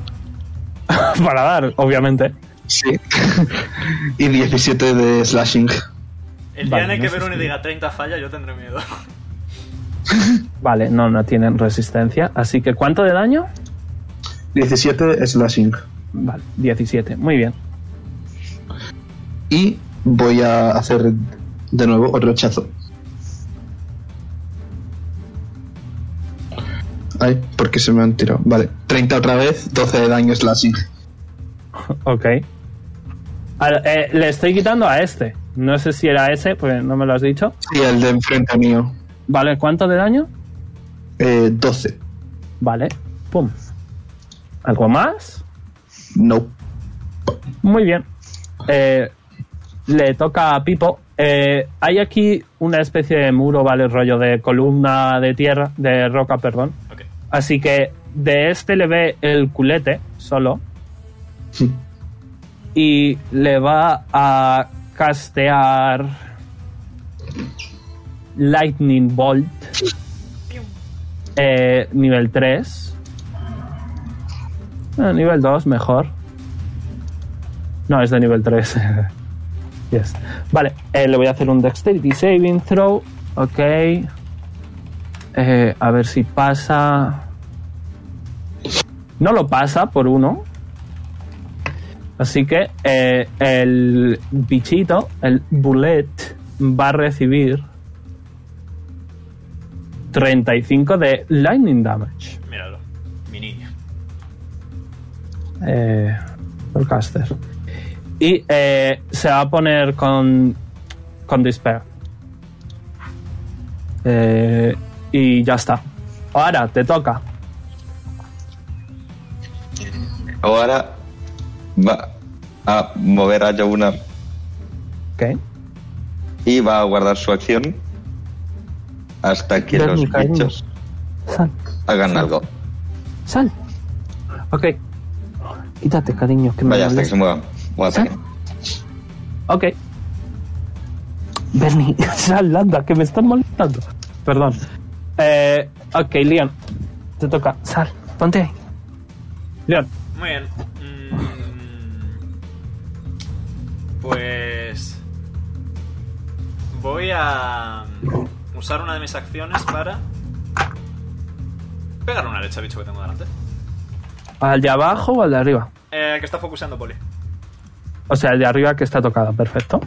Para dar, obviamente. Sí. *laughs* y 17 de slashing. El día Vale, en el no que sé Verone si- diga 30 falla, yo tendré miedo. Vale, no, no tienen resistencia. Así que, ¿cuánto de daño? 17 slashing. Vale, 17. Muy bien. Y voy a hacer de nuevo otro hechazo. Ay, porque se me han tirado. Vale, 30 otra vez, 12 de daño slashing. Ok. Al- eh, le estoy quitando a este. No sé si era ese, pues no me lo has dicho. Y el de enfrente mío, Vale, ¿cuánto de daño? eh, 12. Vale, pum. ¿Algo más? No. Muy bien. Eh, le toca a Pipo. Eh, hay aquí una especie de muro, ¿vale? Rollo de columna de tierra, de roca, perdón. *laughs* Ok. Así que de este le ve el culete solo. Y le va a castear Lightning Bolt. Eh, nivel 3. Ah, nivel 2, mejor. No, es de nivel 3. *laughs* yes. Vale, eh, le voy a hacer un Dexterity Saving Throw. Ok. Eh, a ver si pasa. No lo pasa por uno. Así que eh, el bichito, el bullet, va a recibir 35 de lightning damage. Míralo. Mi niño. eh, el caster. Y eh, se va a poner con, con Despair. Eh, y ya está. Ahora te toca. Ahora va a mover a Yoguna Ok. y va a guardar su acción hasta que Ven, los cariño. bichos Sal, hagan algo. sal. Ok. Quítate, cariño, que me Vaya, hasta que molesta. se muevan. Un ataque. ¿Sí? Ok. Bernie, *laughs* sal, anda, que me están molestando. Perdón. Eh, ok, Leon. Te toca. Sal, ponte ahí. Leon. Muy bien. Mm, Pues. Voy a usar una de mis acciones para. Pegar una leche, bicho que tengo delante. ¿Al de abajo o al de arriba? Eh, el que está focusando Poli. O sea, el de arriba que está tocado, perfecto.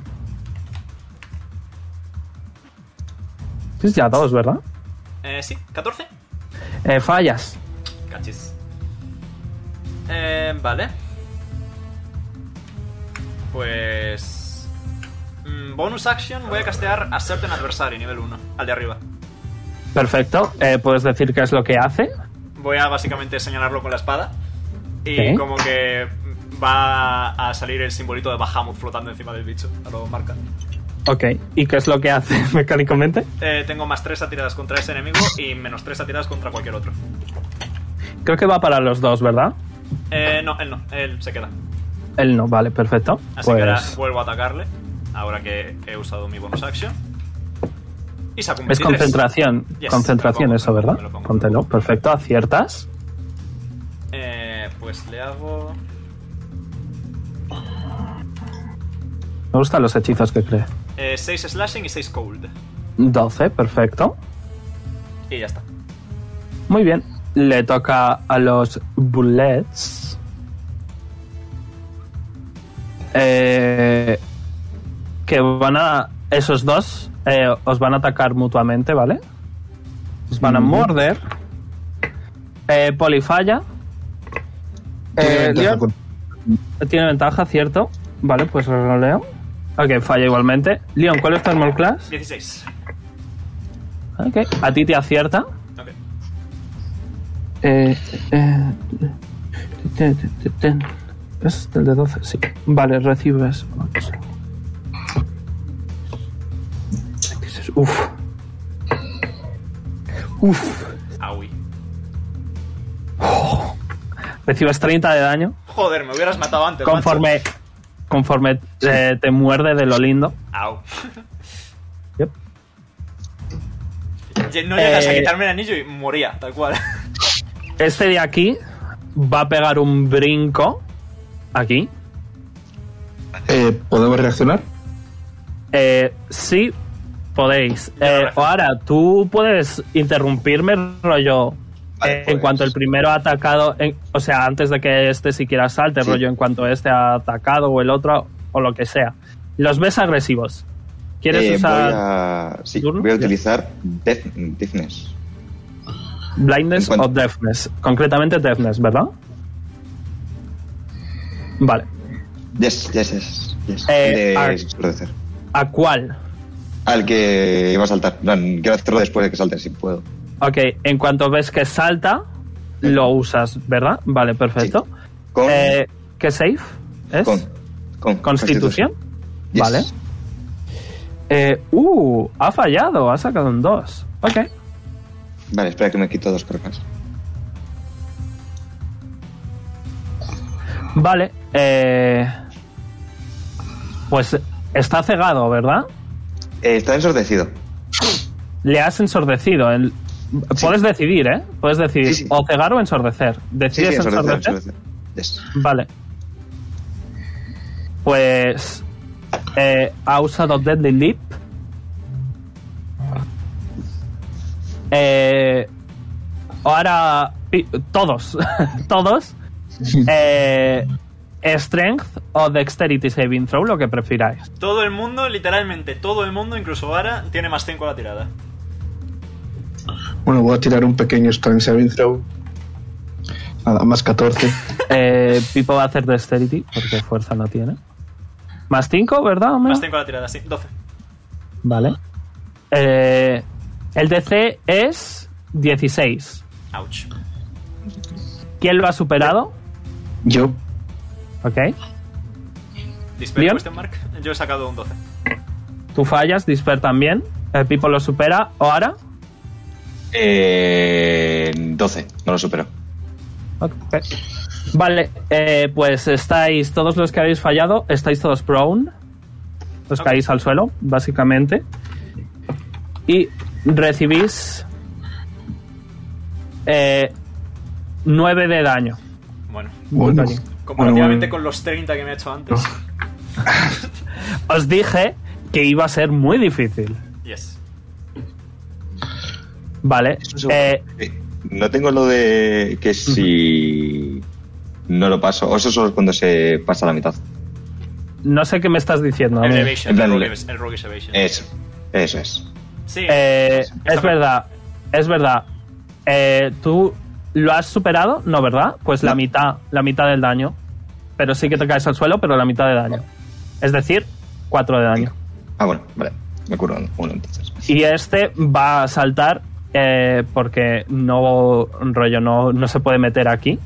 Es ya dos, ¿verdad? Eh, sí, 14. Eh, fallas. Cachis. Eh, vale. Pues. mm, bonus action, voy a castear a Certain Adversary, nivel 1, al de arriba. Perfecto. Eh, ¿Puedes decir qué es lo que hace? Voy a básicamente señalarlo con la espada. Y Ok. como que va a salir el simbolito de Bahamut flotando encima del bicho. A lo marca. Ok. ¿Y qué es lo que hace *laughs* mecánicamente? Eh, tengo más 3 a tiradas contra ese enemigo y menos 3 a tiradas contra cualquier otro. Creo que va para los dos, ¿verdad? Eh, no, él no, él se queda. Él no, vale, perfecto. Así que ahora Pues vuelvo a atacarle. Ahora que he usado mi bonus action. Y saco un es 23. concentración. Yes, concentración me lo pongo, eso, me lo ¿verdad? pongo, me lo pongo. Póntelo, perfecto. Aciertas. Eh, pues le hago. Me gustan los hechizos que cree. 6 eh, slashing y 6 cold. 12, perfecto. Y ya está. Muy bien. Le toca a los bullets. Eh, que van a. Esos dos eh, os van a atacar mutuamente, ¿vale? Os van a morder. Eh, Polifalla. Eh, Leon- tiene ventaja, cierto. Vale, pues lo leo. Ok, falla igualmente. Leon, ¿cuál es tu armor class? 16. Ok, a ti te acierta. Ok. Eh, eh, ten, ten, ten, ten. es el de 12, sí. Vale, recibes. ocho. Uf. Uf. Aui. Recibes 30 de daño Joder, me hubieras matado antes. macho. conforme, conforme eh, te muerde de lo lindo. Au. *laughs* Yep. Ye- No llegas a Eh, quitarme el anillo y moría, tal cual. *laughs* Este de aquí va a pegar un brinco. Aquí. Eh, ¿Podemos reaccionar? Eh, sí, Podéis. Ya lo Eh, rezo. Oara, tú puedes interrumpirme, rollo. Vale, eh, pues. En cuanto el primero ha atacado, en- o sea, antes de que este siquiera salte, Sí. rollo, en cuanto este ha atacado o el otro o lo que sea. Los ves agresivos. ¿Quieres Eh, usar Voy a, sí, turno? voy a utilizar Death, Deafness. blindness en cuanto- o deafness? Concretamente deafness, ¿verdad? Vale. Yes, yes, yes. yes. Eh, De- Ark. sordocer. ¿A cuál? Al que iba a saltar. No, quiero hacerlo después de que salte, si puedo. Ok, en cuanto ves que salta, lo usas, ¿verdad? Vale, perfecto. Con, Eh, ¿Qué save es? con, con ¿Constitución? Yes. Vale. Eh, uh, ha fallado, ha sacado un 2. Ok. Vale, espera que me quito dos cargas. Vale. eh, pues está cegado, ¿verdad? Eh, está ensordecido. Le has ensordecido. el- Puedes decidir, ¿eh? Puedes decidir Sí, sí. o cegar o ensordecer. Sí, ¿Decides sí, ensordecer, ensordecer? ensordecer. Yes. Vale. Pues eh, ha usado Deadly Leap. Eh, ahora pi- todos, *laughs* todos. Eh, strength o Dexterity Saving Throw, lo que prefiráis. Todo el mundo, literalmente todo el mundo, incluso Vara, tiene más 5 a la tirada. Bueno, voy a tirar un pequeño strength saving throw. Nada, más 14. Eh, Pipo va a hacer Dexterity porque fuerza no tiene. Más 5, ¿verdad? Homero? Más 5 a la tirada, sí, 12. Vale. Eh, el DC es 16. Ouch. ¿Quién lo ha superado? Yo, Ok. Dispel Leon. question mark. Yo he sacado un 12. Tú fallas, Disper también. El Pipo lo supera. ¿Oara? Eh, 12, no lo supero. Ok. Vale, eh, pues estáis, todos los que habéis fallado, estáis todos prone. Os Ok. caéis al suelo, básicamente. Y recibís 9 de daño. Bueno, bueno, Dani. comparativamente bueno. con los 30 que me he hecho antes. Os dije que iba a ser muy difícil. *laughs* Yes. Vale. un segundo. eh, Eh, No tengo lo de que si no lo paso, o eso solo es cuando se pasa la mitad. no sé qué me estás diciendo. El amigo. evasion, en plan, el le- rogue- el roguish evasion. Eso, eso es. sí, Eh, Está es bien. verdad, es verdad. Eh, Tú lo has superado, no, ¿verdad? Pues la No. mitad, la mitad del daño. Pero sí que te caes al suelo, pero la mitad de daño. Es decir, 4 de daño. Ah, bueno, vale. Me curo uno entonces. Y este va a saltar eh, porque no, rollo, no, no se puede meter aquí.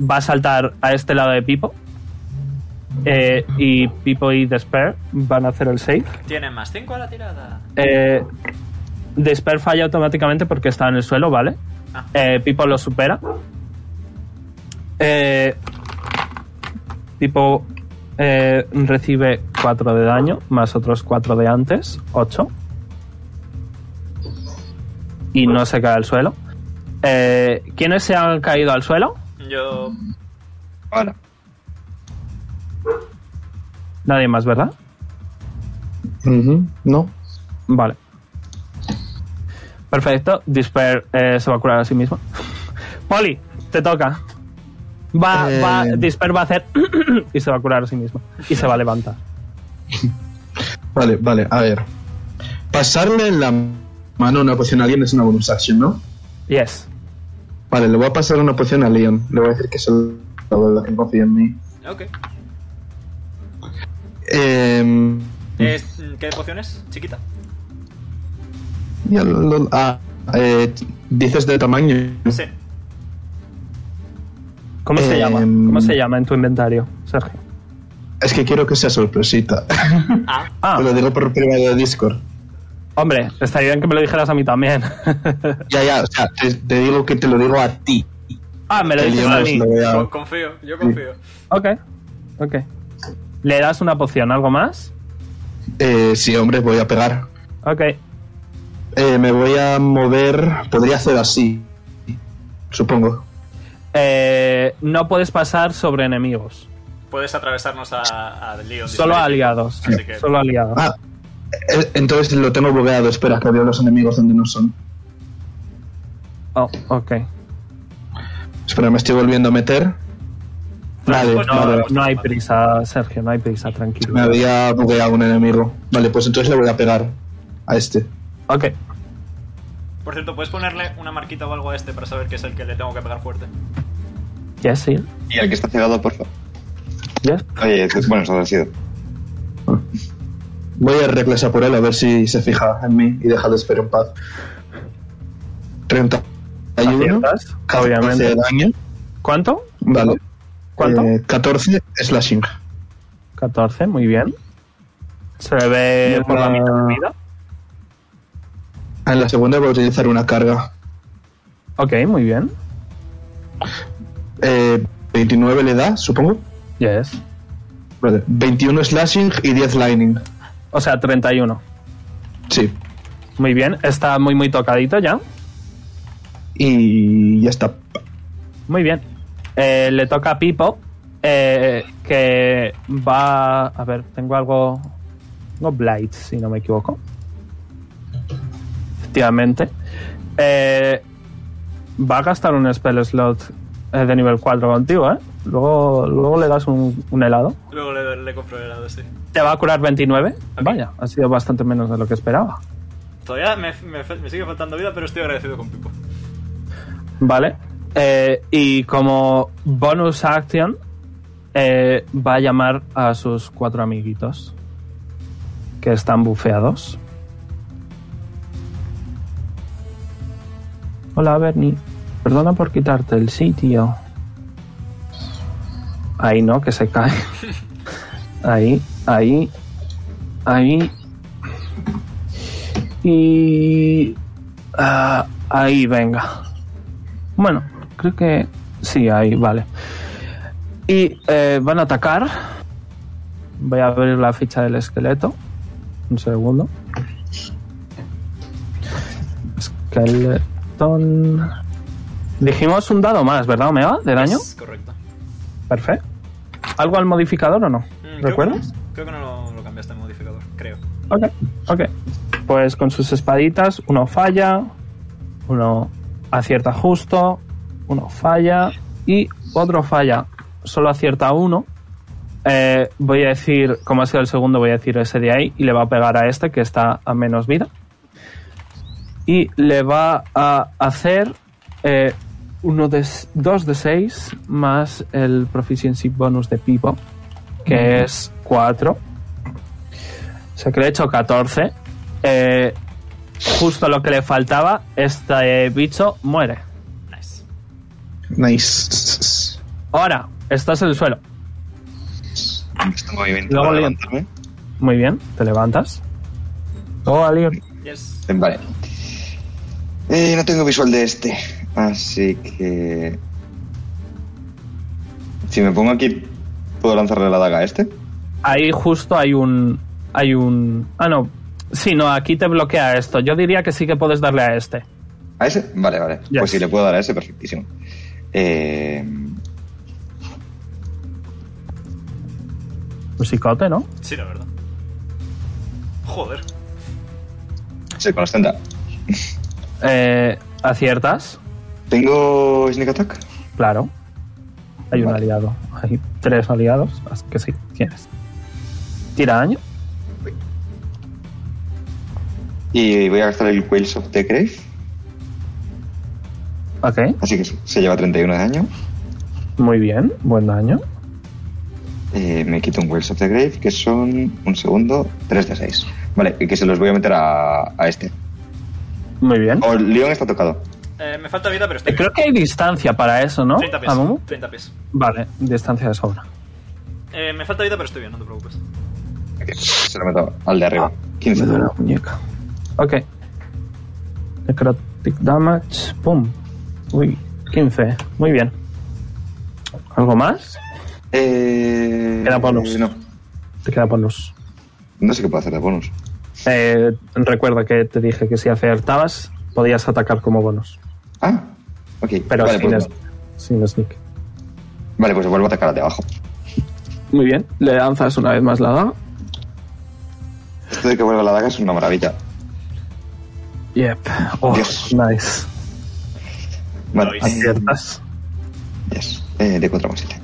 Va a saltar a este lado de Pipo. Eh, y Pipo y Despair van a hacer el save. tiene más 5 a la tirada. Eh, Despair falla automáticamente porque está en el suelo, ¿vale? Ah. Eh, Pipo lo supera. Eh, Pipo eh, recibe 4 de daño, más otros 4 de antes, 8. Y no se cae al suelo. Eh, ¿Quiénes se han caído al suelo? Yo. Ahora. Nadie más, ¿verdad? Ujú, no. Vale. Perfecto. Disper eh, se va a curar a sí mismo. *laughs* Poli, te toca. Va, Eh. va, Disper va a hacer *coughs* y se va a curar a sí mismo. Y se va a levantar. Vale, vale, a ver. Pasarle la mano una poción a alguien es una bonus action, ¿no? Yes. Vale, le voy a pasar una poción a Leon. Le voy a decir que se la voy a confía en mí. Ok. Eh, Es- ¿Qué poción es? Chiquita. y al- al- ah, eh, dices de tamaño. Sí. ¿Cómo se Eh. llama? ¿Cómo se llama en tu inventario, Sergio? Es que quiero que sea sorpresita. Ah. *laughs* Ah, Te *laughs* lo digo por privado de Discord. hombre, estaría bien que me lo dijeras a mí *laughs* también. Ya, ya, o sea, te, te digo que te lo digo a ti. ah, me lo Que dices yo no a se mí. lo voy a- Con- Confío, yo confío. Ok, ok. ¿Le das una poción? ¿Algo más? Eh, sí, hombre, voy a pegar. Ok. Eh, me voy a mover. Podría hacer así. Supongo. Eh, no puedes pasar sobre enemigos. Puedes atravesarnos a, a Leon. Solo aliados. Así que- Solo aliados. Ah, eh, entonces lo tengo bugueado. Espera, que veo los enemigos donde no son. Oh, ok. Espera, me estoy volviendo a meter. Vale, no, vale. no hay prisa, Sergio, no hay prisa, tranquilo. Me había bugueado un enemigo. Vale, pues entonces le voy a pegar a este. Ok. Por cierto, ¿puedes ponerle una marquita o algo a este para saber que es el que le tengo que pegar fuerte? Yes, sí. Y el que está cegado, por favor. Yes. Oye, tú- bueno, eso ha sido. Voy a reclasar por él a ver si se fija en mí y deja de esperar en paz. 31. Aciertas, 14 de obviamente. daño. ¿Cuánto? Vale. ¿Cuánto? Eh, 14 slashing. 14, muy bien. Se le ve Yo por la para- mitad de vida. En la segunda voy a utilizar una carga. Ok, muy bien. Eh, 29 le da, supongo. Yes. Vale. 21 slashing y 10 lightning. O sea, 31. Sí. Muy bien, está muy, muy tocadito ya. Y ya está. Muy bien. Eh, le toca a Pipo, eh, que va... A ver, tengo algo... Tengo Blight, si no me equivoco. Efectivamente. Eh, va a gastar un spell slot eh, de nivel 4 contigo, ¿eh? Luego, luego le das un, un helado. Luego le, le compro el helado, sí. Te va a curar 29. Vaya, ha sido bastante menos de lo que esperaba. Todavía me, me- me sigue faltando vida, pero estoy agradecido con Pipo. Vale. Eh, y como bonus action, eh, va a llamar a sus cuatro amiguitos que están bufeados. Hola, Bernie. Perdona por quitarte el sitio. Ahí no, que se cae. Ahí, ahí, ahí. Y... ah, ahí, venga. Bueno, creo que sí, ahí, vale. Y eh, van a atacar. Voy a abrir la ficha del esqueleto. Un segundo. Esqueletón. Dijimos un dado más, ¿verdad, Omega? ¿De daño? Es correcto. Perfecto. ¿Algo al modificador o no? Mm, creo que ¿Recuerdas? no- Creo que no lo, lo cambiaste el modificador, creo. Ok, ok. Pues con sus espaditas, uno falla, uno acierta justo, uno falla y otro falla. Solo acierta uno. Eh, voy a decir, como ha sido el segundo, voy a decir ese de ahí y le va a pegar a este que está a menos vida. Y le va a hacer eh, uno de, s- dos de seis más el proficiency bonus de Pipo, que es 4. O sea que le he hecho 14. Eh, justo lo que le faltaba, este bicho muere. Nice. Nice. Ahora, estás en el suelo. Este movimiento Luego para le- levantarme. Muy bien, te levantas. Oh, Alion. Yes. Vale. Eh, no tengo visual de este, así que... Si me pongo aquí, ¿puedo lanzarle la daga a este? Ahí justo hay un. Hay un. Ah, no. Sí, no, aquí te bloquea esto. Yo diría que sí que puedes darle a este. ¿A ese? Vale, vale. Yes. Pues si le puedo dar a ese, perfectísimo. Eh, Un psicote, ¿no? Sí, la verdad. Joder. sí, con la estenda. Eh, ¿Aciertas? ¿Tengo sneak attack? Claro. Hay un Vale. aliado. Hay tres aliados, así que sí, tienes. Tira daño. Y voy a gastar el Quails of the Grave, Ok, así que se lleva 31 de daño. muy bien. Buen daño. Eh, me quito un Wells of the Grave, que son, un segundo, 3 de 6. Vale, y que se los voy a meter a, a este. Muy bien. O Leon está tocado. Eh, me falta vida, pero estoy Eh, Creo bien. que hay distancia para eso, ¿no? 30 pies. Amumu? 30 pies. Vale, distancia de sobra. Eh, me falta vida, pero estoy bien, no te preocupes. Ok, Se lo meto al de arriba. 15. muñeca. Ok. Necrotic damage. Pum. Uy, 15. Muy bien. ¿Algo más? Eh, Queda bonus. No, Te queda bonus. no sé qué puedo hacer de bonus. Eh, recuerda que te dije que si acertabas, podías atacar como bonus. Ah, ok. Pero vale, sin, pues, es- sin sneak. vale, pues vuelvo a atacar al de abajo. Muy bien. Le lanzas una vez más la daga. Esto de que vuelva la daga es una maravilla. Yep. Oh, Dios. nice. Vale, Eh, Eh, Nice. Aciertas. yes. Eh, de 4 más 7.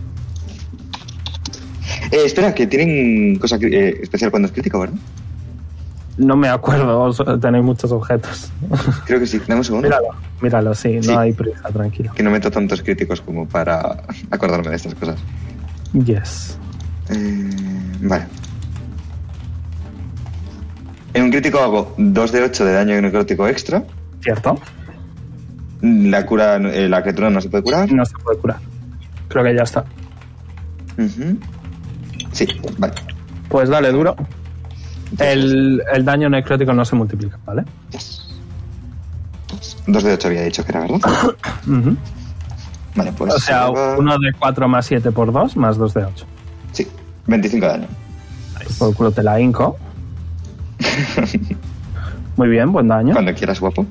Eh, espera, que tienen cosa cri- eh, especial cuando es crítico, ¿verdad? No me acuerdo, os- tenéis muchos objetos. Creo que sí. Dame un segundo. míralo, míralo, sí, Sí. no hay prisa, tranquilo. Que no meto tantos críticos como para *laughs* acordarme de estas cosas. Yes. Eh, vale. En un crítico hago 2 de 8 de daño necrótico extra. ¿Cierto? La cura, eh, la criatura no se puede curar. No se puede curar. Creo que ya está. Ujú. Sí, vale. Pues dale duro. El, el daño necrótico no se multiplica, ¿vale? 2 de 8 había dicho que era, ¿verdad? *coughs* Ujú. Vale, pues. O sea, lleva- 1 de 4 más 7 por 2 más 2 de 8. Sí, 25 de daño. Por el culo te la inco. Muy bien, buen daño. Cuando quieras, guapo.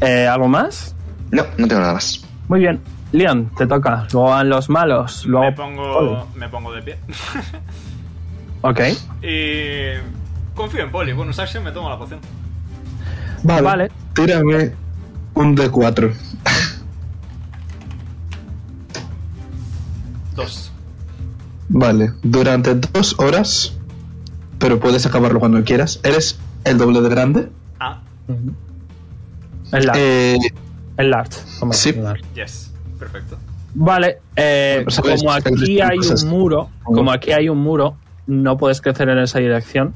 Eh, ¿Algo más? No, no tengo nada más. Muy bien. Leon, te toca. Luego van los malos. Luego... Me pongo, me pongo de pie. *laughs* Ok. Y. Confío en Poli. Bonus action, me tomo la poción. Vale. Vale. Tírame un D4. Dos. Vale. Durante dos horas, pero puedes acabarlo cuando quieras. Eres el doble de grande. Ah, El large. Eh, el large. Toma, sí. el large. yes. Perfecto. Vale. eh, Bueno, sabes, como sabes aquí estas hay cosas. un muro, como aquí hay un muro, no puedes crecer en esa dirección.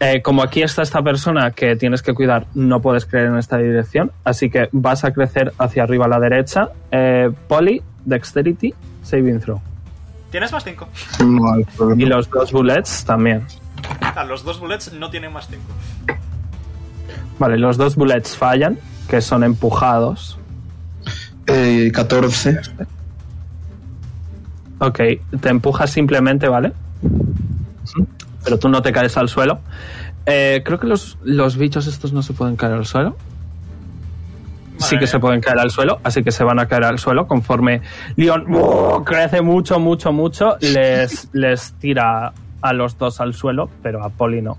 Eh, como aquí está esta persona que tienes que cuidar, no puedes creer en esta dirección. Así que vas a crecer hacia arriba a la derecha. Eh, poly, Dexterity, Saving Throw. Tienes más *laughs* 5. no hay problema. Y los dos bullets también. Ah, los dos bullets no tienen más 5. Vale, los dos bullets fallan, que son empujados. Eh, 14. Ok, te empujas simplemente, ¿vale? Pero tú no te caes al suelo. Eh, creo que los, los bichos estos no se pueden caer al suelo. sí que se pueden caer al suelo, así que se van a caer al suelo conforme Leon ¡buah! crece mucho, mucho, mucho. Les, les tira a los dos al suelo, pero a Poli no.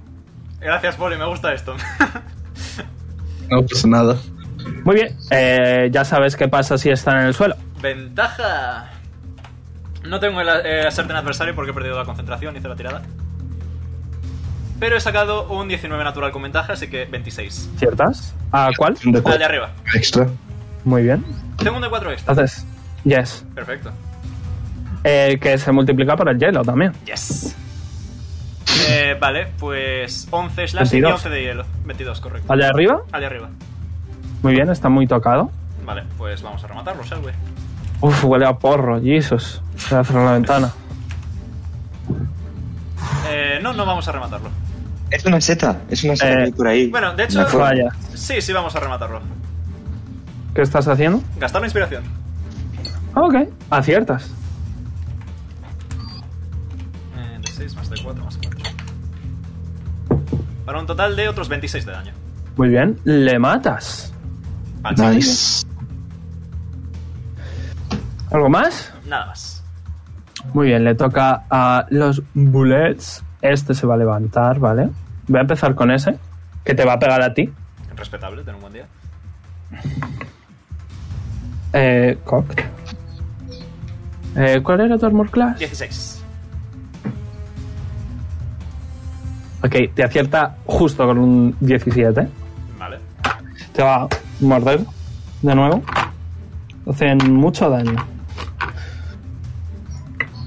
Gracias, Poli, me gusta esto. *laughs* No pasa nada. Muy bien, eh, ya sabes qué pasa si están en el suelo. ¡Ventaja! No tengo el eh, certain adversario porque he perdido la concentración, hice la tirada. Pero he sacado un 19 natural con ventaja, así que 26. ¿Ciertas? ¿A cuál? Un La Ah, de D4 arriba. extra. Muy bien. Tengo un de 4 extra. Entonces, yes. Perfecto. Eh, que se multiplica por el hielo también. Yes. Eh, vale, pues 11 slash y 22. 11 de hielo. 22, correcto. Al de arriba, Al de arriba. muy bien, está muy tocado. Vale, pues vamos a rematarlo, ¿sabes, güey? Uf, huele a porro, Jesus. Se va a cerrar la ventana. Eh, no, no vamos a rematarlo. Es una seta, es una seta Eh, que hay por ahí. Bueno, de hecho- Una forma. Vaya, Sí, sí, vamos a rematarlo. ¿qué estás haciendo? Gastar la inspiración. Ah, ok, aciertas. Eh, de 6 más de 4 más 4. Para un total de otros 26 de daño. Muy bien, le matas. Al chico. Nice. ¿Algo más? Nada más. Muy bien, le toca a los bullets. Este se va a levantar, ¿vale? Voy a empezar con ese, que te va a pegar a ti. Respetable, ten un buen día. Eh, cock. Eh, ¿Cuál era tu armor class? 16. Ok, te acierta justo con un 17. Vale. Te va a morder de nuevo. Hacen mucho daño.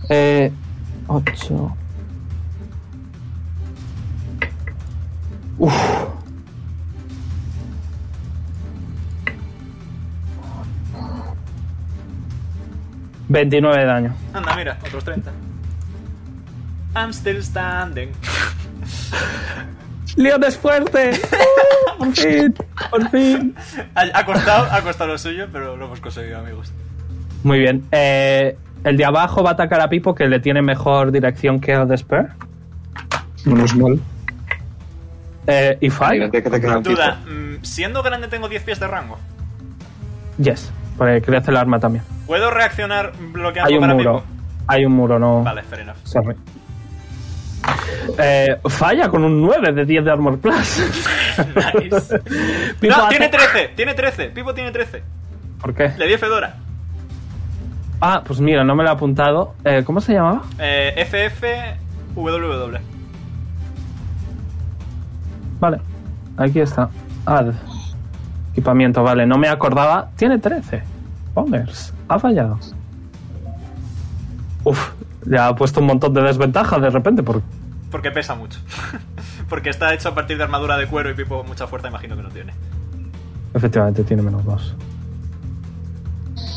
Eh, 8. Uf. 29 de daño. Anda, mira, otros 30. I'm still standing. ¡Leon es *laughs* fuerte! ¡Uh! ¡Por fin! ¡Por fin! Ha, ha costado, ha costado lo suyo, pero lo hemos conseguido, amigos. Muy bien. Eh, el de abajo va a atacar a Pipo, que le tiene mejor dirección que el de Spare. Menos mal. Eh, y Ay, falla. gracias que te queda un Duda, pico. mm, siendo grande tengo 10 pies de rango. Yes. Porque crece el arma también. ¿Puedo reaccionar bloqueando Hay un para muro. Pipo? Hay un muro, no. Vale, fair enough. Sorry. Eh, falla con un 9 de 10 de Armor Plus. *laughs* *laughs* *laughs* Nice. Pipo no, hace- tiene 13, tiene 13. Pipo tiene 13. ¿Por qué? Le di Fedora. Ah, pues mira, no me lo he apuntado. Eh, ¿Cómo se llamaba? Eh, FFWW. Vale, aquí está. Add. Equipamiento, vale, no me acordaba. Tiene 13. Pongers, ha fallado. Uf, le ha puesto un montón de desventaja de repente. Por... Porque pesa mucho. *laughs* Porque está hecho a partir de armadura de cuero y Pipo mucha fuerza imagino que no tiene. Efectivamente, tiene menos 2.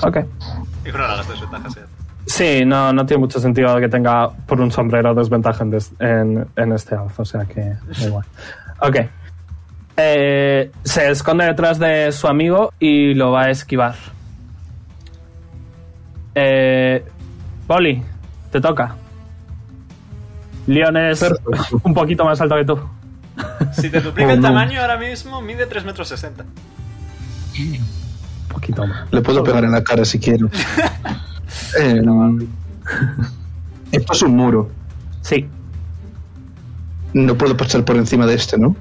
Ok. Ignora las desventajas. ¿eh? Sí, no, no tiene mucho sentido que tenga por un sombrero desventaja en, des- en- en este alzo, o sea que da igual. Ok. Eh, se esconde detrás de su amigo y lo va a esquivar. Eh, Poli, te toca. Leon es Perfecto. un poquito más alto que tú. Si te duplica Oh, el no. tamaño ahora mismo, mide 3 metros 60. Un poquito más. Le puedo pegar en la cara si quiero. Eh, esto es un muro. Sí. No puedo pasar por encima de este, ¿no?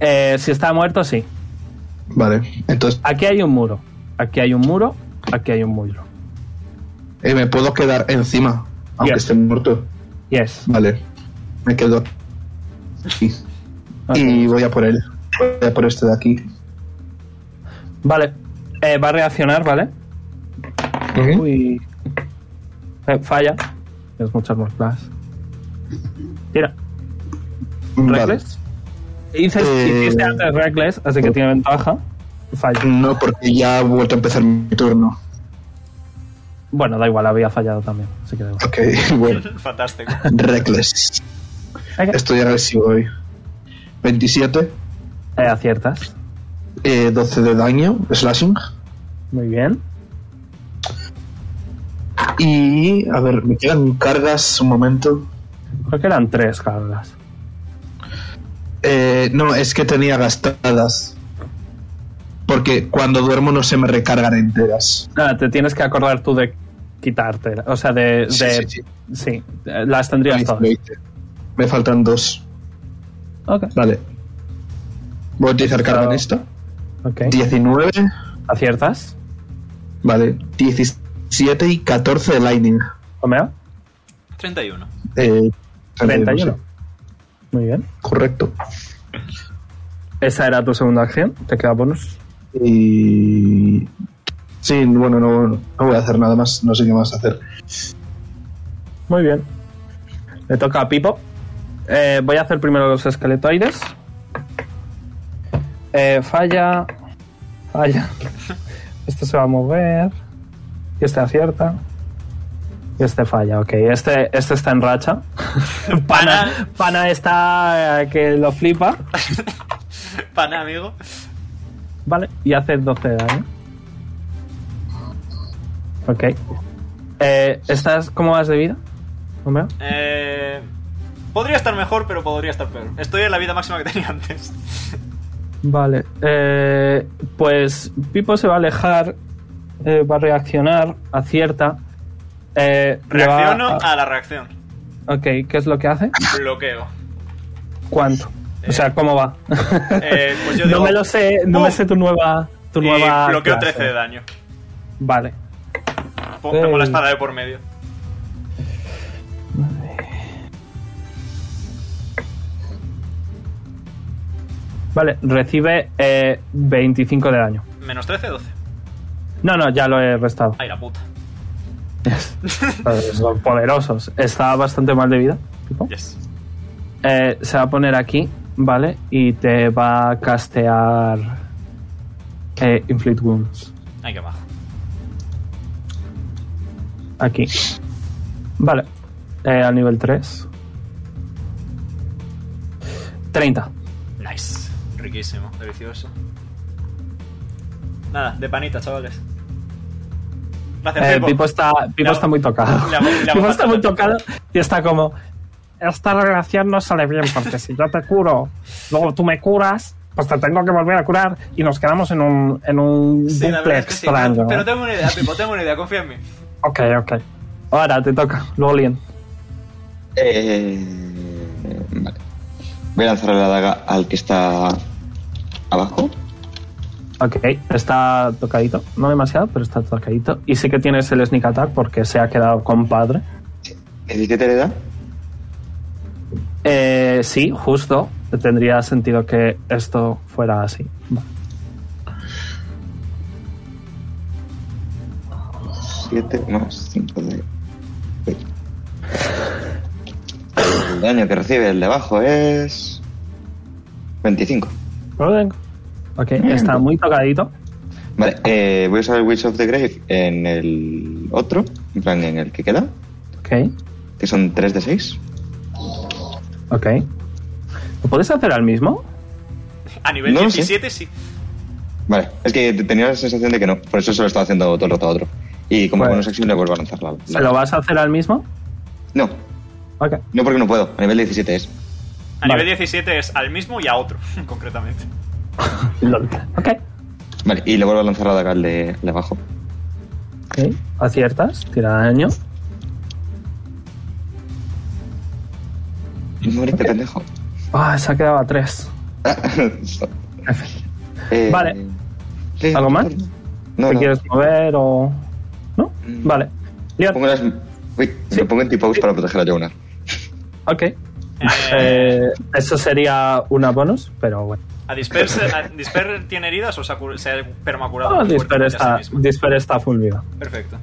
Eh, si está muerto, sí. Vale. Entonces, Aquí hay un muro. Aquí hay un muro. Aquí hay un muro. eh, me puedo quedar encima, aunque Yes. esté muerto. Yes. Vale. Me quedo aquí. Ok. Y voy a por él. Voy a por este de aquí. Vale. Eh, va a reaccionar, ¿vale? Uy. Eh, falla. Es mucho más plus. Tira. Vale. Reckless. Dices, Eh. Hiciste antes Reckless, así que tiene ventaja. Falla. No, porque ya ha vuelto a empezar mi turno. Bueno, da igual, había fallado también. Así que da igual. Ok, *laughs* bueno. *laughs* Fantástico. Reckless. Ok. Estoy agresivo hoy. 27, Eh, aciertas. eh, 12 de daño, slashing. Muy bien. Y, a ver, me quedan cargas un momento. Creo que eran tres cargas. Eh, no, es que tenía gastadas. Porque cuando duermo no se me recargan enteras. Nada, Ah, te tienes que acordar tú de quitarte. O sea, de. Sí, de- sí, sí. sí, eh, las tendrías todas. Lo hice. Me faltan dos. Ok. Vale. Voy a utilizar carga en esta. ok. 19, ¿Aciertas? vale. 17 y 14 de lightning. Homero. 31. Eh, 31. Muy bien. Correcto. Esa era tu segunda acción. Te queda bonus. Y. Sí, bueno, no, no voy a hacer nada más, no sé qué más hacer. Muy bien. Le toca a Pipo. Eh, voy a hacer primero los esqueletoides. Eh, falla. Falla. Este se va a mover. Y este acierta. Y este falla, ok. Este, este está en racha. Pana, Pana está eh, que lo flipa. Pana, amigo. Vale, y hace 12 de daño. Ok. Eh, ¿Estás cómo vas de vida? Homero? Eh, podría estar mejor, pero podría estar peor. Estoy en la vida máxima que tenía antes. Vale. eh, pues Pipo se va a alejar, eh, va a reaccionar, acierta. eh, le va Reacciono a- a la reacción. Ok, ¿qué es lo que hace? Bloqueo. ¿Cuánto? Eh, o sea, ¿cómo va? eh, pues yo digo- *laughs* no me lo sé, no me ¡Pum! sé tu nueva. Tu Y nueva bloqueo clase. 13 de daño. Vale. Pon- Pongo la Ey. espada de por medio. Vale, recibe eh, 25 de daño. Menos 13, 12. No, no, ya lo he restado. Ay, la puta. Joder, *laughs* Son poderosos. Está bastante mal de vida. Pipo. Yes. Eh, se va a poner aquí, ¿vale? Y te va a castear eh, Inflict Wounds. Ay, qué bajo. Aquí. Vale. Eh, al nivel 3. 30. Nice. Riquísimo, delicioso. Nada, de panita, chavales. Gracias, Eh, Pipo. Pipo está, Pipo Le- está muy tocado. le hago- le hago *laughs* Pipo está falta- muy tocado y está como... Esta relación no sale bien porque si yo te curo, luego tú me curas, pues te tengo que volver a curar y nos quedamos en un, en un Sí, la verdad duplex es que sí, extraño. pero, pero tengo una idea, Pipo, tengo una idea, confía en mí. Ok, ok. Ahora te toca, luego Lien. Eh, vale. Voy a lanzarle la daga al que está abajo. Ok, está tocadito. No demasiado, pero está tocadito. Y sí que tienes el sneak attack porque se ha quedado compadre. ¿17 le da? Eh, sí, justo. Tendría sentido que esto fuera así. Vale. 7 más 5 de. El daño que recibe el de abajo es. 25. No lo tengo. Ok, está muy tocadito. Vale, eh, voy a usar el Witch of the Grave en el otro, en plan en el que queda, Ok, que son 3 de 6. ok. ¿Lo puedes hacer al mismo? A nivel No lo sé. 17 sí. Vale, es que tenía la sensación de que no, por eso se lo estaba haciendo todo el rato a otro. Y como Vale. bonus acción le vuelvo a lanzar la. la- ¿Se lo vas a hacer al mismo? No, Ok. no porque no puedo, a nivel 17 es. A Vale. nivel 17 es al mismo y a otro, *laughs* concretamente. Lol. Ok. Vale, y le vuelvo a lanzar la daga al de, al de abajo. Ok, Aciertas, tira daño. Morite, *laughs* este pendejo. Ah, se ha quedado a 3. Ah, eh, Vale. eh, ¿Algo más? No, ¿Te no. quieres mover o.? ¿No? Mm. Vale. Liat. Pongo las. Uy, Sí. me pongo en T-Pose para proteger a Jonar. Ok. Eh, Eh, eso sería una bonus, pero bueno. a Disper, a Disper tiene heridas o se ha, cur- se ha permacurado. Ah, muy Disper, fuertemente a sí está, mismo? Disper está full viva. Perfecto.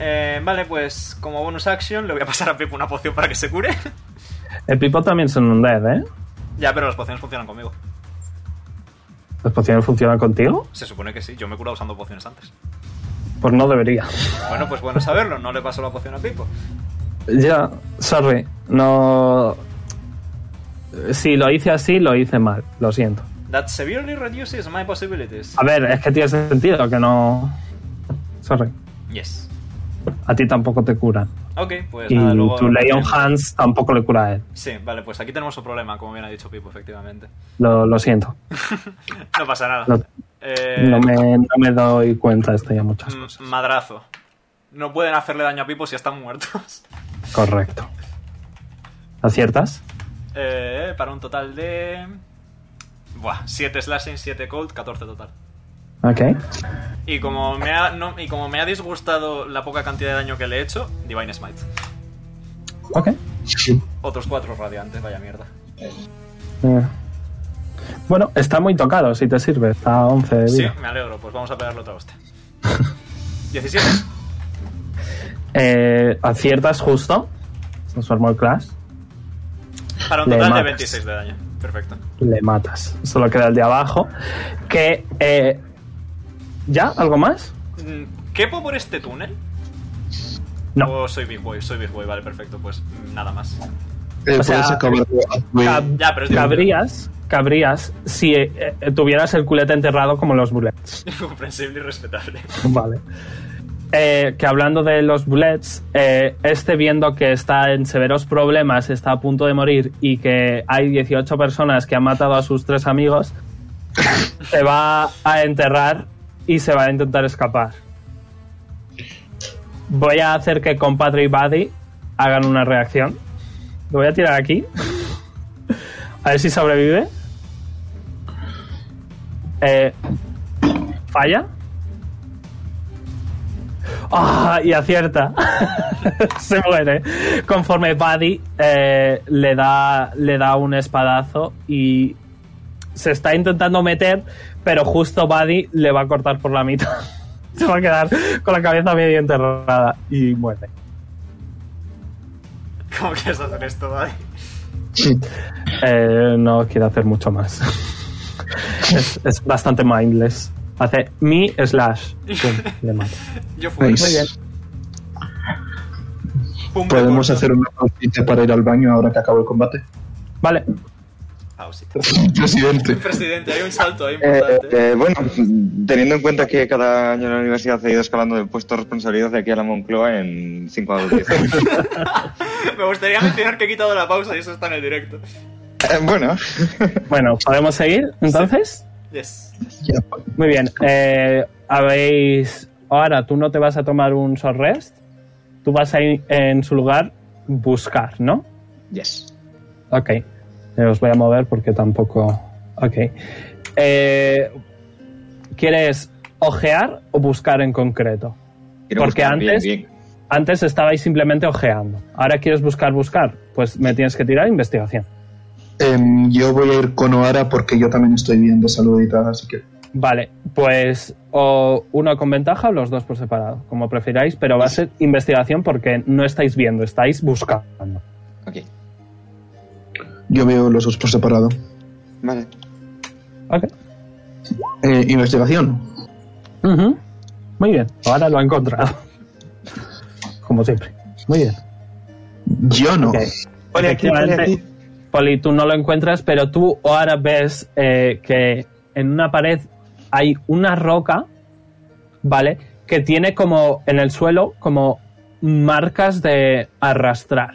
Eh, vale, pues como bonus action le voy a pasar a Pip una poción para que se cure. *laughs* El Pipo también son un dead, ¿eh? ya, pero las pociones funcionan conmigo. ¿Las pociones funcionan contigo? Se supone que sí, yo me he curado usando pociones antes. Pues no debería. Bueno, pues bueno saberlo, no le paso la poción a Pipo. Ya, sorry. No. Si lo hice así, lo hice mal. Lo siento. That severely reduces my possibilities. A ver, es que tiene sentido que no. Sorry. Yes. A ti tampoco te curan. Ok, pues Y nada, luego... tu Leon Hans tampoco le cura a él. Sí, vale, pues aquí tenemos un problema, como bien ha dicho Pipo, efectivamente. *laughs* Lo, lo siento. No pasa nada. No- Eh, No me, no me doy cuenta estoy a muchas m- cosas. Madrazo. No pueden hacerle daño a Pipo si están muertos. *laughs* Correcto. ¿Aciertas? Eh, para un total de... Buah, 7 slashing, 7 cold, 14 total. Ok. Y como, me ha, no- y como me ha disgustado la poca cantidad de daño que le he hecho, Divine Smite. Ok. Eh, Otros 4 radiantes, vaya mierda. Eh. Bueno, está muy tocado, si te sirve. Está a 11 de Sí, vida. me alegro, pues vamos a pegarle otra hostia. 17. Eh, ¿Aciertas justo? Nos armó el clash. Para un Le total de matas. 26 de daño. Perfecto. le matas. Solo queda el de abajo. Que. eh, ¿Ya? ¿Algo más? Mm, ¿Quepo por este túnel? No. O soy Big Boy, soy Big Boy, vale, perfecto, pues mm, nada más. *laughs* Eh, O sea, puedes acabar muy- Cab- Ya, pero es cabrías, cabrías si eh, eh, tuvieras el culete enterrado como los bullets. comprensible y respetable. *laughs* *laughs* vale. Eh, que hablando de los bullets, eh, este viendo que está en severos problemas, está a punto de morir y que hay 18 personas que han matado a sus tres amigos, se va a enterrar y se va a intentar escapar. Voy a hacer que compadre y Buddy hagan una reacción. Lo voy a tirar aquí. *laughs* A ver si sobrevive. Eh, Falla. Ah, y acierta. *laughs* Se muere. Conforme Buddy eh, le, da, le da un espadazo y se está intentando meter, pero justo Buddy le va a cortar por la mitad. *laughs* Se va a quedar con la cabeza medio enterrada y muere. ¿Cómo quieres hacer esto, Daddy? Eh, no quiere hacer mucho más. *laughs* es, es bastante mindless. Hace mi slash. Pum, le mata. Yo fui. Nice. Pum, me Pues Podemos corto. hacer una pausita para ir al baño ahora que acabó el combate. Vale. Pausita. *laughs* Presidente. Ah, *laughs* Presidente, hay un salto ahí Eh, importante. eh, bueno, teniendo en cuenta que cada año en la universidad he ido escalando de puesto de responsabilidad de aquí a la Moncloa en 5 a 10 años. *laughs* *laughs* Me gustaría mencionar que he quitado la pausa y eso está en el directo. Eh, bueno, Bueno, ¿podemos seguir entonces? Yes. Ya. Muy bien. eh, Habéis. Ahora, tú no te vas a tomar un short rest. Tú vas a ir en su lugar buscar, ¿no? yes. Ok. Eh, os voy a mover porque tampoco. Ok. Eh, ¿Quieres ojear o buscar en concreto? Quiero Porque buscar bien, antes- bien. Antes estabais simplemente ojeando. Ahora quieres buscar, buscar. Pues me tienes que tirar investigación. Em, yo voy a ir con Oara porque yo también estoy bien de salud y tal, así que Vale, pues o uno con ventaja o los dos por separado, como prefiráis, pero va a ser investigación porque no estáis viendo, estáis buscando. Ok. yo veo los dos por separado. Vale. Ok. Eh, investigación. Muy bien, ahora lo ha encontrado. Como siempre. Muy bien. Yo no. Ok. Efectivamente, Poli, tú no lo encuentras, pero tú ahora ves eh, que en una pared hay una roca, ¿vale? Que tiene como en el suelo como marcas de arrastrar.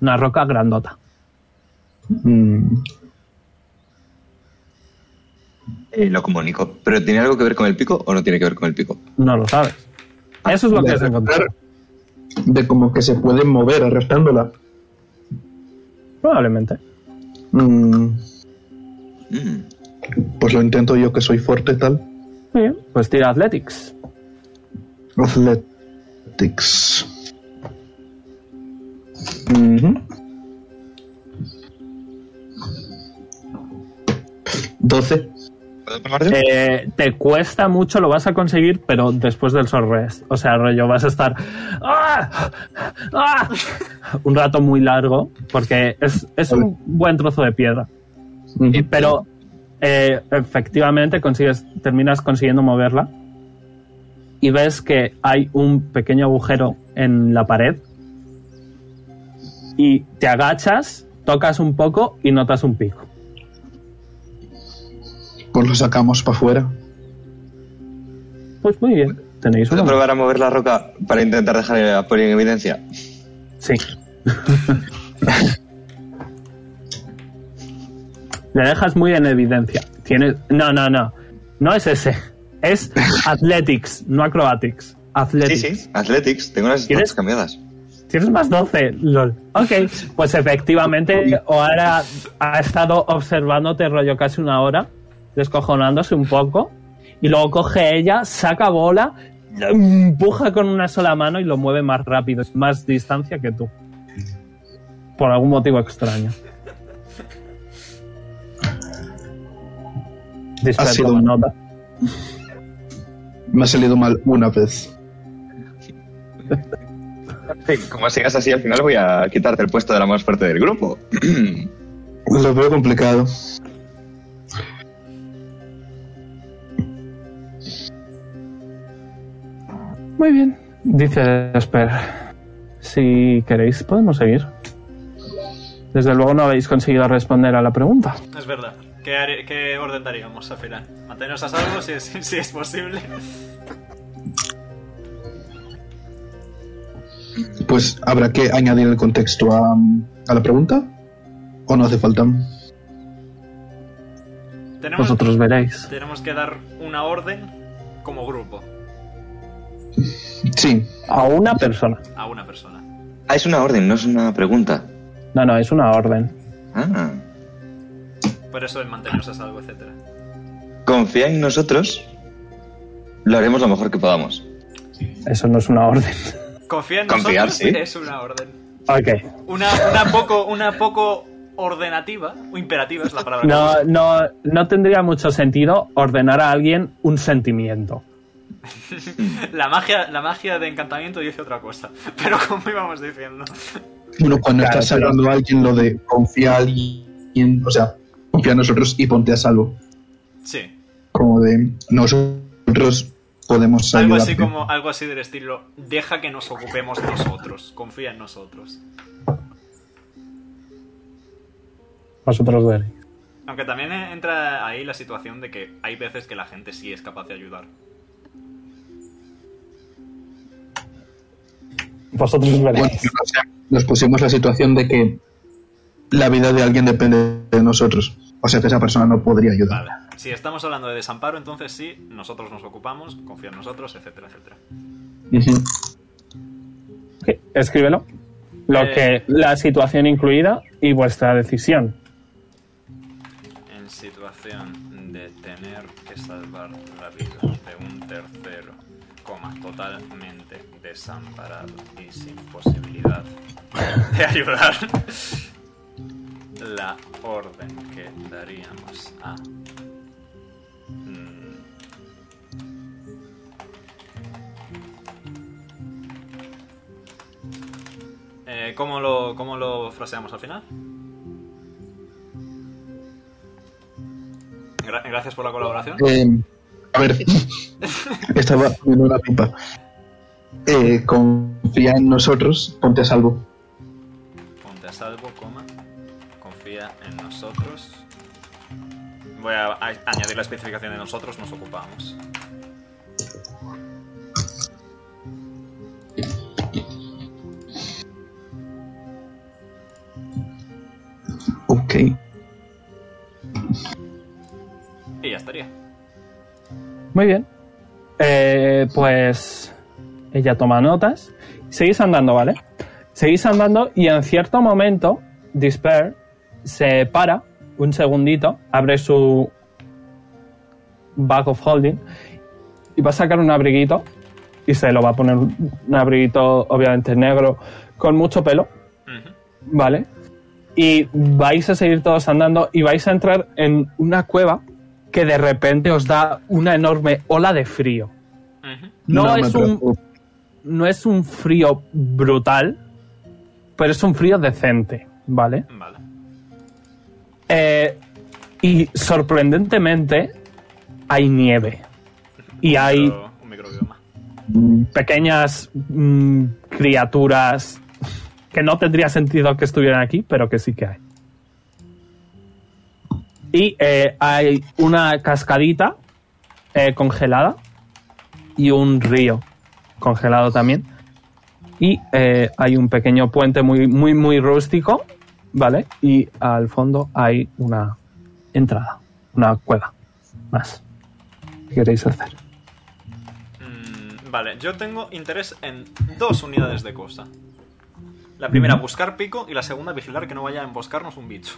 Una roca grandota. Mm, Eh, lo comunico. ¿Pero tiene algo que ver con el pico o no tiene que ver con el pico? No lo sabes. Eso es lo que de has encontrado. arrastrar, De como que se pueden mover arrastrándola. Probablemente. Mm, Mm. pues lo intento yo que soy fuerte y tal. Muy bien. Pues tira Athletics. Athletics. Mhm. 12. ¿Puedo probarte? Eh, te cuesta mucho, lo vas a conseguir, pero después del sorrest. O sea, rollo, vas a estar. ¡Ah! ¡Ah! un rato muy largo, porque es, es un buen trozo de piedra. Y- Pero eh, efectivamente consigues, terminas consiguiendo moverla y ves que hay un pequeño agujero en la pared y te agachas, tocas un poco y notas un pico. Pues lo sacamos para afuera. Pues muy bien, tenéis ¿Puedo uno. probar a mover la roca para intentar dejar a Poli en evidencia? *laughs* Sí. Le dejas muy en evidencia. Tienes. No, no, no. No es ese. *laughs* Es Athletics, no Acrobatics. Sí, Athletics. sí. Athletics. Tengo las ¿Quieres? stats cambiadas. Tienes más 12, lol. Ok, pues efectivamente, Oara ha estado observándote rollo casi una hora, descojonándose un poco, y luego coge ella, saca bola, la empuja con una sola mano y lo mueve más rápido, más distancia que tú. Por algún motivo extraño. Dispara sido la un- nota. Me ha salido mal una vez. Como sigas así, al final voy a quitarte el puesto de la más fuerte del grupo. Lo veo complicado. Muy bien. Dice Esper. Si queréis, podemos seguir. Desde luego no habéis conseguido responder a la pregunta. Es verdad. ¿Qué, haré- qué orden daríamos al final? Mantenernos a salvo si es, *laughs* si es posible. Pues habrá que añadir el contexto a, a la pregunta. ¿O no hace falta? Tenemos, Vosotros veréis. tenemos que dar una orden como grupo Sí. A una persona. a una persona. Ah, es una orden, no es una pregunta. No, no, es una orden. Ah. Por eso el mantenernos a salvo, etcétera. Confía en nosotros. Lo haremos lo mejor que podamos. Eso no es una orden. *laughs* Confía en Confiar, nosotros sí. es una orden. Ok. Una, una poco, una poco ordenativa, o imperativa es la palabra. que No, no, no tendría mucho sentido ordenar a alguien un sentimiento. uso. La magia, la magia de encantamiento dice otra cosa. *laughs* Pero como íbamos diciendo. Bueno, cuando Claro, estás pero- hablando a alguien, lo de confía a alguien, o sea, confía en nosotros y ponte a salvo. Sí. Como de nosotros podemos Algo así ayudarte. como algo así del estilo. Deja que nos ocupemos nosotros. Confía en nosotros. Vosotros veréis. Aunque también eh, entra ahí la situación de que hay veces que la gente sí es capaz de ayudar. Vosotros Bueno, veréis. o sea, nos pusimos la situación de que la vida de alguien depende de nosotros. O sea que esa persona no podría ayudar. Vale. Si estamos hablando de desamparo, entonces sí, nosotros nos ocupamos, confía en nosotros, etcétera, etcétera. Ujú. Ok, Escríbelo. Lo Eh. que la situación incluida y vuestra decisión. En situación de tener que salvar la vida de un tercero, coma, totalmente desamparado y sin posibilidad de ayudar, la orden que daríamos a... mm, Eh, ¿cómo, lo, ¿Cómo lo fraseamos al final? Gra- gracias por la colaboración. Eh, a ver, *laughs* estaba viendo una pipa. Eh, confía en nosotros, ponte a salvo. Ponte a salvo, coma. Confía en nosotros. Voy a, a- añadir la especificación de nosotros, nos ocupamos. Ok. Y ya estaría. Muy bien. Eh, pues ella toma notas. Seguís andando, ¿vale? Seguís andando y en cierto momento Despair se para un segundito, abre su bag of holding y va a sacar un abriguito y se lo va a poner un abriguito obviamente negro con mucho pelo, Ujú. ¿vale? Y vais a seguir todos andando y vais a entrar en una cueva que de repente os da una enorme ola de frío. Ujú. No, me es un, preocupa. no es un frío brutal, pero es un frío decente, ¿vale? Vale. Eh, y sorprendentemente hay nieve. Y hay Pero Un microbioma. pequeñas mm, criaturas que no tendría sentido que estuvieran aquí, pero que sí que hay. Y eh, hay una cascadita eh, congelada y un río congelado también. Y eh, hay un pequeño puente muy, muy, muy rústico, ¿vale? Y al fondo hay una entrada, una cueva más. ¿Qué queréis hacer? Mm, vale, yo tengo interés en dos unidades de cosa. La primera, buscar pico. Y la segunda, vigilar que no vaya a emboscarnos un bicho.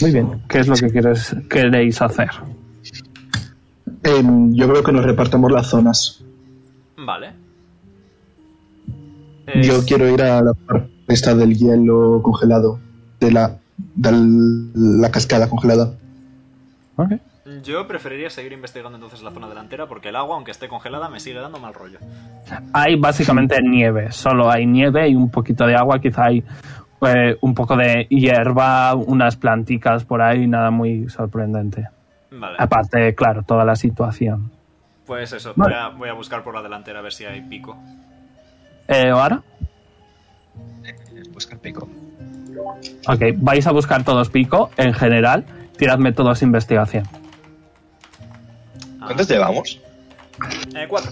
Muy bien. ¿Qué es lo que quieres, queréis hacer? Eh, yo creo que nos repartamos las zonas. Vale. Yo Es- quiero ir a la parte esta del hielo congelado, de la, del- la cascada congelada. Yo preferiría seguir investigando entonces la zona delantera porque el agua, aunque esté congelada, me sigue dando mal rollo. Hay básicamente nieve. Solo hay nieve y un poquito de agua. Quizá hay eh, un poco de hierba, unas planticas por ahí. Nada muy sorprendente. Vale, Ah. Aparte, claro, toda la situación. pues eso, Vale. voy a, voy a buscar por la delantera a ver si hay pico. Eh, ¿Ahora? Buscar pico. Ok, vais a buscar todos pico en general. Tiradme todos investigación. Ah, ¿Cuántos llevamos? Eh, cuatro.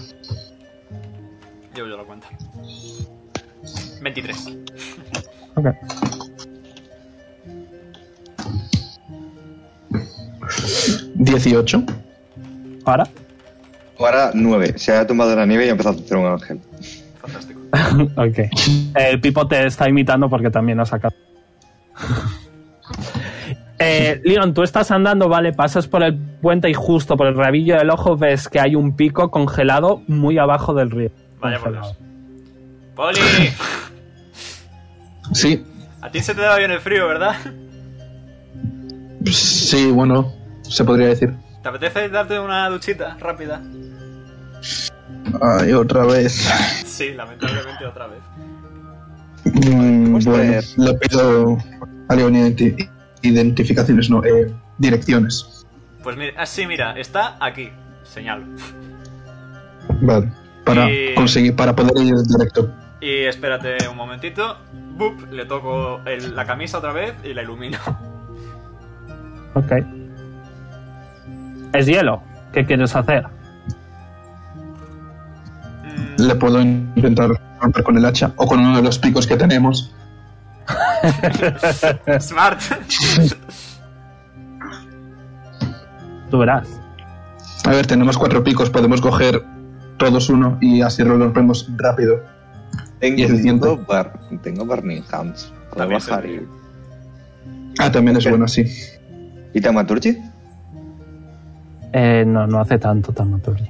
Llevo yo la cuenta. 23. Ok. ¿18? ¿Ahora? Ahora nueve. Se ha tumbado la nieve y ha empezado a hacer un ángel. Fantástico. *laughs* ok. Eh, Pipo te está imitando porque también ha *laughs* sacado. eh, Leon, tú estás andando, ¿vale? Pasas por el puente y justo por el rabillo del ojo ves que hay un pico congelado muy abajo del río. Vaya por Congelado. Dios. ¡Poli! Sí. A ti se te da bien el frío, ¿verdad? Sí, bueno, se podría decir. ¿Te apetece darte una duchita rápida? Ay, otra vez. Sí, lamentablemente otra vez. Mm, Pues bueno, pues- le pido a León identi- identificaciones, no, eh, direcciones. Pues mira, ah, sí, mira, está aquí. Señalo. Vale. Para Eh. conseguir, para poder ir directo. Y espérate un momentito. Bup, le toco el- la camisa otra vez y la *laughs* ilumino. Ok. Es hielo. ¿Qué quieres hacer? Mm, Le puedo intentar romper con el hacha o con uno de los picos que tenemos. Smart. Tú verás. A ver, tenemos cuatro picos, podemos coger todos uno y así lo rompemos rápido. ¿Y el Tengo, diente? bar- tengo Burning Hands. Puedo También se bajar y... ríe. Ah, también es Pero- bueno, sí. ¿Y Tamaturgi? Eh, no, no hace tanto Tamaturgi.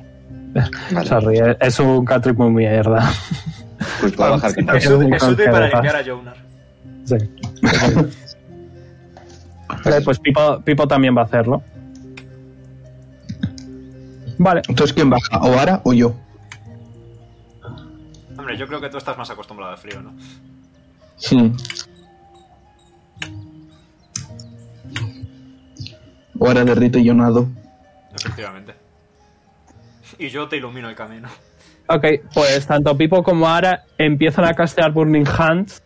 Vale, Sorry, eh, es un cantrip muy mierda. pues puedo bajar *laughs* *laughs* con Es, Burning. útil- es útil para Ajá. limpiar a Jonar. Sí. Vale, pues Pipo, Pipo también va a hacerlo. Vale, Entonces, ¿quién baja? ¿O Ara o yo? Hombre, yo creo que tú estás más acostumbrado al frío, ¿no? Hmm. O Ara derrito y yo nado. Efectivamente. Y yo te ilumino el camino. ok, pues tanto Pipo como Ara empiezan a castear Burning Hands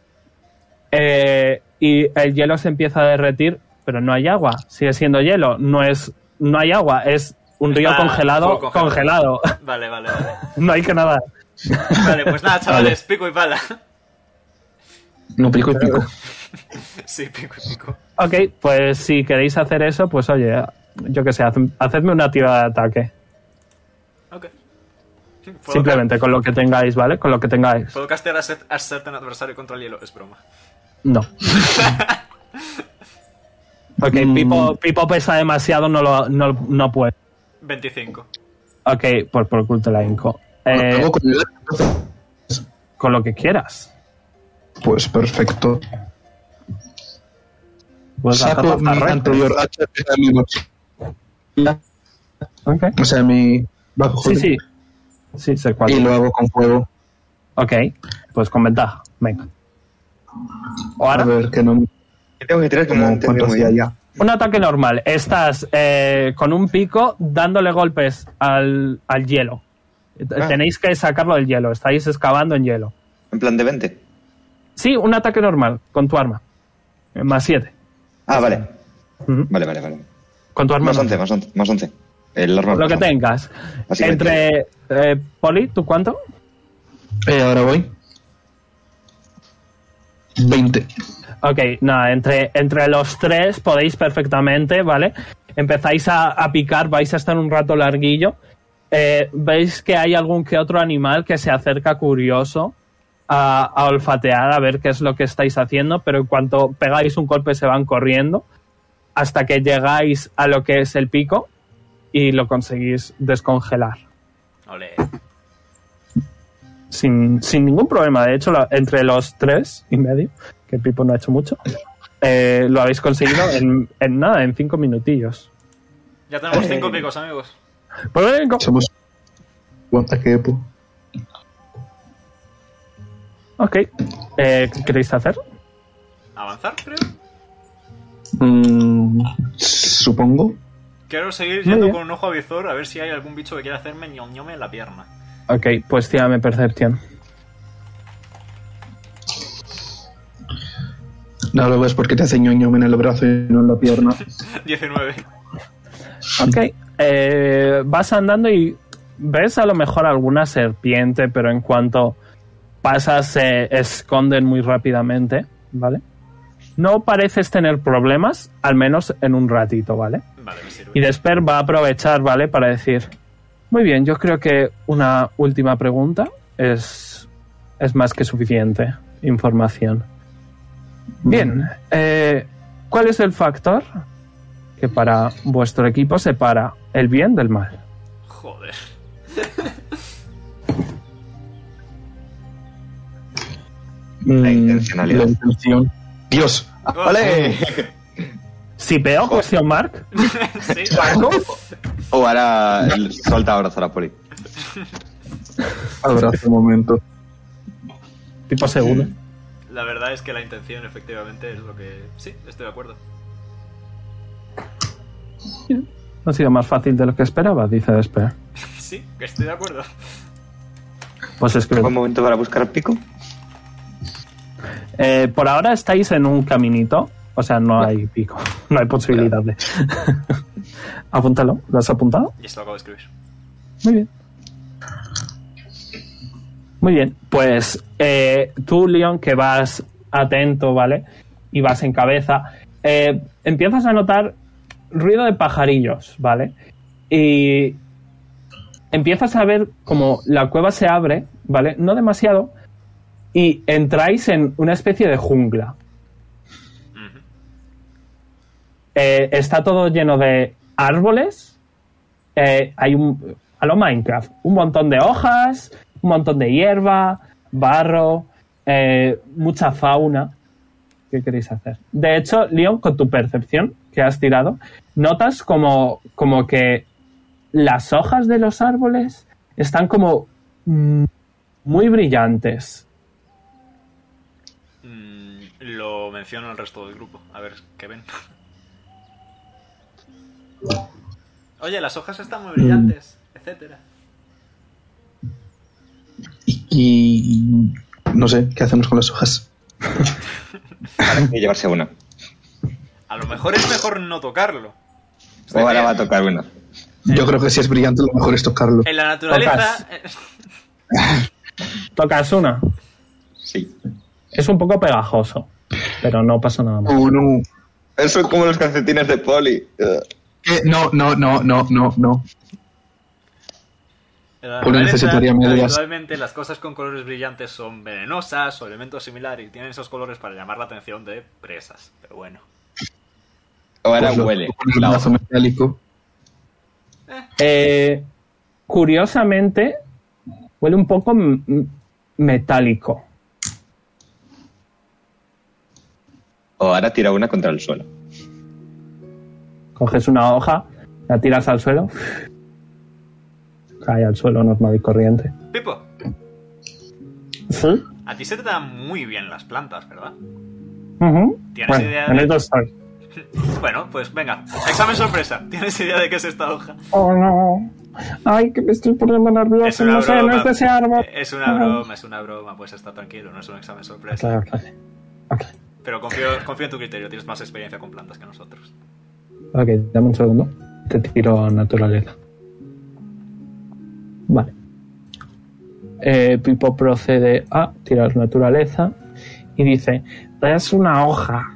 eh, y el hielo se empieza a derretir, pero no hay agua. Sigue siendo hielo, no es, no hay agua, es un río Está congelado, full congelado. *laughs* Vale, vale, vale. no hay que nadar. Vale, pues *laughs* nada, chavales, pico y pala. No, pico y pico. Sí, pico y pico. Ok, pues si queréis hacer eso, pues oye, yo qué sé, haced- hacedme una tirada de ataque. Ok. ¿Puedo Simplemente con lo que tengáis, ¿vale? Con lo que tengáis. ca- ¿Puedo castear a, set- a certain adversario contra el hielo? Es broma. No. ok, Mm. Pipo, Pipo pesa demasiado, no, lo, no, no puede. 25. Ok, por, por culto la inco. Eh, Hago con el Ara, entonces. con lo que quieras. Pues perfecto. Puedes Saco hacerlo mi hasta red. anterior hacha que está en mi mochila. Ok. O sea, mi bajo Sí, joder, sí. Sí, sé cuál. Y lo hago con fuego. Ok, pues con ventaja. Venga. O A ahora, ver, que no Tengo que tirar como como cuánto hacía ya. un ataque normal. Estás eh, con un pico dándole golpes al, al hielo. Ah. Tenéis que sacarlo del hielo. Estáis excavando en hielo. En plan de 20. Sí, un ataque normal, con tu arma. Eh, Más 7. Ah, vale. Ujú. Vale, vale, vale. Con tu arma. Más no. 11, más 11, más 11. El arma Lo que más 11. tengas. Así que Entre. eh, Poli, ¿tú cuánto? Eh, ahora voy. 20. Ok, nada, entre, entre los tres podéis perfectamente, ¿vale? Empezáis a, a picar, vais a estar un rato larguillo. Eh, Veis que hay algún que otro animal que se acerca curioso a, a olfatear, a ver qué es lo que estáis haciendo, pero en cuanto pegáis un golpe se van corriendo hasta que llegáis a lo que es el pico y lo conseguís descongelar. Ole. sin, sin ningún problema. De hecho, la- entre los tres y medio, que Pipo no ha hecho mucho, eh, lo habéis conseguido en, en nada, en cinco minutillos. Ya tenemos Eh. 5 picos, amigos. Pues venga. Somos. Guanta que epo. Ok. Eh, ¿Qué queréis hacer? Avanzar, creo. Mm, supongo. Quiero seguir Muy yendo bien. con un ojo avizor a ver si hay algún bicho que quiera hacerme ñom ñome en la pierna. *laughs* Ok, pues tírame Percepción. No lo ves porque te hace ñoño en el brazo y no en la pierna. 19. Ok. eh, vas andando y ves a lo mejor alguna serpiente, pero en cuanto pasas se esconden muy rápidamente, ¿vale? No pareces tener problemas, al menos en un ratito, ¿vale? Vale, me sirve. Y Desper va a aprovechar, ¿vale? Para decir, muy bien, yo creo que una última pregunta es, es más que suficiente información. Bien, eh, ¿cuál es el factor que para vuestro equipo separa el bien del mal? Joder. *laughs* La Mm, intencionalidad. Ah, La intención. Dios. Ah, *laughs* ¡Vale! Si veo cuestión mark, *laughs* sí. O ahora el- suelta abrazo a la poli. Abrazo un momento. tipo seguro. La verdad es que la intención, efectivamente, es lo que. Sí, estoy de acuerdo. No ha sido más fácil de lo que esperaba, dice Desper. Sí, que estoy de acuerdo. Pues escribe. Buen momento para buscar pico. Eh, por ahora estáis en un caminito, o sea, no hay pico, *laughs* no hay posibilidad de. *laughs* Apúntalo, ¿lo has apuntado? Y esto lo acabo de escribir. Muy bien. Muy bien, pues eh, tú, Leon, que vas atento, ¿vale? Y vas en cabeza, eh, empiezas a notar ruido de pajarillos, ¿vale? Y empiezas a ver como la cueva se abre, ¿vale? No demasiado, y entráis en una especie de jungla. Ujú. Eh, está todo lleno de árboles. Eh, hay un. A lo Minecraft. Un montón de hojas, un montón de hierba, barro, eh, mucha fauna. ¿Qué queréis hacer? De hecho, Leon, con tu percepción que has tirado, notas como, como que las hojas de los árboles están como mm, muy brillantes. Mm, lo menciono al resto del grupo. A ver qué ven. Oye, las hojas están muy brillantes, etcétera. Y, y- no sé, ¿qué hacemos con las hojas? Para que llevarse una. A lo mejor es mejor no tocarlo. O ahora va a tocar una. Yo creo que si es brillante lo mejor es tocarlo. En la naturaleza. eh, Tocas una. Sí. Es un poco pegajoso, pero no pasa nada más. Oh, no. Eso es como los calcetines de Poli. Ugh. Eh, no, no, no, no, no, no. en la Uno naturaleza, necesitaría medias. Habitualmente las cosas con colores brillantes son venenosas o elementos similares y tienen esos colores para llamar la atención de presas. Pero bueno. Ahora Pues lo- huele. Un La lazo hoja. metálico. Eh, curiosamente, huele un poco m- m- metálico. O ahora tira una contra el suelo. Coges una hoja, la tiras al suelo, cae al suelo normal y corriente. Pipo, ¿Sí? a ti se te dan muy bien las plantas, ¿verdad? Ujú. ¿Tienes Bueno, idea en de- eso estoy. Bueno, pues venga. Examen sorpresa. ¿Tienes idea de qué es esta hoja? Oh no. Ay, que me estoy poniendo Es nervioso. una Pues No sé, no broma. Eh, es de ese árbol. Es una broma, es una broma. Puedes estar tranquilo, no es un examen sorpresa. Claro, claro. Ok. Pero confío, confío en tu criterio, tienes más experiencia con plantas que nosotros. Ok, dame un segundo. Te tiro naturaleza. Vale. Eh, Pipo procede a tirar naturaleza y dice, es una hoja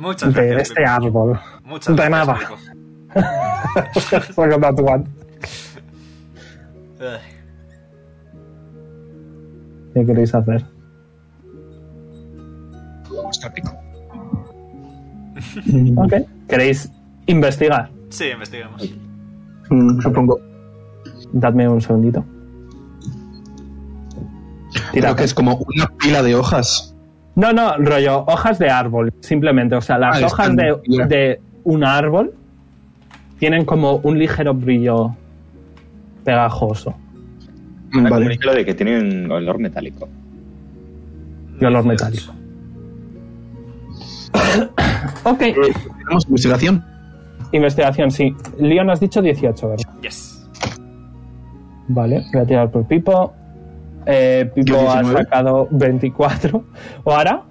Muchas de gracias. este Pipo. árbol. Muchas de gracias, nada. Pipo. Fue lo nat one. Ay, ¿Qué queréis hacer? Está rico. Ok. ¿Queréis investigar? Sí, investiguemos. Mm, supongo. Dadme un segundito. Tira. Creo que es como una pila de hojas. No, no, rollo, hojas de árbol, simplemente. O sea, las Ah, hojas están- de, ya. de un árbol tienen como un ligero brillo pegajoso Mm, Ahora Vale. comunícalo de que tiene un olor metálico. y olor metálico. *coughs* ok. Eh, ¿Tenemos investigación? Investigación, sí. Leon has dicho 18, ¿verdad? Yes. Vale, voy a tirar por Pipo. Eh, Pipo Yo ha 19. sacado 24. ¿O ahora?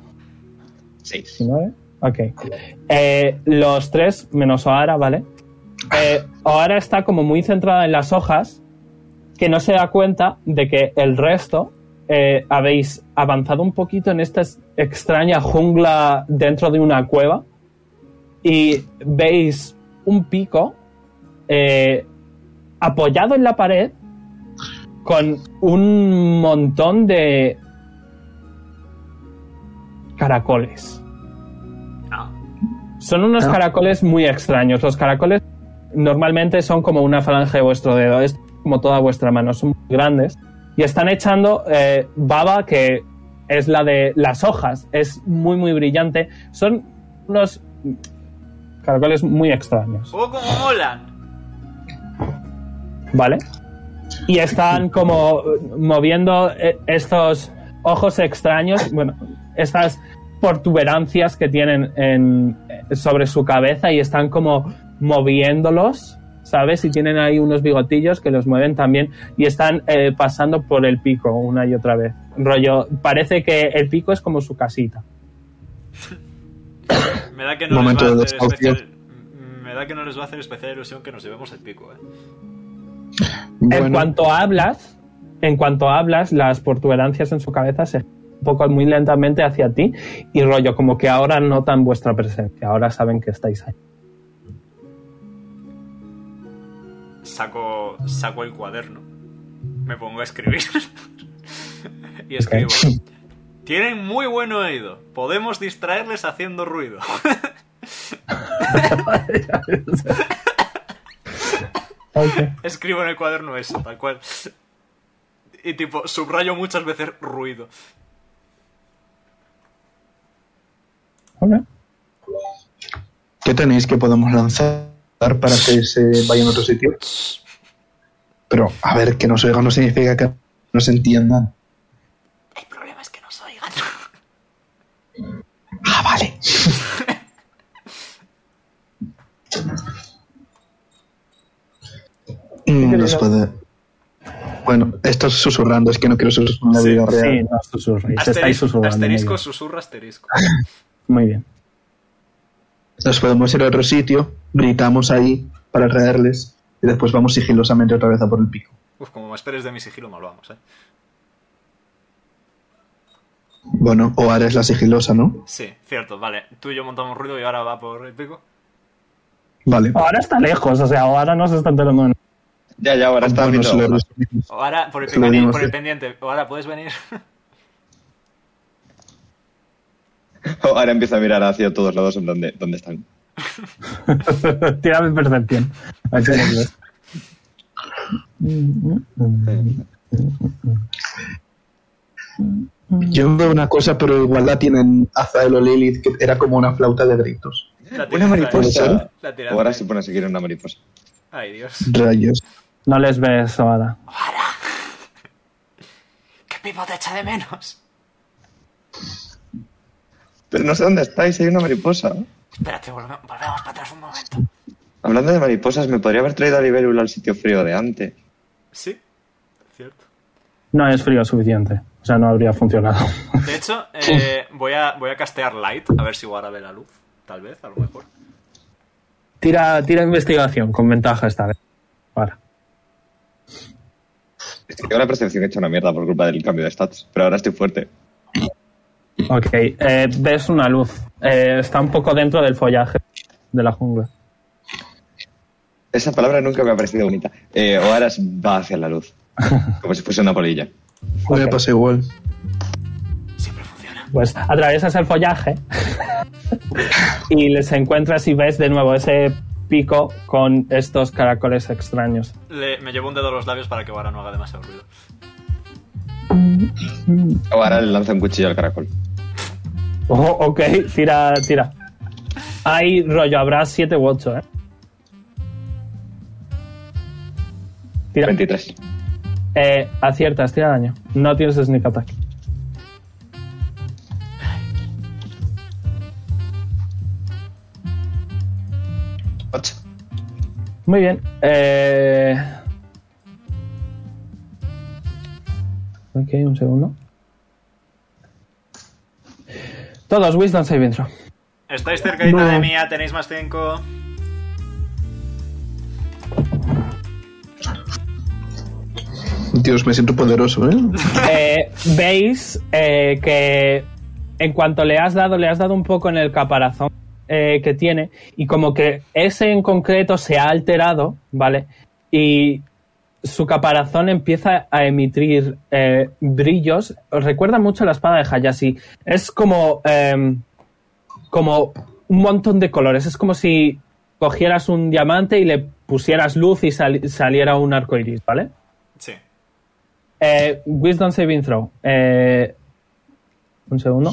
Seis. 19. Ok. Eh, los tres, menos Oara, ¿vale? Eh, Oara está como muy centrada en las hojas, que no se da cuenta de que el resto eh, habéis avanzado un poquito en esta es- extraña jungla dentro de una cueva y veis un pico eh, apoyado en la pared con un montón de caracoles. Ah, Son unos Ah. caracoles muy extraños. Los caracoles normalmente son como una falange de vuestro dedo, es como toda vuestra mano, son muy grandes. Y están echando eh, baba que es la de las hojas, es muy muy brillante. Son unos caracoles muy extraños, ¡Oh, cómo molan! ¿vale? Y están como eh, moviendo eh, estos ojos extraños, bueno, estas protuberancias que tienen en- eh, sobre su cabeza y están como moviéndolos, ¿sabes? Y tienen ahí unos bigotillos que los mueven también y están eh, pasando por el pico una y otra vez. Rollo, parece que el pico es como su casita. Me da que no Momento les va a de hacer desahucio. especial... Me da que no les va a hacer especial ilusión que nos llevemos el pico, eh. En Bueno, cuanto hablas, en cuanto hablas, las protuberancias en su cabeza se giran un poco muy lentamente hacia ti y rollo, como que ahora notan vuestra presencia, ahora saben que estáis ahí. *laughs* Saco, saco el cuaderno. Me pongo a escribir. *laughs* Y escribo. Tienen muy buen oído. Podemos distraerles haciendo ruido. Ok. Escribo en el cuaderno eso, tal cual. Y tipo, subrayo muchas veces ruido. Ok. ¿Qué tenéis que podamos lanzar para que se vayan a otro sitio? Pero, a ver, que nos oigan no significa que nos entiendan. El problema es que nos oigan. Ah, vale. Mm, ¿Qué nos querías? puede- Bueno, esto es susurrando, es que no quiero susurrar en la Sí, vida Sí, real. no susurréis. Estáis Asterisco, susurrando. asterisco, muy bien. susurra, asterisco. Muy bien. Nos podemos ir a otro sitio, gritamos ahí para atraerles y después vamos sigilosamente otra vez a por el pico. Uf, como me esperes de mi sigilo, mal vamos, eh. Bueno, o Ara es la sigilosa, ¿no? Sí, cierto, vale. Tú y yo montamos ruido y ahora va por el pico. Vale. Ahora está lejos, o sea, ahora no se está enterando de nada. Ya, ya, Ah, ahora está Bueno, viendo. se lo resumimos. O ahora por el, Se lo pendiente, dimos, por el sí. pendiente. O ahora puedes venir. *laughs* Ahora empieza a mirar hacia todos lados en donde, donde están. *laughs* Tira mi percepción. A ver si lo ves. Mm, mm, mm. Yo veo una cosa, pero igual la tienen Azael o Lilith, que era como una flauta de gritos. La Una tiranza, mariposa. La tiranza. Ahora se pone a seguir una mariposa. Ay, *laughs* Dios. Rayos. No les ves ahora. ¡Qué pipo te echa de menos! Pero no sé dónde estáis, hay una mariposa. Espérate, volve- volvemos para atrás un momento. Hablando de mariposas, me podría haber traído a Liberul al sitio frío de antes. Sí, cierto. No es frío suficiente. O sea, no habría funcionado. *laughs* De hecho, eh, voy, a, voy a castear Light, a ver si Wara ve la luz. Tal vez, a lo mejor. Tira, tira investigación, con ventaja esta vez. Ahora. Es que Tengo la percepción hecha una mierda por culpa del cambio de stats, pero ahora estoy fuerte. Ok, eh, ves una luz. Eh, está un poco dentro del follaje de la jungla. Esa palabra nunca me ha parecido bonita. Eh, ahora va hacia la luz, como si fuese una polilla. Pues Me pasa igual. Siempre funciona. Pues atraviesas el follaje *laughs* y les encuentras y ves de nuevo ese pico con estos caracoles extraños. Le- me llevo un dedo a los labios para que Wara no haga demasiado ruido. Ahora le lanza un cuchillo al caracol. Oh, ok, tira, tira. Hay rollo, habrá 7 u 8, ¿eh? Tira. 23. Eh, aciertas, tira daño. No tienes sneak attack. Ocho. Muy bien. Eh... Ok, un segundo. Todos, Wisdom Saving Throw. Estáis cercadita No. de mía, tenéis más 5. Dios, me siento poderoso, ¿eh? Eh, Veis eh, que en cuanto le has dado, le has dado un poco en el caparazón eh, que tiene y como que ese en concreto se ha alterado, ¿vale? Y su caparazón empieza a emitir eh, brillos. Os recuerda mucho la espada de Hayashi. Es como... em, como un montón de colores. Es como si cogieras un diamante y le pusieras luz y sali- saliera un arco iris, ¿vale? Sí. Eh, Wisdom Saving Throw. Eh, un segundo.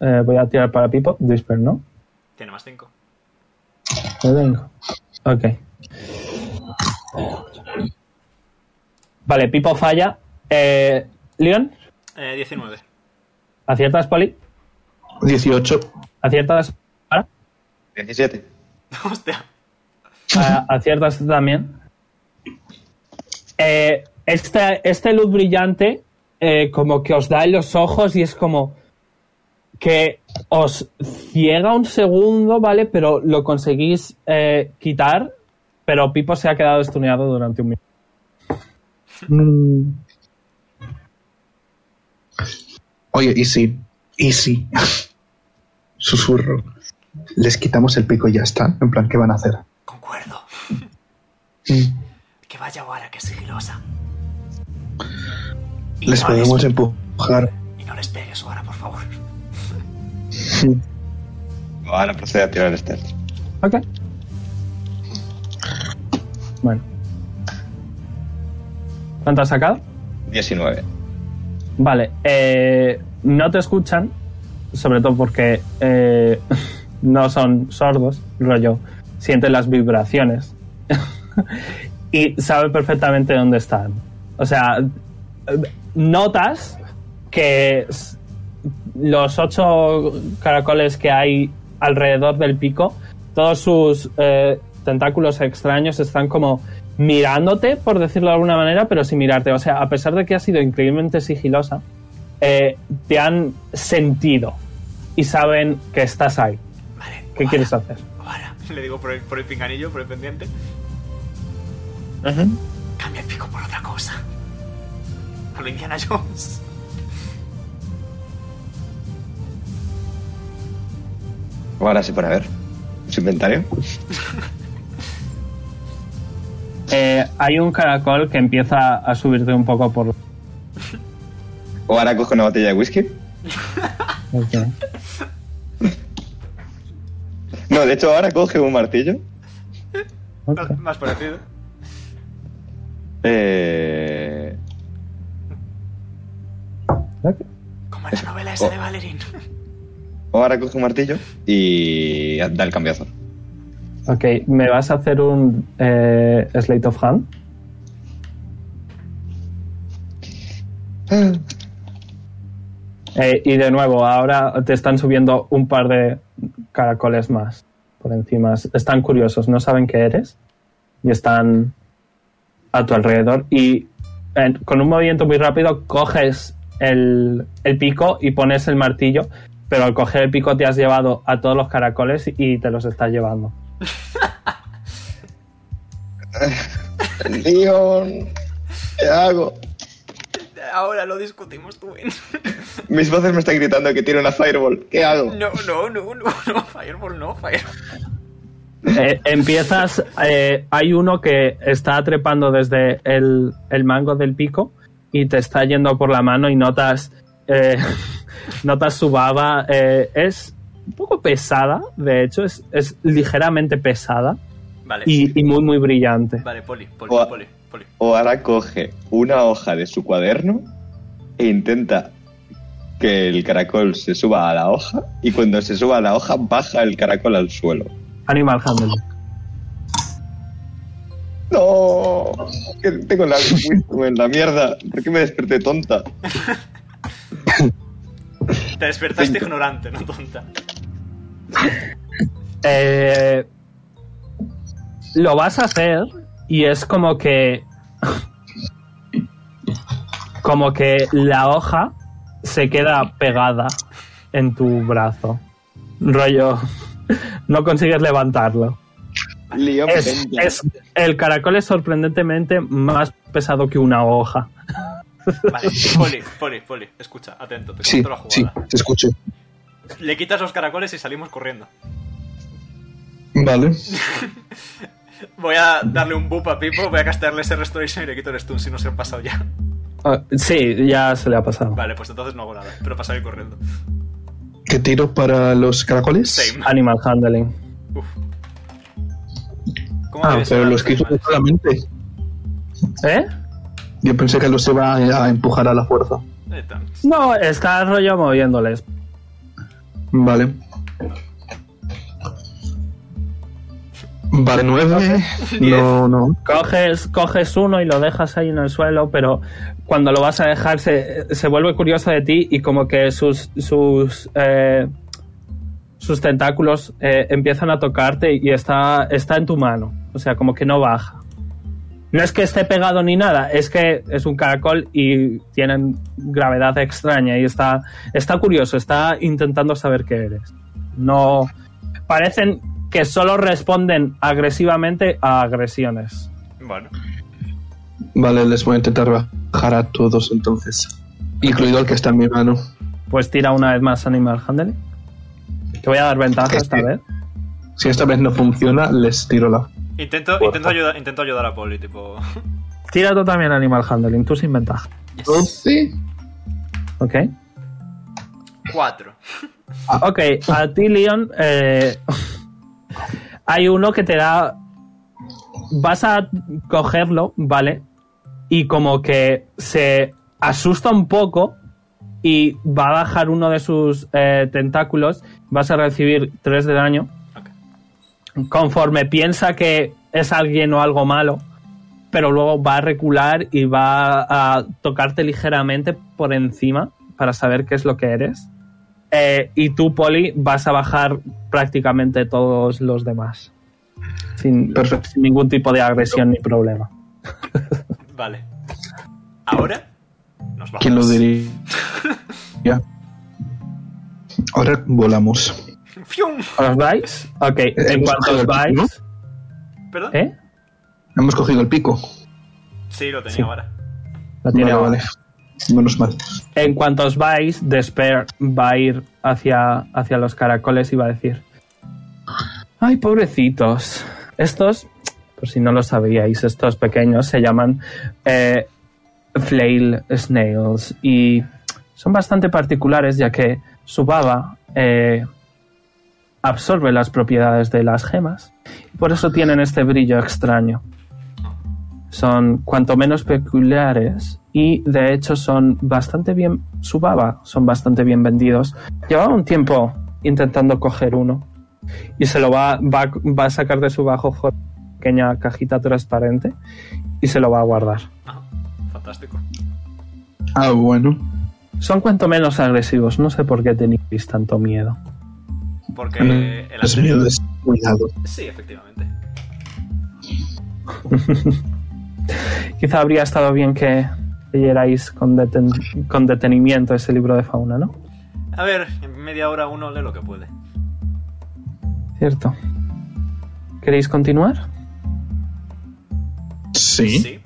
Eh, voy a tirar para Pipo. Whisper, ¿no? Tiene más 5. Lo tengo. Ok. Vale, Pipo falla. Eh, Leon, Eh, 19. aciertas, Poli. 18. Aciertas, Sara. 17. *laughs* Hostia. Ah, aciertas tú también. Eh, este, este luz brillante eh, como que os da en los ojos y es como que os ciega un segundo, ¿vale? Pero lo conseguís eh, quitar, pero Pipo se ha quedado estuneado durante un minuto. Mm. Oye, y sí. Y sí. *laughs* Susurro. Les quitamos el pico y ya está. En plan, ¿qué van a hacer? Concuerdo. Mm. Que vaya Wara, que es sigilosa. Ah, Les podemos empujar Claro. Y no les pegues ahora, por favor. *laughs* Ahora procede a tirar el stealth. Ok. Bueno. ¿Cuánto has sacado? 19. Vale, eh, no te escuchan, sobre todo porque eh, *laughs* no son sordos, rollo, sienten las vibraciones *laughs* y saben perfectamente dónde están. O sea, eh, notas que s- los ocho caracoles que hay alrededor del pico, todos sus eh, tentáculos extraños están como mirándote, por decirlo de alguna manera, pero sin mirarte. O sea, a pesar de que has sido increíblemente sigilosa, eh, te han sentido y saben que estás ahí. Vale. ¿Qué Oara, quieres hacer? Oara. Le digo por el, por el pinganillo, por el pendiente. Cambia el pico por otra cosa. A lo Indiana Jones. Ahora sí para ver. Su inventario. Eh, hay un caracol que empieza a subirte un poco por... O ahora coge una botella de whisky. No, de hecho ahora coge un martillo. Ok. *laughs* Más parecido. Eh... Ok. Como en la novela esa de Valerín. O ahora coge un martillo y da el cambiazo. Ok, ¿me vas a hacer un eh, Slate of Hand? Eh, y de nuevo, ahora te están subiendo un par de caracoles más por encima. Están curiosos, no saben qué eres y están a tu alrededor. Y eh, con un movimiento muy rápido coges el, el pico y pones el martillo, pero al coger el pico te has llevado a todos los caracoles y te los estás llevando. Leon, ¿qué hago? Ahora lo discutimos tú. Ben. Mis voces me están gritando que tiene una fireball. ¿Qué hago? *laughs* No, no, no, no, no. Fireball no, Fireball. Eh, empiezas. eh, hay uno que está trepando desde el, el mango del pico y te está yendo por la mano y notas. eh, *laughs* notas su baba. eh, es un poco pesada, de hecho, es, es ligeramente pesada Vale. y, y muy, muy brillante. Vale, poli, poli, Oa- poli, poli. O ahora coge una hoja de su cuaderno e intenta que el caracol se suba a la hoja y cuando se suba a la hoja baja el caracol al suelo. Animal Handling. No, que tengo la wisdom en la mierda. ¿Por qué me desperté tonta? Te despertaste Venga. ignorante, no tonta. Eh, lo vas a hacer y es como que. Como que la hoja se queda pegada en tu brazo. Rollo. No consigues levantarlo. Leon, Es- venga. es- el caracol es sorprendentemente más pesado que una hoja. *laughs* Vale, poli, poli, poli. Escucha, atento, te Sí, cuento la sí, jugada. te escucho. Le quitas los caracoles y salimos corriendo. Vale. Voy a darle un boop a Pipo, voy a castearle ese Restoration y le quito el stun si no se ha pasado ya. Ah, sí, ya se le ha pasado. Vale, pues entonces no hago nada, pero pasaré corriendo. ¿Qué tiro para los caracoles? Same. Animal Handling. Uf. ¿Cómo Ah, debe ser pero la los que hizo cosa de solamente. ¿Eh? Yo pensé que los iba a, a empujar a la fuerza. mal? Eh, tam. No, está rollo moviéndoles. Vale. Vale, nueve. No, no. Coges, coges uno y lo dejas ahí en el suelo, pero cuando lo vas a dejar se, se vuelve curioso de ti y como que sus sus eh, sus tentáculos eh, empiezan a tocarte y está, está en tu mano. O sea, como que no baja. No es que esté pegado ni nada, es que es un caracol y tienen gravedad extraña y está, está curioso, está intentando saber qué eres. No. Parecen que solo responden agresivamente a agresiones. Bueno, Vale, les voy a intentar bajar a todos entonces. Incluido el que está en mi mano. Pues tira una vez más Animal Handling. Te voy a dar ventaja esta vez. Si esta vez no funciona, les tiro la. intento, intento, ayudar, intento ayudar a Poli, tipo. Tira tú también Animal Handling, tú sin ventaja. Yes. ¿Doce? Ok. Cuatro. Ok, a ti, Leon, eh, *laughs* hay uno que te da. Vas a cogerlo, ¿vale? Y como que se asusta un poco y va a bajar uno de sus eh, tentáculos. Vas a recibir 3 de daño. Conforme piensa que es alguien o algo malo, pero luego va a recular y va a tocarte ligeramente por encima para saber qué es lo que eres. Eh, y tú, Poli, vas a bajar prácticamente todos los demás. Sin, Perfecto. sin ningún tipo de agresión ni problema. Vale. Ahora nos vamos. ¿Quién lo *laughs* diría? Ya. Ahora volamos. ¡Fium! ¿Os vais? Ok, en hemos cuanto bajado os el vais. pico, ¿Perdón? ¿Eh? Hemos cogido el pico. Sí, lo tenía Sí. ahora. No tiene Vale, ahora. vale. Menos mal. En cuanto os vais, Despair va a ir hacia, hacia los caracoles y va a decir: Ay, pobrecitos. Estos, por si no lo sabíais, estos pequeños se llaman eh, flail snails y son bastante particulares ya que su baba eh, absorbe las propiedades de las gemas y por eso tienen este brillo extraño son cuanto menos peculiares y de hecho son bastante bien su baba, son bastante bien vendidos. Llevaba un tiempo intentando coger uno y se lo va, va, va a sacar de su bajo jo- pequeña cajita transparente y se lo va a guardar. Ah, fantástico. Ah, bueno. Son cuanto menos agresivos, no sé por qué tenéis tanto miedo. Porque Mm, el Los anterior- miedos. Cuidado. Sí, efectivamente. Quizá habría estado bien que leyerais con, deten- con detenimiento ese libro de fauna, ¿no? A ver, en media hora uno lee lo que puede. Cierto. ¿Queréis continuar? Sí. Sí.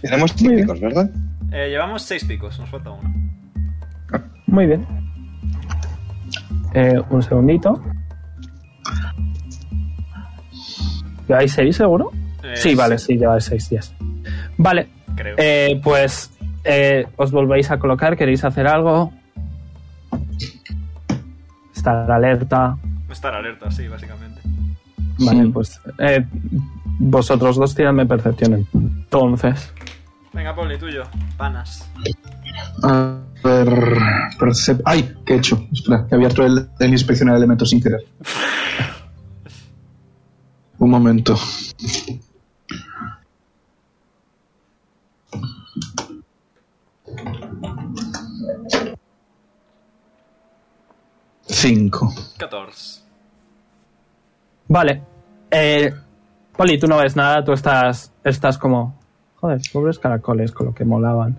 Tenemos típicos, ¿verdad? Eh, llevamos seis picos, nos falta uno. Muy bien. Eh, un segundito. ¿Lleváis 6 seguro? Eh, sí, vale, sí, lleváis 6 días. Vale, Creo. eh, pues eh, os volvéis a colocar, queréis hacer algo. Estar alerta. Estar alerta, sí, básicamente. Vale, Sí. pues eh, vosotros dos tiradme percepción entonces. Venga, Poli, tuyo. Panas. A ver. percep- ¡Ay! ¿Qué he hecho? Espera, he abierto el, el inspeccionar elementos sin querer. Un momento. Cinco. 14. Vale. Eh, Poli, tú no ves nada, tú estás, estás como... Joder, pobres caracoles con lo que molaban.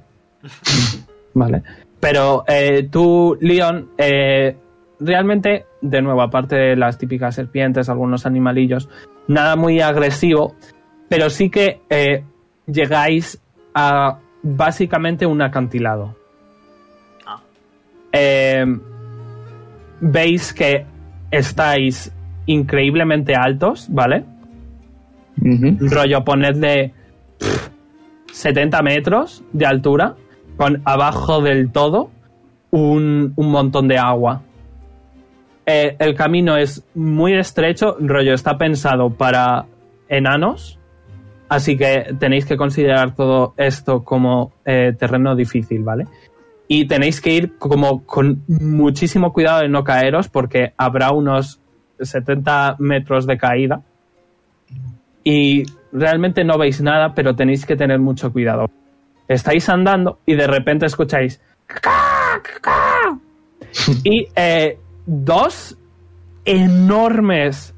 vale. Pero eh, tú, Leon, eh, realmente, de nuevo, aparte de las típicas serpientes, algunos animalillos, nada muy agresivo, pero sí que eh, llegáis a básicamente un acantilado. Ah. Eh, veis que estáis increíblemente altos, ¿vale? Rollo, ponedle pff, 70 metros de altura, con abajo del todo un, un montón de agua. Eh, el camino es muy estrecho, rollo, está pensado para enanos, así que tenéis que considerar todo esto como eh, terreno difícil, ¿vale? y tenéis que ir como con muchísimo cuidado de no caeros porque habrá unos 70 metros de caída y realmente no veis nada pero tenéis que tener mucho cuidado estáis andando y de repente escucháis "Ca, ca". y eh, dos enormes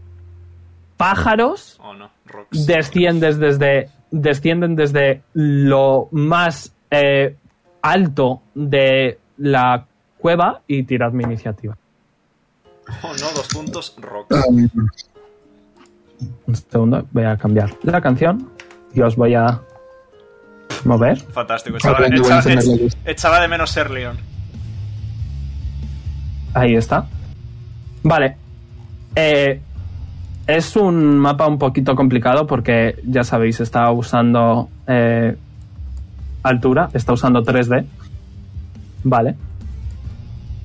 pájaros Oh, no. Rocks. desciendes desde descienden desde lo más eh, alto de la cueva y tirad mi iniciativa. Oh, no, dos puntos. Rocks. Um, Un segundo, voy a cambiar la canción y os voy a mover. Fantástico. Echaba, Aprendí, voy a echaba- encender la ech- luz. echaba de menos ser Leon. Ahí está. Vale. Eh, es un mapa un poquito complicado porque ya sabéis, está usando eh, altura, está usando 3D. Vale.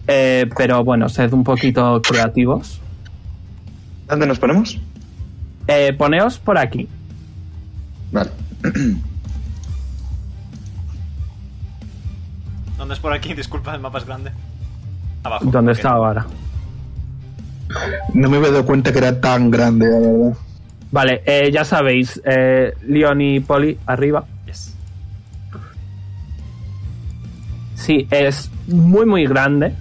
Eh, pero bueno, sed un poquito creativos. ¿Dónde nos ponemos? Eh, poneos por aquí. Vale. ¿Dónde es por aquí? *laughs* Disculpa, el mapa es grande. Abajo. ¿Dónde ok. está ahora? No me había dado cuenta que era tan grande, la verdad. Vale, eh, ya sabéis, eh, Leon y Polly arriba. Yes. Sí, es muy muy grande.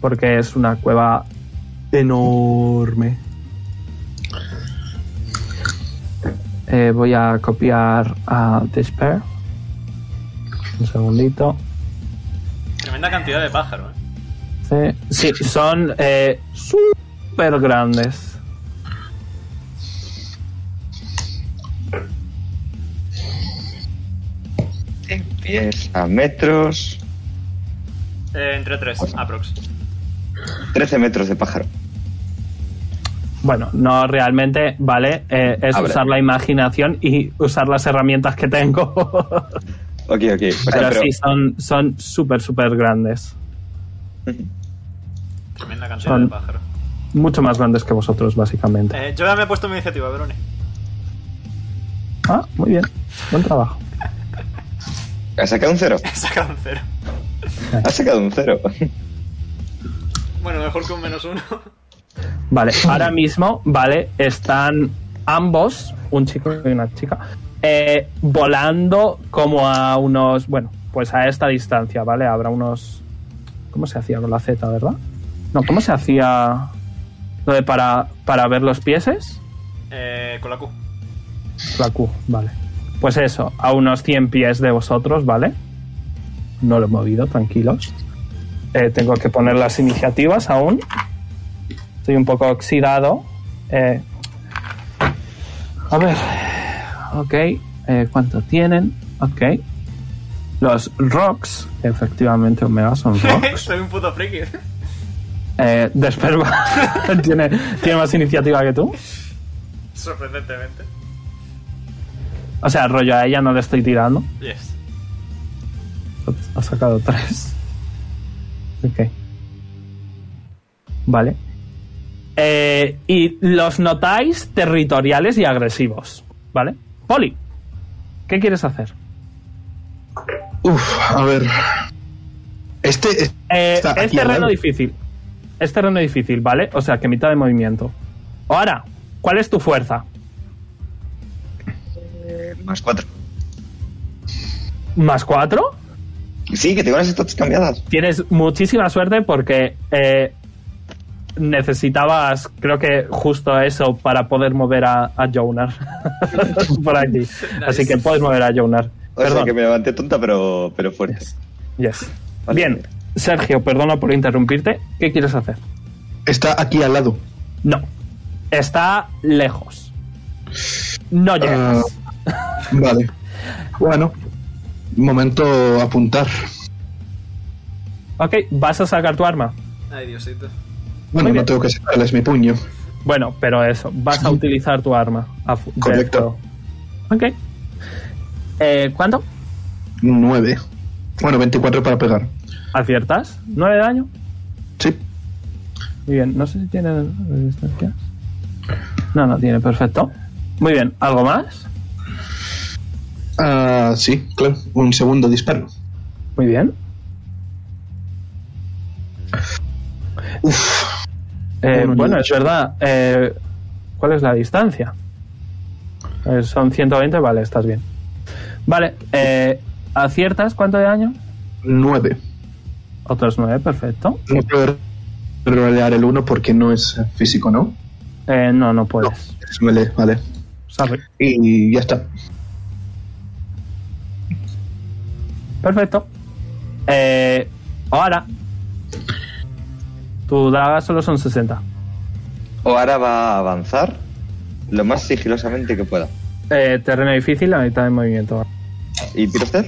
Porque es una cueva enorme. Eh, voy a copiar a Despair. Un segundito. Tremenda cantidad de pájaro, ¿eh? C. Sí, son eh, súper grandes. En pies, a metros. Eh, entre tres, aprox. 13 metros de pájaro. Bueno, no realmente, ¿vale? Eh, es A ver. usar la imaginación y usar las herramientas que tengo. *laughs* Ok, ok. O sea, pero, pero- sí, son son súper, súper grandes. Tremenda cantidad Son- de pájaro. Mucho más grandes que vosotros, básicamente. Eh, yo ya me he puesto mi iniciativa, *laughs* Verone. Ah, muy bien. Buen trabajo. ¿Has sacado un cero? He sacado un cero. ¿Has sacado un cero? *laughs* Bueno, mejor que un menos uno. Vale, ahora mismo, vale, están ambos, un chico y una chica, eh, volando como a unos, bueno, pues a esta distancia, ¿vale? Habrá unos... ¿Cómo se hacía con la Z, verdad? No, ¿cómo se hacía lo de para, para ver los pieses? Eh, con la Q. La Q, vale. Pues eso, a unos 100 pies de vosotros, ¿vale? No lo he movido, tranquilos. Eh, tengo que poner las iniciativas aún. Estoy un poco oxidado. Eh, a ver. Ok. eh, ¿Cuánto tienen? Ok. Los rocks. Efectivamente, Omega son *laughs* rocks. Soy un puto friki. *laughs* Eh, Desperva *laughs* tiene, tiene más iniciativa que tú. Sorprendentemente. O sea, rollo a ella no le estoy tirando. Yes. Ha sacado tres. Ok. Vale. Eh, y los notáis territoriales y agresivos. ¿Vale? Poli, ¿qué quieres hacer? Uf, a ver. Este. es- Eh, está es aquí al terreno lado. difícil. Es terreno difícil, ¿vale? O sea, que mitad de movimiento. Ahora, ¿cuál es tu fuerza? Más cuatro. ¿Más cuatro? Sí, que tengo las stats cambiadas. Tienes muchísima suerte porque eh, necesitabas, creo que justo eso, para poder mover a, a Jonar *laughs* por aquí. Así que puedes mover a Jonar. O sea, Perdón. que me levanté tonta, pero, pero fuerte. Yes. Yes. Vale. Bien, Sergio, perdona por interrumpirte. ¿Qué quieres hacer? Está aquí al lado. No. Está lejos. No llegas. Ah. Vale. Bueno. Momento apuntar. Ok, vas a sacar tu arma. Ay, Diosito. Bueno, bien. no tengo que sacarla, es mi puño. Bueno, pero eso, vas a utilizar tu arma. a fu- de Correcto. fuego. Ok. Eh, ¿Cuánto? 9. Bueno, 24 para pegar. ¿Aciertas? ¿Nueve de daño? Sí. Muy bien, no sé si tiene resistencias. No, no tiene, perfecto. Muy bien, ¿algo más? Ah, sí, claro. Un segundo disparo. Muy bien. Eh, Uno y bueno, es ocho. verdad. eh, ¿Cuál es la distancia? Eh, son 120, vale, estás bien. Vale, eh, ¿aciertas cuánto de daño? 9. Otros 9, perfecto. No puedo rolear el 1 porque no es físico, ¿no? Eh, no, no puedes. Es melee, vale. Sorry. Y ya está. Perfecto. Eh, ahora. Tu daga solo son 60. O ahora va a avanzar lo más sigilosamente que pueda. Eh, terreno difícil, la mitad de movimiento. ¿Y tiro usted?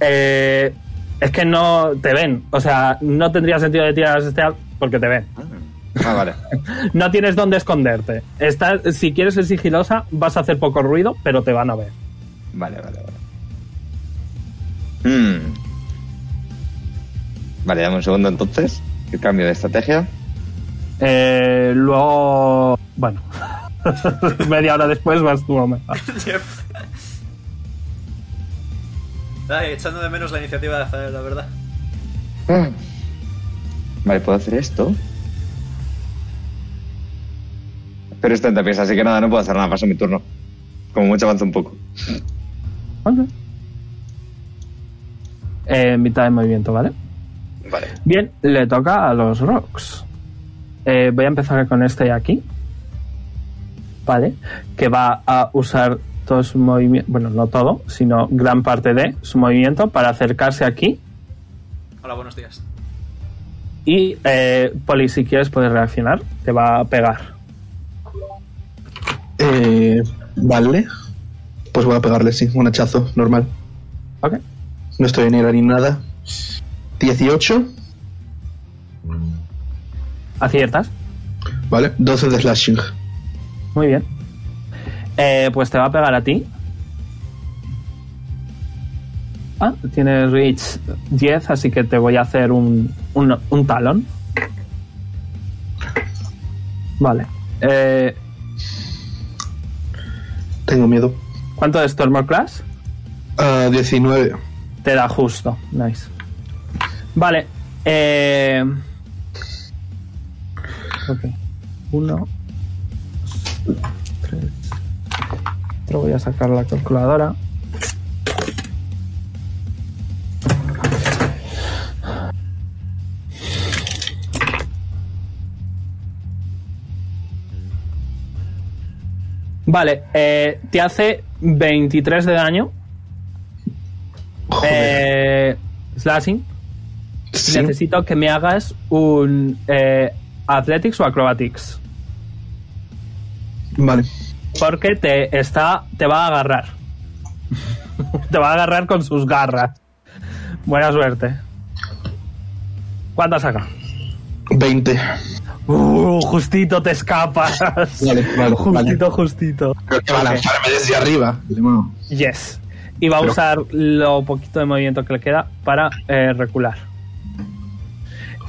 Eh, es que no te ven. O sea, no tendría sentido de tirar este porque te ven. Ah, Ah, vale. No tienes dónde esconderte. Estás- si quieres ser sigilosa, vas a hacer poco ruido, pero te van a ver. Vale, vale, vale. Hmm. Vale, dame un segundo entonces. El cambio de estrategia. Eh, luego. Bueno. *laughs* Media hora después vas tú, Omega. *laughs* Yep. Ay, echando de menos la iniciativa de hacer, la verdad. Hmm. Vale, puedo hacer esto. Pero está en pieza, así que nada, no puedo hacer nada. Paso mi turno. Como mucho avanza un poco. Ok. Eh, mitad de movimiento, ¿vale? Vale. Bien, le toca a los rocks. Eh, voy a empezar con este de aquí. Vale. Que va a usar todo su movimiento. Bueno, no todo, sino gran parte de su movimiento para acercarse aquí. Hola, buenos días. Y eh, Poli, si quieres, puedes reaccionar. Te va a pegar. Eh, vale. Pues voy a pegarle, sí, un hachazo normal. Ok. No estoy en ira ni nada. 18, Aciertas. vale. 12 de slashing. Muy bien. Eh, pues te va a pegar a ti. Ah, tienes reach 10, así que te voy a hacer un, un, un talón. Vale. Eh, Tengo miedo. ¿Cuánto de Stormor Class? Ah, 19. Te da justo. Nice. Vale. Eh... Ok. Uno. dos, Tres. Te voy a sacar la calculadora. Vale, eh, te hace 23 de daño. Joder. Eh, slashing. Sí. Necesito que me hagas un eh, Athletics o Acrobatics. Vale. Porque te está. te va a agarrar. *laughs* te va a agarrar con sus garras. Buena suerte. ¿Cuántas saca? 20. Uh, justito te escapas. Vale, vale, *laughs* justito, justito. Creo que lanzarme desde arriba. Limón. Yes. Y va a Pero- usar lo poquito de movimiento que le queda para eh, recular.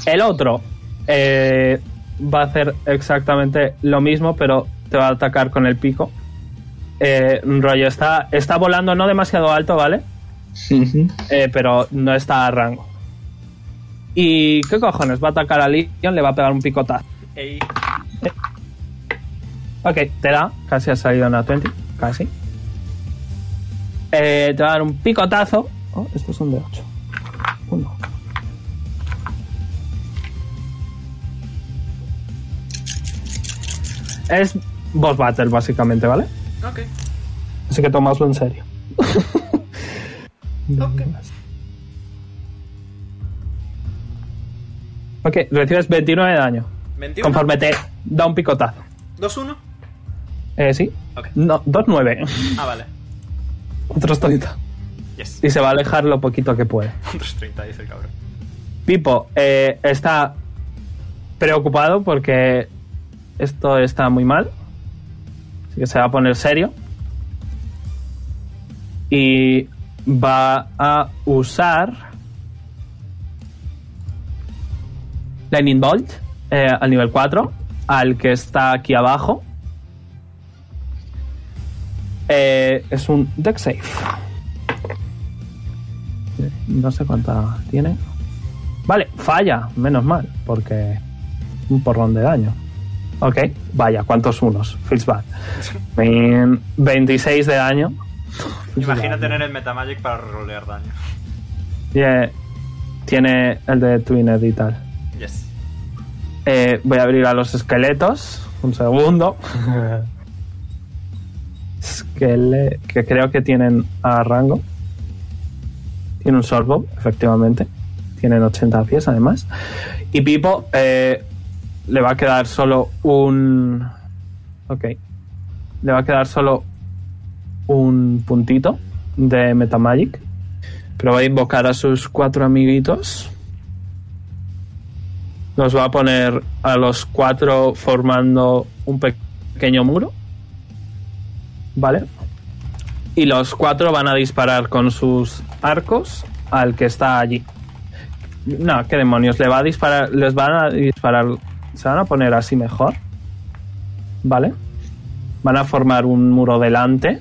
El otro eh, va a hacer exactamente lo mismo, pero te va a atacar con el pico. Eh, rollo, está, está volando no demasiado alto, ¿vale? Ujú. Eh, pero no está a rango. ¿Y qué cojones? Va a atacar a Legion, le va a pegar un picotazo. Eh. Ey, Ok, te da. Casi ha salido una 20. Casi. Eh, te va a dar un picotazo. Oh, estos son de 8. Uno. Es boss battle, básicamente, ¿vale? ok. Así que tomaslo en serio. Ok. Ok, recibes 29 de daño. 21. Conforme te da un picotazo. 2-1. Eh, sí. Ok. No, 2-9. Ah, vale. Otros 30. Yes. *laughs* Y se va a alejar lo poquito que puede. Otros 30, dice el cabrón. Pipo eh, está preocupado porque esto está muy mal. Así que se va a poner serio. Y va a usar Lightning Bolt eh, al nivel 4, al que está aquí abajo. Eh, es un deck safe. Eh, No sé cuánta tiene. Vale, falla, menos mal, porque un porrón de daño. Ok, vaya, ¿cuántos unos? Feels bad. Bien, 26 de daño. Imagina tener el Metamagic para rolear daño. Yeah, tiene el de Twined y tal. Yes. Eh, voy a abrir a los esqueletos. Un segundo. Esquele- que creo que tienen a rango. Tiene un sorbo, efectivamente. Tienen 80 pies, además. Y Pipo eh, le va a quedar solo un. Ok. Le va a quedar solo un puntito de Metamagic. Pero va a invocar a sus cuatro amiguitos. Nos va a poner a los cuatro formando un pe- pequeño muro. ¿Vale? Y los cuatro van a disparar con sus arcos al que está allí. No, qué demonios. Le va a disparar. Les van a disparar. Se van a poner así mejor. ¿Vale? Van a formar un muro delante.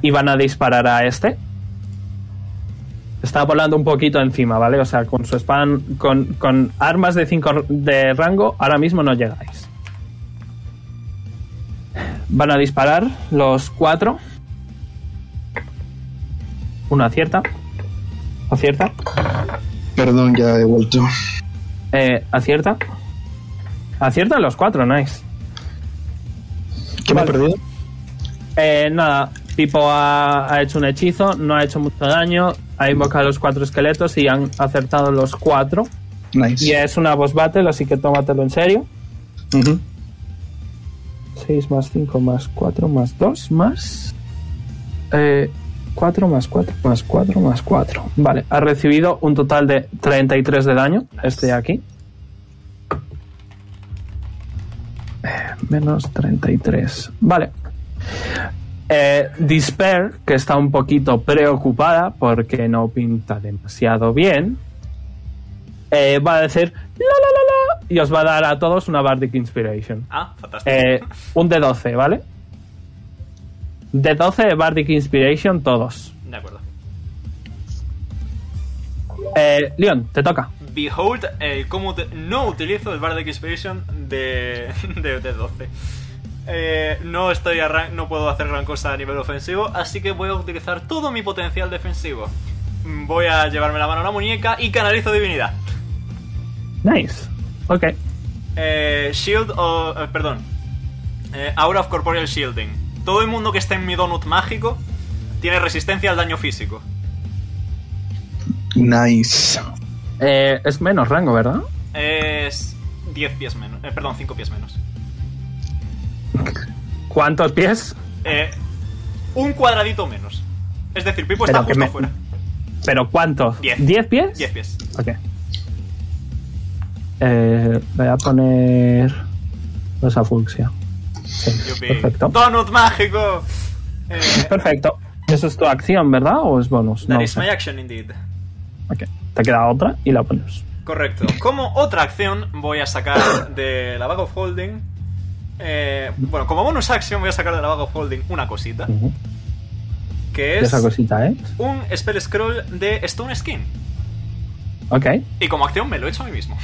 Y van a disparar a este. Está volando un poquito encima, ¿vale? O sea, con su spam. Con, con armas de 5 de rango, ahora mismo no llegáis. Van a disparar los cuatro. Una acierta. Acierta. Perdón, ya he vuelto. Eh, acierta. Acierta los cuatro, nice. ¿Qué me he Vale. perdido? Eh, nada, Pipo ha, ha hecho un hechizo, no ha hecho mucho daño, ha invocado los cuatro esqueletos y han acertado los cuatro. Nice. Y es una boss battle, así que tómatelo en serio. Ujú. 6 más 5 más 4 más 2 más... Eh, 4 más 4 más 4 más 4. Vale, ha recibido un total de 33 de daño. Este de aquí. Eh, Menos 33. Vale. Eh, Despair, que está un poquito preocupada porque no pinta demasiado bien, eh, va a decir la la la la y os va a dar a todos una Bardic Inspiration. Ah, fantástico. Eh, un de 12, ¿vale? De 12 de Bardic Inspiration, todos. De acuerdo. Eh, Leon, te toca. Behold el cómo ut- no utilizo el Bardic Inspiration de, *laughs* de, de 12. Eh, no, estoy a ran- no puedo hacer gran cosa a nivel ofensivo, así que voy a utilizar todo mi potencial defensivo. Mm, Voy a llevarme la mano a la muñeca y canalizo divinidad. Nice. Ok. Eh, shield o... eh, perdón. Eh, Aura of Corporeal Shielding. Todo el mundo que esté en mi donut mágico tiene resistencia al daño físico. Nice. Eh, es menos rango, ¿verdad? Es 10 pies menos. eh, perdón, 5 pies menos. ¿Cuántos pies? Eh, un cuadradito menos. Es decir, Pipo Pero está que justo me- afuera. ¿Pero cuántos? Diez. ¿Diez pies? 10 pies. Ok. Eh, voy a poner esa fucsia. Yupi. perfecto. Donut mágico. Eh, Perfecto. Eso es tu acción, ¿verdad? ¿O es bonus? that No is sé. my action indeed. Ok. Te queda otra y la pones. Correcto. Como otra acción voy a sacar de la bag of holding. eh, bueno, como bonus action voy a sacar de la bag of holding una cosita. Ujú. Que es Esa cosita, ¿eh? un spell scroll de Stone Skin. Ok. Y como acción me lo he hecho a mí mismo.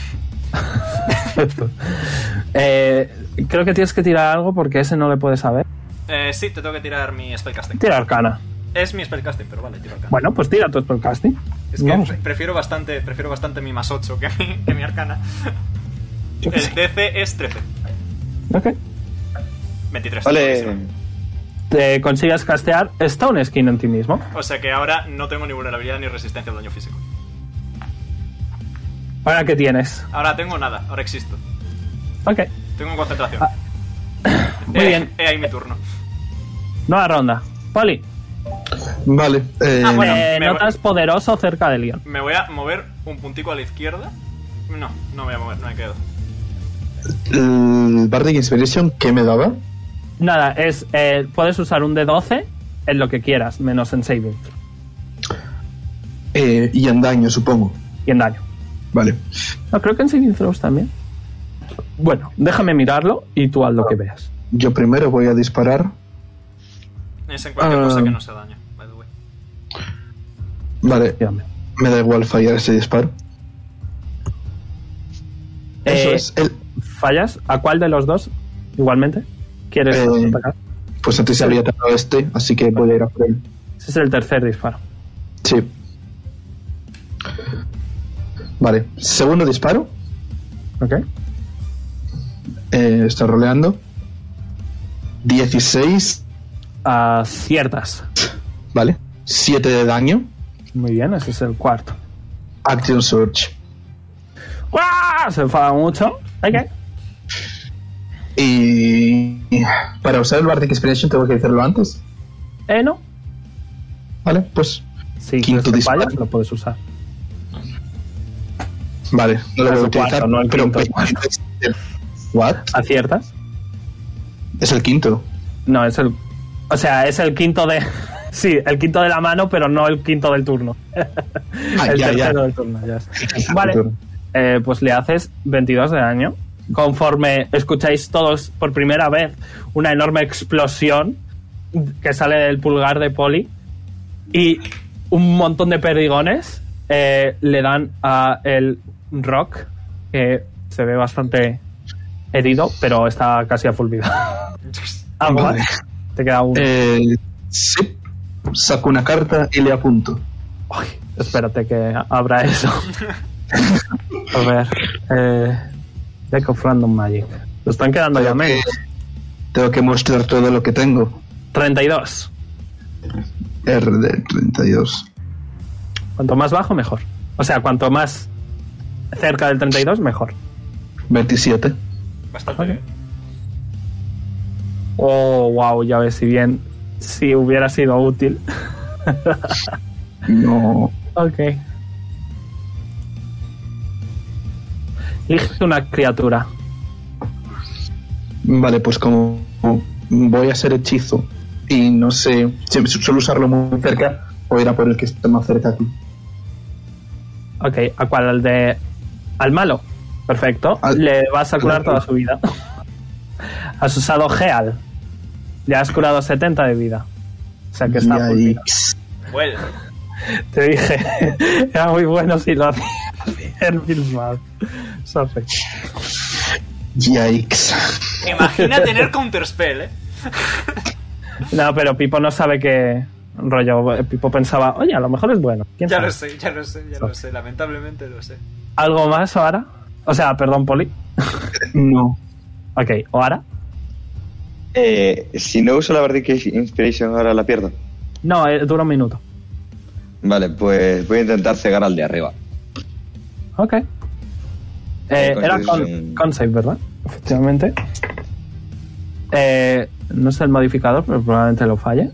Eh, creo que tienes que tirar algo porque ese no le puedes saber. Eh, sí, te tengo que tirar mi spellcasting. Tira arcana. Es mi spellcasting, pero vale, tiro acá. Bueno, pues tira tu spellcasting. Es que Vamos. pre- prefiero bastante, prefiero bastante mi más 8 que mi, que mi arcana. Yo qué El sé. DC es 13. Ok. 23. Ole. Te consigues castear Stone Skin en ti mismo. O sea que ahora no tengo ni vulnerabilidad ni resistencia al daño físico. Ahora que tienes. Ahora tengo nada, ahora existo. Ok. Tengo concentración. Ah. *coughs* Muy Eh, bien. He ahí mi turno. Nueva ronda. Poli, Vale. eh, Ah, bueno. eh, me notas poderoso cerca de Leon. Me voy a mover un puntico a la izquierda. No, no me voy a mover, no me quedo. El Bardic Inspiration, ¿qué me daba? Nada, es eh, puedes usar un D12 en lo que quieras, menos en saving throw Eh, y en daño, supongo. y en daño. Vale. No, creo que en saving throws también. Bueno, déjame mirarlo y tú haz lo que veas. Yo primero voy a disparar. Es en cualquier Ah. cosa que no sea daño, by the way. Vale. Dígame. Me da igual fallar ese disparo. Eso Eh, es. El, fallas, ¿a cuál de los dos igualmente quieres Eh, atacar? pues antes había atacado este, así que voy a ir a por él. Ese es el tercer disparo. Sí. Vale. Segundo disparo. ¿Ok? Eh, está roleando. 16. Aciertas. Vale. 7 de daño. Muy bien, ese es el cuarto. Action Search. ¡Guau! ¡Ah! Se enfada mucho. Ok. Y para usar el Bardic Inspiration tengo que hacerlo antes. Eh, no. Vale, pues. Si Quinto quieres que disparo. fallas, lo puedes usar. Vale, no lo Es voy a el utilizar. cuarto, no el pero pues, quinto. ¿What? ¿Aciertas? Es el quinto. No, es el. O sea, es el quinto de. *laughs* Sí, el quinto de la mano, pero no el quinto del turno. *laughs* Ah, el ya, ya. tercero del turno, *laughs* ya es. Vale, eh, pues le haces 22 de daño. Conforme escucháis todos por primera vez una enorme explosión que sale del pulgar de Poli y un montón de perdigones eh, le dan a el Rock, que se ve bastante herido, pero está casi a full vida. *laughs* Agua, Vale. te queda un... Eh, sí. Saco una carta y le apunto. Uy, espérate que abra eso. A ver. Eh, Deck of Random Magic. Lo están quedando ya Tengo que- menos. Tengo que mostrar todo lo que tengo. 32. RD32. Cuanto más bajo, mejor. O sea, cuanto más cerca del 32, mejor. 27. Bastante Ok. bien. Oh, wow, ya ves, si bien si hubiera sido útil. No. Ok. Elige una criatura. Vale, pues como voy a ser hechizo y no sé, si suelo usarlo muy cerca, voy a ir a por el que esté más cerca aquí. Ok, ¿a cuál? ¿Al de. al malo? Perfecto. Al- Le vas a curar claro. toda su *laughs* vida. Has usado Geal. Le has curado 70 de vida. O sea que está Y full ahí- vida. *laughs* Bueno, Te dije, *laughs* era muy bueno si lo hacías *laughs* bien filmado. Sorry. Yikes. imagina tener Counterspell, ¿eh? No, pero Pipo no sabe que. Rollo, eh, Pipo pensaba, oye, a lo mejor es bueno. ¿Quién Ya sabe? lo sé, ya lo sé, ya lo sé. Lamentablemente lo sé. ¿Algo más, Oara? O sea, perdón, Poli. No. Ok, Oara. Eh, si no uso la Bardic Inspiration ahora la pierdo. No, eh, dura un minuto. Vale, pues voy a intentar cegar al de arriba. Ok. Eh, era con, Constitution. con save, ¿verdad? Efectivamente. Eh, no sé el modificador, pero probablemente lo falle.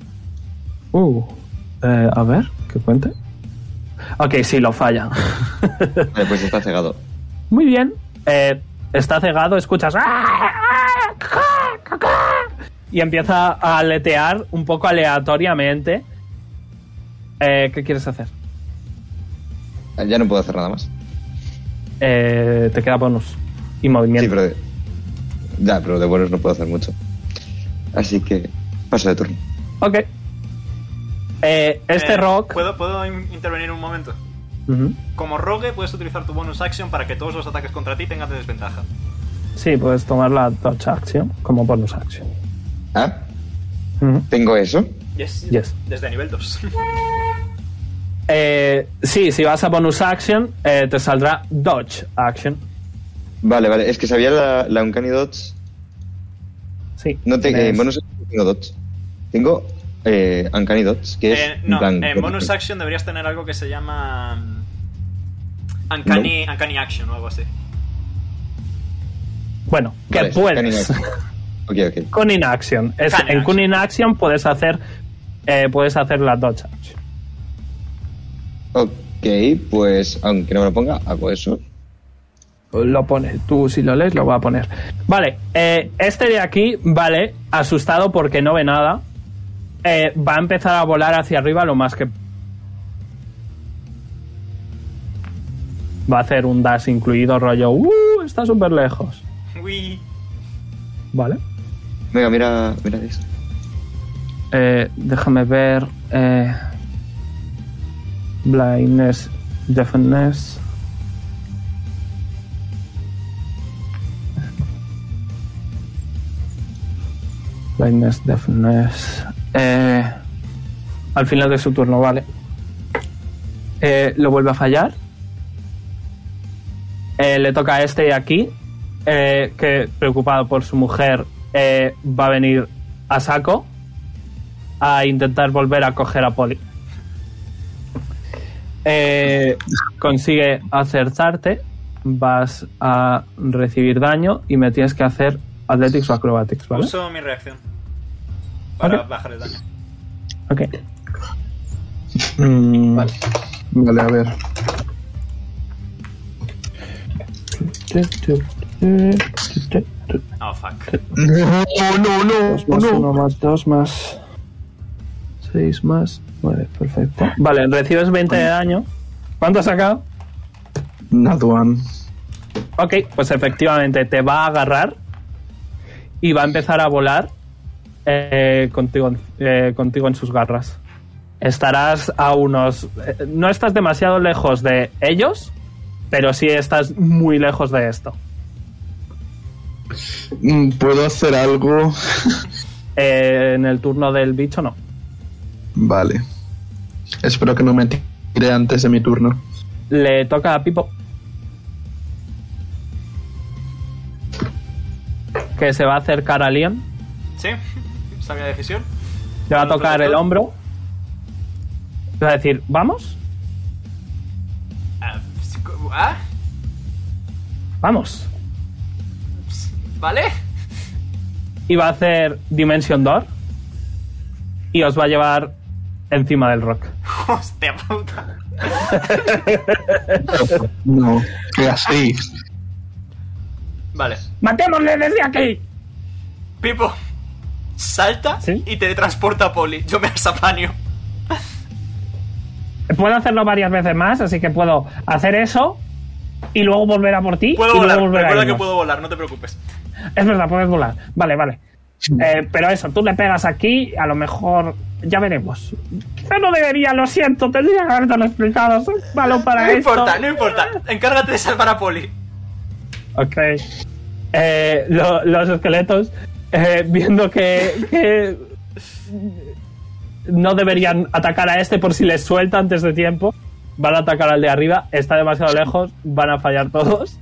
Uh, eh, a ver, que cuente. Ok, sí, lo falla. *laughs* Vale, pues está cegado. Muy bien. Eh, está cegado, escuchas. ¡Ah! Y empieza a aletear un poco aleatoriamente. Eh, ¿Qué quieres hacer? Ya no puedo hacer nada más. Eh, te queda bonus y movimiento. Sí, pero de... Ya, pero de buenos no puedo hacer mucho. Así que paso de turno. Ok. Eh, este Eh, rock. ¿Puedo, ¿Puedo in- intervenir un momento? Ujú. Como rogue puedes utilizar tu bonus action para que todos los ataques contra ti tengan desventaja. Sí, puedes tomar la Dodge Action como bonus action. ¿Ah? Ujú. ¿Tengo eso? Yes. Yes. Desde nivel 2. *laughs* Eh, sí, si vas a bonus action, eh, te saldrá Dodge Action. Vale, vale. Es que sabía la, la Uncanny Dodge. Sí. No te, tienes- En bonus action no tengo Dodge. Tengo eh, Uncanny Dodge, que Eh, es... no, plan- en bonus action deberías tener algo que se llama. mm, Uncanny, Uncanny Action o algo así. Bueno, que Vale, puedes. Uncanny Dodge. Ok, *laughs* ok. Con inaction. Cunning Es- en action. con inaction puedes hacer, eh, puedes hacer la Dodge Action. Ok, pues aunque no me lo ponga, hago eso. Lo pone, tú si lo lees lo va a poner. Vale, eh, este de aquí, vale, asustado porque no ve nada, eh, va a empezar a volar hacia arriba lo más que... Va a hacer un dash incluido rollo, ¡uh! Está súper lejos. *laughs* Uy. Vale. Venga, mira, mira eso. Eh, déjame ver. eh, blindness, deafness. Blindness, deafness. Eh, al final de su turno, vale. Eh, lo vuelve a fallar. Eh, le toca a este aquí, eh, que preocupado por su mujer, eh, va a venir a saco a intentar volver a coger a Poli. Eh, consigue acertarte, vas a recibir daño y me tienes que hacer Athletics o Acrobatics, ¿vale? Uso mi reacción. Para Ok. bajar el daño. Ok. Mm, Vale. Vale, a ver. Oh fuck. No, no, Oh, no. Dos más uno más dos más 6 más 9, perfecto. Vale, recibes 20 de daño. ¿Cuánto has sacado? Not one. Ok, pues efectivamente te va a agarrar y va a empezar a volar eh, contigo, eh, contigo en sus garras. Estarás a unos... eh, no estás demasiado lejos de ellos, pero sí estás muy lejos de esto. Mm, ¿Puedo hacer algo? *laughs* Eh, en el turno del bicho no. Vale. Espero que no me tire antes de mi turno. Le toca a Pipo. Que se va a acercar a Liam. *laughs* Sí, sabia decisión. Le va a Bueno, tocar perfecto. el hombro. Le va a decir, ¿vamos? Ah, sí, co- ah, Vamos. ps- ¿Vale? *laughs* Y va a hacer Dimension Door. Y os va a llevar encima del rock. Hostia puta. No, Ah. que así. Vale. ¡Matémosle desde aquí! Pipo, salta ¿Sí? y teletransporta a Poli. Yo me asapaño. Puedo hacerlo varias veces más, así que puedo hacer eso y luego volver a por ti. Puedo y volar, luego volver a recuerda que irnos. puedo volar, no te preocupes. Es verdad, puedes volar. Vale, vale. Eh, pero eso, tú le pegas aquí, a lo mejor ya veremos. Quizá no debería, lo siento, tendría que haberlo explicado. Soy malo para No esto. importa, no importa. Encárgate de salvar a Poli. Ok. Eh, lo- los esqueletos, eh, viendo que, que no deberían atacar a este por si les suelta antes de tiempo, van a atacar al de arriba, está demasiado lejos, van a fallar todos.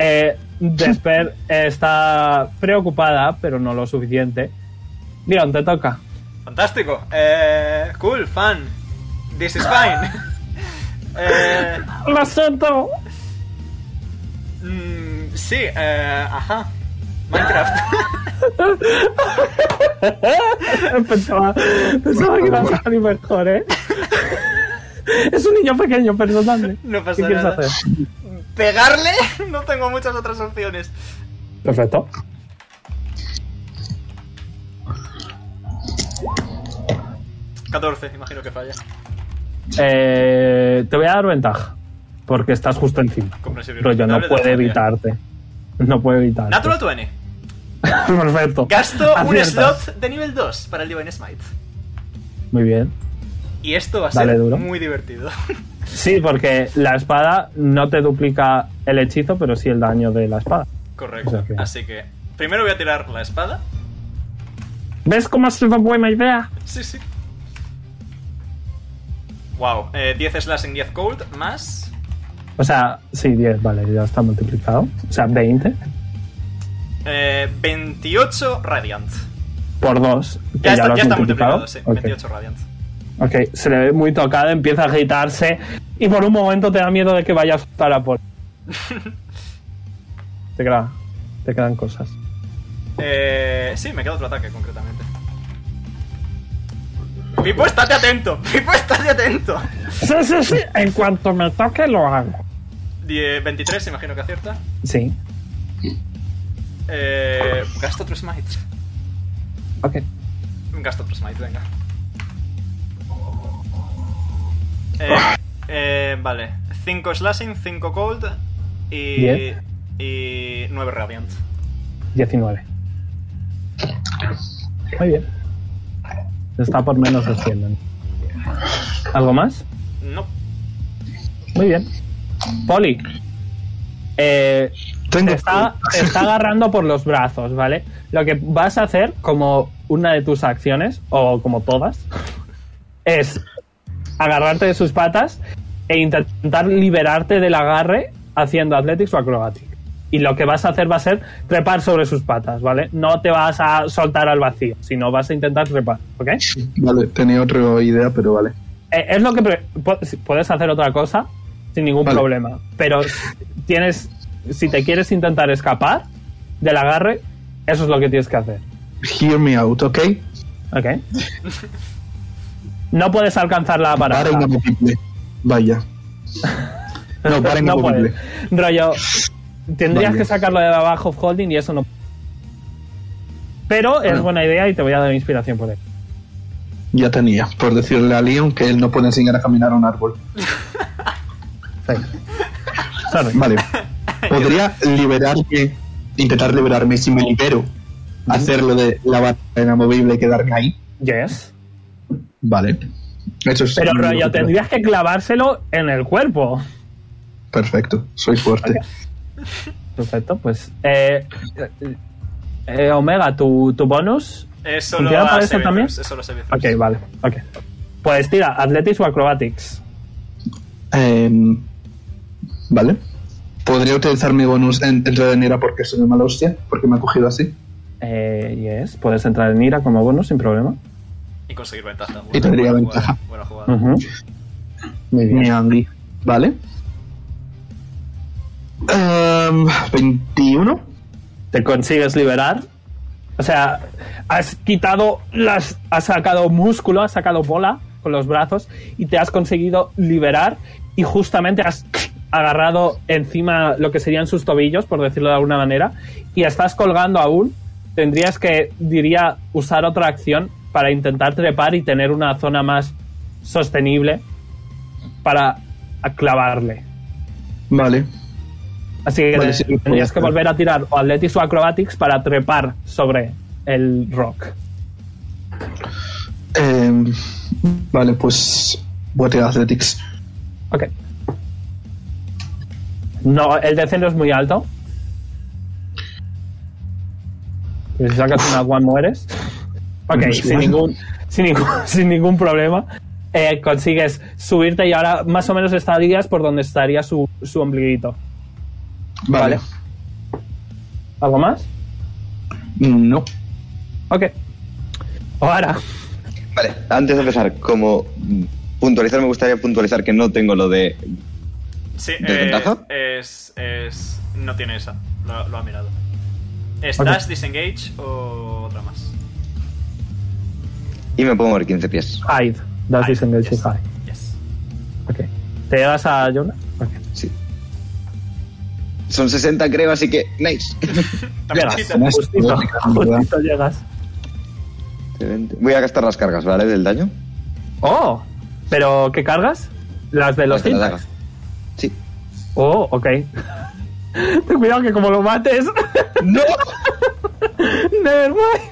Eh, *laughs* Desper está preocupada, pero no lo suficiente. Dion, te toca. Fantástico. Eh, cool, fan. This is *laughs* fine. eh, Lo siento. mm, sí, eh, ajá. *laughs* Minecraft. Pensaba, pensaba que iba a salir mejor, ¿eh? *laughs* es un niño pequeño, perdóname. No pasa ¿Qué quieres nada. hacer? ¿Pegarle? No tengo muchas otras opciones. Perfecto. Pff, 14, imagino que falla. Eh, te voy a dar ventaja. Porque estás justo encima. Comprensible. Pero yo no Respetable puedo de la evitarte. No puedo evitarte. Natural 20. *laughs* Perfecto. *laughs* Gasto un Aciertas. slot de nivel 2 para el Divine Smite. Muy bien. Y esto va a Dale ser duro. muy divertido. *laughs* Sí, porque la espada no te duplica el hechizo, pero sí el daño de la espada. Correcto. O sea que- Así que primero voy a tirar la espada. ¿Ves cómo es una buena idea? Sí, sí. Wow, eh, 10 slashing, 10 cold, más. O sea, sí, 10, vale, ya está multiplicado. O sea, 20 eh, 28 radiant. por 2. Ya, está, lo has ya está multiplicado. multiplicado, sí. Ok. 28 radiant. Ok, se le ve muy tocada, empieza a agitarse y por un momento te da miedo de que vaya a soltar a por. te, queda- te quedan cosas. Eh, sí, me queda otro ataque concretamente. Pipo, estate atento. *laughs* Pipo, estate atento. Sí, sí, sí. En cuanto me toque, lo hago. Die- 23, imagino que acierta. Sí. Eh, gasto otro smite. Ok. Gasto otro smite, venga. Eh, eh, vale. 5 slashing, 5 cold y. Diez. Y 9 radiant. 19. Muy bien. Está por menos de 100. ¿no? ¿Algo más? No. Muy bien. Poli. Eh, Tengo te, está, te está agarrando por los brazos, ¿vale? Lo que vas a hacer como una de tus acciones, o como todas, es agarrarte de sus patas e intentar liberarte del agarre haciendo Athletics o Acrobatic. Y lo que vas a hacer va a ser trepar sobre sus patas, ¿vale? No te vas a soltar al vacío, sino vas a intentar trepar, ¿ok? Vale, tenía otra idea, pero vale. Eh, es lo que pre- pu- si- puedes hacer otra cosa sin ningún Vale. problema. Pero s- tienes, si te quieres intentar escapar del agarre, eso es lo que tienes que hacer. Hear me out, ¿ok? ¿Ok? No puedes alcanzar la Para parada. inamovible. Vaya. No, para *laughs* no inamovible. puedes. Rollo, tendrías Vale. que sacarlo de abajo of holding y eso no. Pero es Bueno. buena idea y te voy a dar inspiración por él. ya tenía, por decirle a Leon que él no puede enseñar a caminar a un árbol. Fail. Sorry. Vale. Podría liberarme, intentar liberarme si me libero, hacerlo de la barra inamovible y quedarme ahí. Yes. Vale. Eso es Pero lo único rollo, que puedo. tendrías que clavárselo en el cuerpo. Perfecto, soy fuerte. Perfecto, pues. eh, eh, eh, Omega, tu, tu bonus. Es solo ¿Funciona para a eso saving también? throws, es solo a saving Ok, throws. vale. Ok. Pues tira, Athletics o Acrobatics. Em, vale. Podría utilizar mi bonus en, en redenera porque soy una mala hostia, porque me ha cogido así. Eh, yes, puedes entrar en ira como bonus sin problema. Y conseguir ventaja. Y tendría buena ventaja. jugada, Buena jugada. Ujú. Muy bien. Niangri. Vale. Em, 21. Te consigues liberar. O sea, has quitado las. Has sacado músculo, has sacado bola con los brazos y te has conseguido liberar. Y justamente has agarrado encima lo que serían sus tobillos, por decirlo de alguna manera, y estás colgando aún. Tendrías que, diría, usar otra acción para intentar trepar y tener una zona más sostenible para clavarle. Vale. Así que Vale, sí, lo puedo tendrías que hacer. volver a tirar o Athletics o Acrobatics para trepar sobre el rock. Em, vale, pues voy a tirar Athletics. Ok. No, el DC no es muy alto. Pero si sacas una one mueres. Ok, Menos sin mal. ningún, *laughs* sin ningún, sin ningún problema. eh, consigues subirte y ahora más o menos estarías por donde estaría su, su ombliguito. Vale. ¿Algo más? No. Ok. Ahora. Vale, antes de empezar, como puntualizar, me gustaría puntualizar que no tengo lo de. Sí, ¿Desventaja? eh, es, es. No tiene esa. Lo, lo ha mirado. ¿Es dash, disengage o otra más? Y me puedo mover 15 pies. Hide. Das Hide, disengage yes. hide. Yes. Ok. ¿Te das a Jonah? Ok. Sí. Son 60, creo, así que. Nice. También Llegas. chita. Nice. Justito, *laughs* ¿verdad? justito llegas. 20. Voy a gastar las cargas, ¿vale? Del daño. Oh, pero ¿qué cargas? Las de los Las de la hit. daga. Sí. Oh, ok. *laughs* Ten cuidado que como lo mates. *laughs* *laughs* ¡No! Never mind.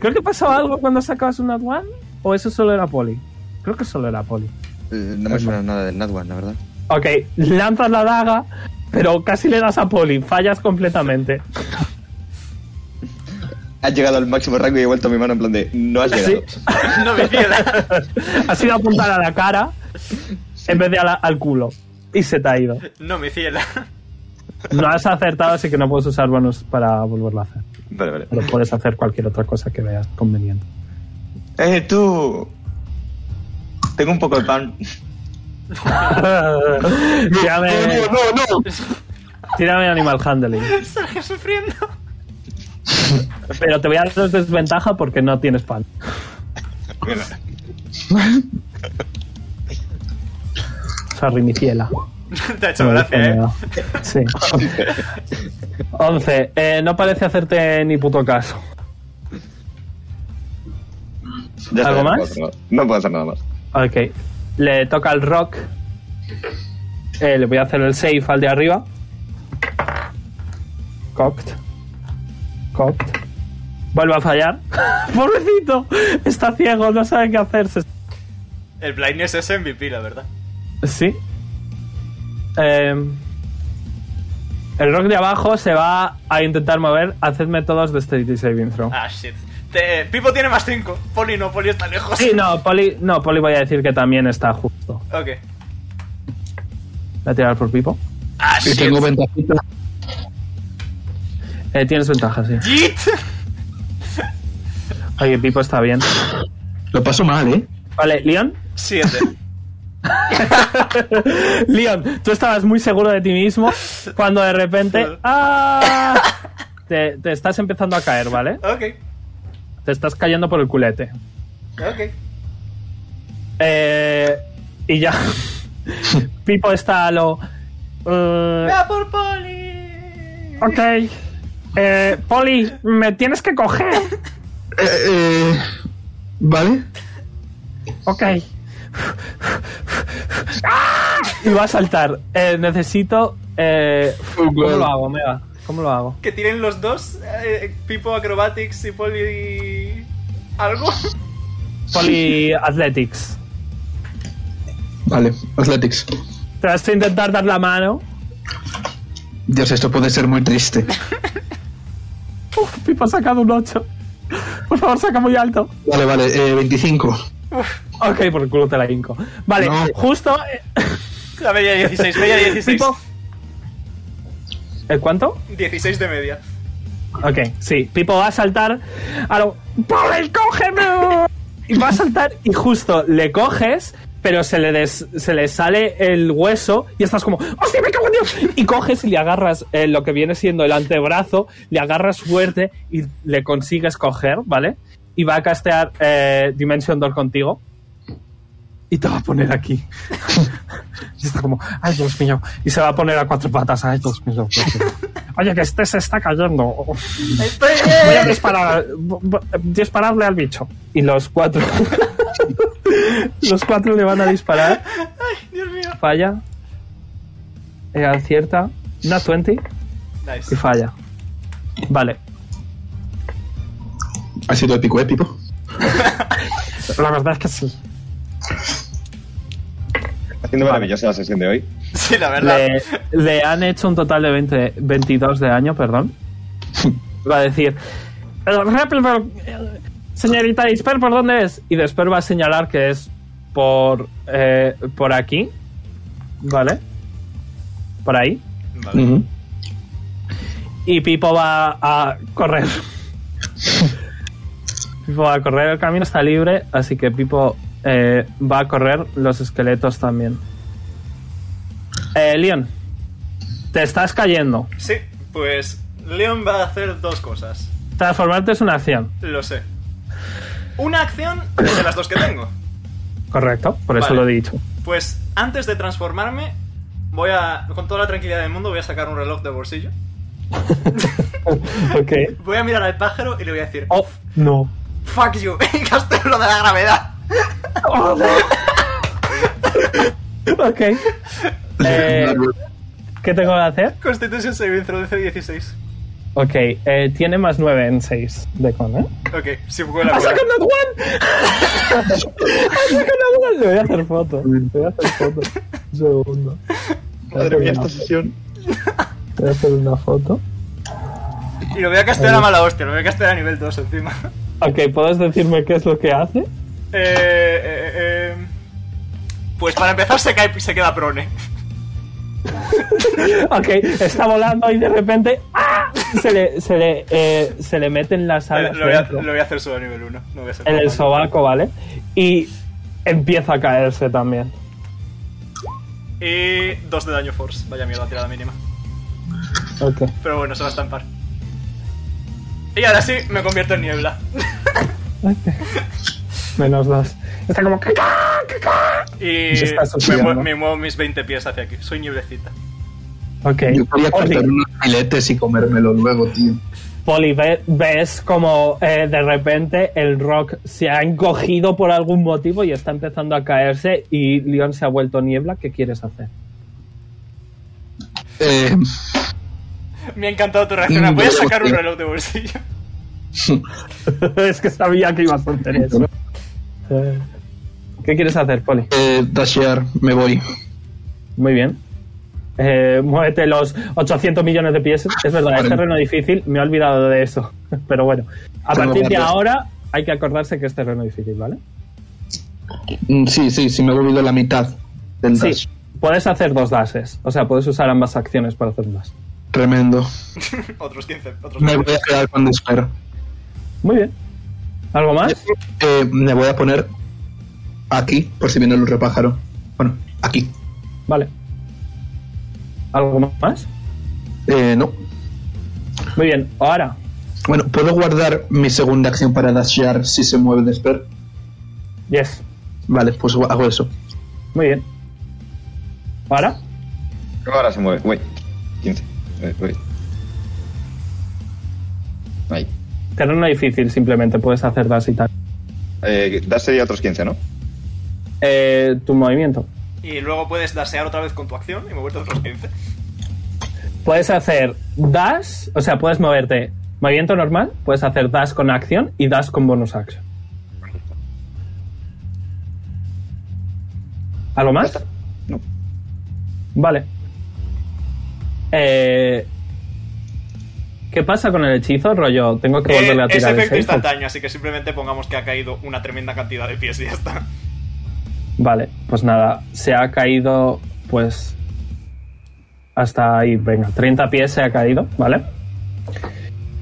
Creo que pasó algo cuando sacabas un one o eso solo era poli. Creo que solo era poli. Eh, no me suena nada del Nat One, la verdad. Ok, lanzas la daga, pero casi le das a poli, fallas completamente. *laughs* Has llegado al máximo rango y he vuelto mi mano en plan de. No has llegado. *laughs* no me queda. Has ido a apuntar a la cara en vez de a la- al culo. Y se te ha ido. No me ciela. *laughs* No has acertado, así que no puedes usar bonus para volverlo a hacer. *laughs* Vale, vale. Pero puedes hacer cualquier otra cosa que veas *laughs* conveniente. ¡Eh, tú! Tengo un poco de pan. tírame, no, no. tírame Animal Handling. Sergio sufriendo. Pero te voy a dar desventaja porque no tienes pan. O sea, rimiciela. *laughs* Te ha hecho gracia, eh. *laughs* Sí. 11. Eh, no parece hacerte ni puto caso. Ya está, ¿Algo no más? puedo hacer nada- No puedo hacer nada más. Ok. Le toca al rock. Eh, le voy a hacer el safe al de arriba. Cocked. Cocked. Vuelve a fallar. *laughs* Pobrecito. Está ciego, no sabe qué hacer. Se- *laughs* El blindness es MVP, la verdad. Sí. Eh, el rock de abajo se va a intentar mover. Hacedme todos de State Saving Throw. Ah, shit. Te- Pipo tiene más 5. Poli no, Poli está lejos. Sí, no, Poli, no, Poli voy a decir que también está justo. Ok. Voy a tirar por Pipo. Ah, Y shit. tengo ventajita. Eh, tienes ventaja, sí. Yeet. Oye, Pipo está bien. Lo paso mal, ¿eh? Vale, Leon. Siete. *laughs* Leon, tú estabas muy seguro de ti mismo cuando de repente. ¡Ah! Te, te estás empezando a caer, ¿vale? Ok. Te estás cayendo por el culete. Ok. *laughs* Eh, y ya. *laughs* Pipo está a lo. eh, Vea por Poli. ok. Eh, Poli, me tienes que coger. Eh, eh, vale. Ok. Y va a saltar. Eh, necesito. eh, ¿Cómo lo hago, Mega? ¿Cómo lo hago? Que tiren los dos, eh, Pipo Acrobatics y Poli... ¿Algo? *laughs* Poli Athletics. Vale, Athletics. Te vas a intentar dar la mano. Dios, esto puede ser *laughs* muy triste. Uf, Pipo ha sacado un 8. Por favor, saca muy alto. Vale, vale, eh, 25. Ok, por el culo te la hinco. Vale, No. justo. eh, La media 16, media *laughs* 16. Pipo. ¿El cuánto? 16 de media. Ok, sí. Pipo va a saltar a lo... ¡Pobre, cógeme! Y va a saltar y justo le coges, pero se le, des- se le sale el hueso y estás como... ¡Hostia, me cago en Dios! Y coges y le agarras eh, lo que viene siendo el antebrazo, le agarras fuerte y le consigues coger, ¿vale? Y va a castear eh, Dimension Door contigo. Y te va a poner aquí. *laughs* Y está como, ay Dios mío. Y se va a poner a cuatro patas, ay Dios mío. Dios mío. Oye, que este se está cayendo. Voy *laughs* a disparar, v- v- dispararle al bicho. Y los cuatro. *laughs* los cuatro le van a disparar. Dios mío. Falla. Eh, acierta. Una 20 y Nice. falla. Vale. Ha sido épico, épico. La verdad es que sí. Haciendo maravillosa la sesión de hoy. Sí, la verdad. Le, le han hecho un total de 20, 22 de daño, perdón. Va a decir, "Eh, Rappelberg, eh, señorita Disper, ¿por dónde es? Y Disper va a señalar que es por, eh, por aquí, ¿vale? Por ahí. Vale. Eh. Ujú. Y Pipo va a correr. Pipo va a correr, el camino está libre, así que Pipo eh, va a correr los esqueletos también. Eh, Leon, te estás cayendo. Sí, pues Leon va a hacer dos cosas. Transformarte es una acción, Lo sé. Una acción de las dos que tengo. correcto, por eso Vale. lo he dicho. Pues antes de transformarme, voy a. Con toda la tranquilidad del mundo, voy a sacar un reloj de bolsillo. *laughs* Ok. Voy a mirar al pájaro y le voy a decir: Oh, no. ¡Fuck you! *laughs* Y casto lo de la gravedad. Oh, no. *laughs* ok. Eh, ¿Qué tengo que hacer? Constitution Saving Throw DC 16. Ok, eh, tiene más 9 en 6 de con, ¿eh? Ok, si puedo la ¡Ha buena. sacado una one! ¡Ha sacado una one! Le voy a hacer foto. Le voy a hacer foto. Un segundo. Madre mía, esta sesión. Le voy a hacer una foto. Y lo voy a castear a mala hostia, lo voy a castear a nivel 2 encima. *laughs* Ok, ¿puedes decirme qué es lo que hace? *laughs* Eh, eh, eh, Pues para empezar, se cae se queda prone. Ok, está volando y de repente. ¡Ah! Se le, se le, eh, se le meten las alas Eh, lo, voy a, dentro, lo voy a hacer solo a nivel 1. No voy a hacer en el nada. sobaco, ¿vale? Y empieza a caerse también. Y 2 de daño force. Vaya mierda, tirada mínima. Ok. Pero bueno, se va a estampar. Y ahora sí, me convierto en niebla. Menos dos. Está como. ¡ah! Y Se está me, asociando. mue- me muevo mis 20 pies hacia aquí. Soy nieblecita. Ok. Yo quería Oli. cortar unos filetes y comérmelo luego, tío. Poli, ve- ves como eh, de repente el rock se ha encogido por algún motivo y está empezando a caerse y Leon se ha vuelto niebla. ¿Qué quieres hacer? Eh, Me ha encantado tu reacción. Mm, Voy a yo lo sacar un sé. reloj de bolsillo. *laughs* es que sabía que ibas a hacer eso. Eh, ¿Qué quieres hacer, Poli? eh, dashear, me voy. Muy bien. Eh, muévete los 800 millones de pies. Es verdad, es Vale. terreno difícil. Me he olvidado de eso. *laughs* Pero bueno, a Tengo partir de varios. ahora hay que acordarse que es terreno difícil, ¿vale? Mm, Sí, sí, sí, me he movido la mitad del Sí, dash. puedes hacer dos dashes. O sea, puedes usar ambas acciones para hacer un dash. Tremendo. Otros 15. Otros Me 15. voy a quedar con Desper. Muy bien. ¿Algo más? Eh, me voy a poner aquí, por si viene el repájaro. Bueno, aquí. Vale. ¿Algo más? Eh, no. Muy bien, ahora. Bueno, ¿puedo guardar mi segunda acción para dashear si se mueve Desper? Yes. Vale, pues hago eso. Muy bien. Ahora. Ahora se mueve. Wait. 15. Wait, wait. Ahí. Terreno difícil, simplemente puedes hacer dash y tal. Eh, das sería otros 15, ¿no? eh, tu movimiento. Y luego puedes dasear otra vez con tu acción y moverte otros 15. Puedes hacer dash, o sea, puedes moverte movimiento normal, puedes hacer dash con acción y dash con bonus action. ¿Algo más? No. Vale. Eh, ¿Qué pasa con el hechizo, rollo? Tengo que Eh, volverle a es tirar el efecto seis? instantáneo, así que simplemente pongamos que ha caído una tremenda cantidad de pies y ya está. Vale, pues nada, se ha caído pues hasta ahí, venga, 30 pies se ha caído, ¿vale?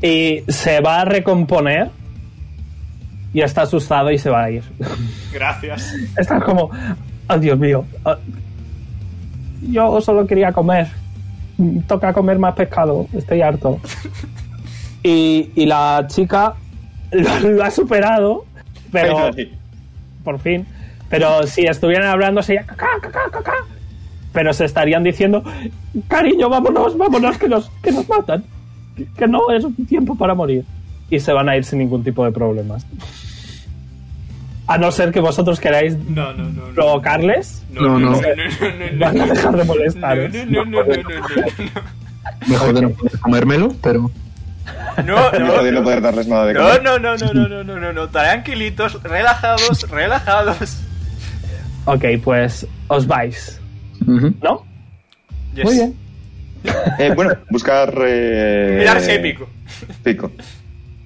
Y se va a recomponer y está asustado y se va a ir. *laughs* Gracias. Está como, oh Dios mío, ah, yo solo quería comer, Mm, toca comer más pescado, estoy harto. Y, y la chica lo, lo ha superado, pero por fin. Pero si estuvieran hablando sería cacá, cacá, cacá. Pero se estarían diciendo, cariño, vámonos, vámonos, que nos, que nos matan. Que- Que no es un tiempo para morir. Y se van a ir sin ningún tipo de problemas. A no ser que vosotros queráis No, no, no. No, provocarles, No, no. van a dejar de No, molestar. no, no, no, no, no, Mejor de no poder comérmelo, pero no, No no, podía no poder darles nada de No, comer. no, no, no, no, no, no, no, no. Tranquilitos, relajados, *laughs* relajados. Ok, pues os vais, ujú, ¿no? Yes. Muy bien. Eh, bueno, buscar. Eh, Mirar si hay pico. Pico.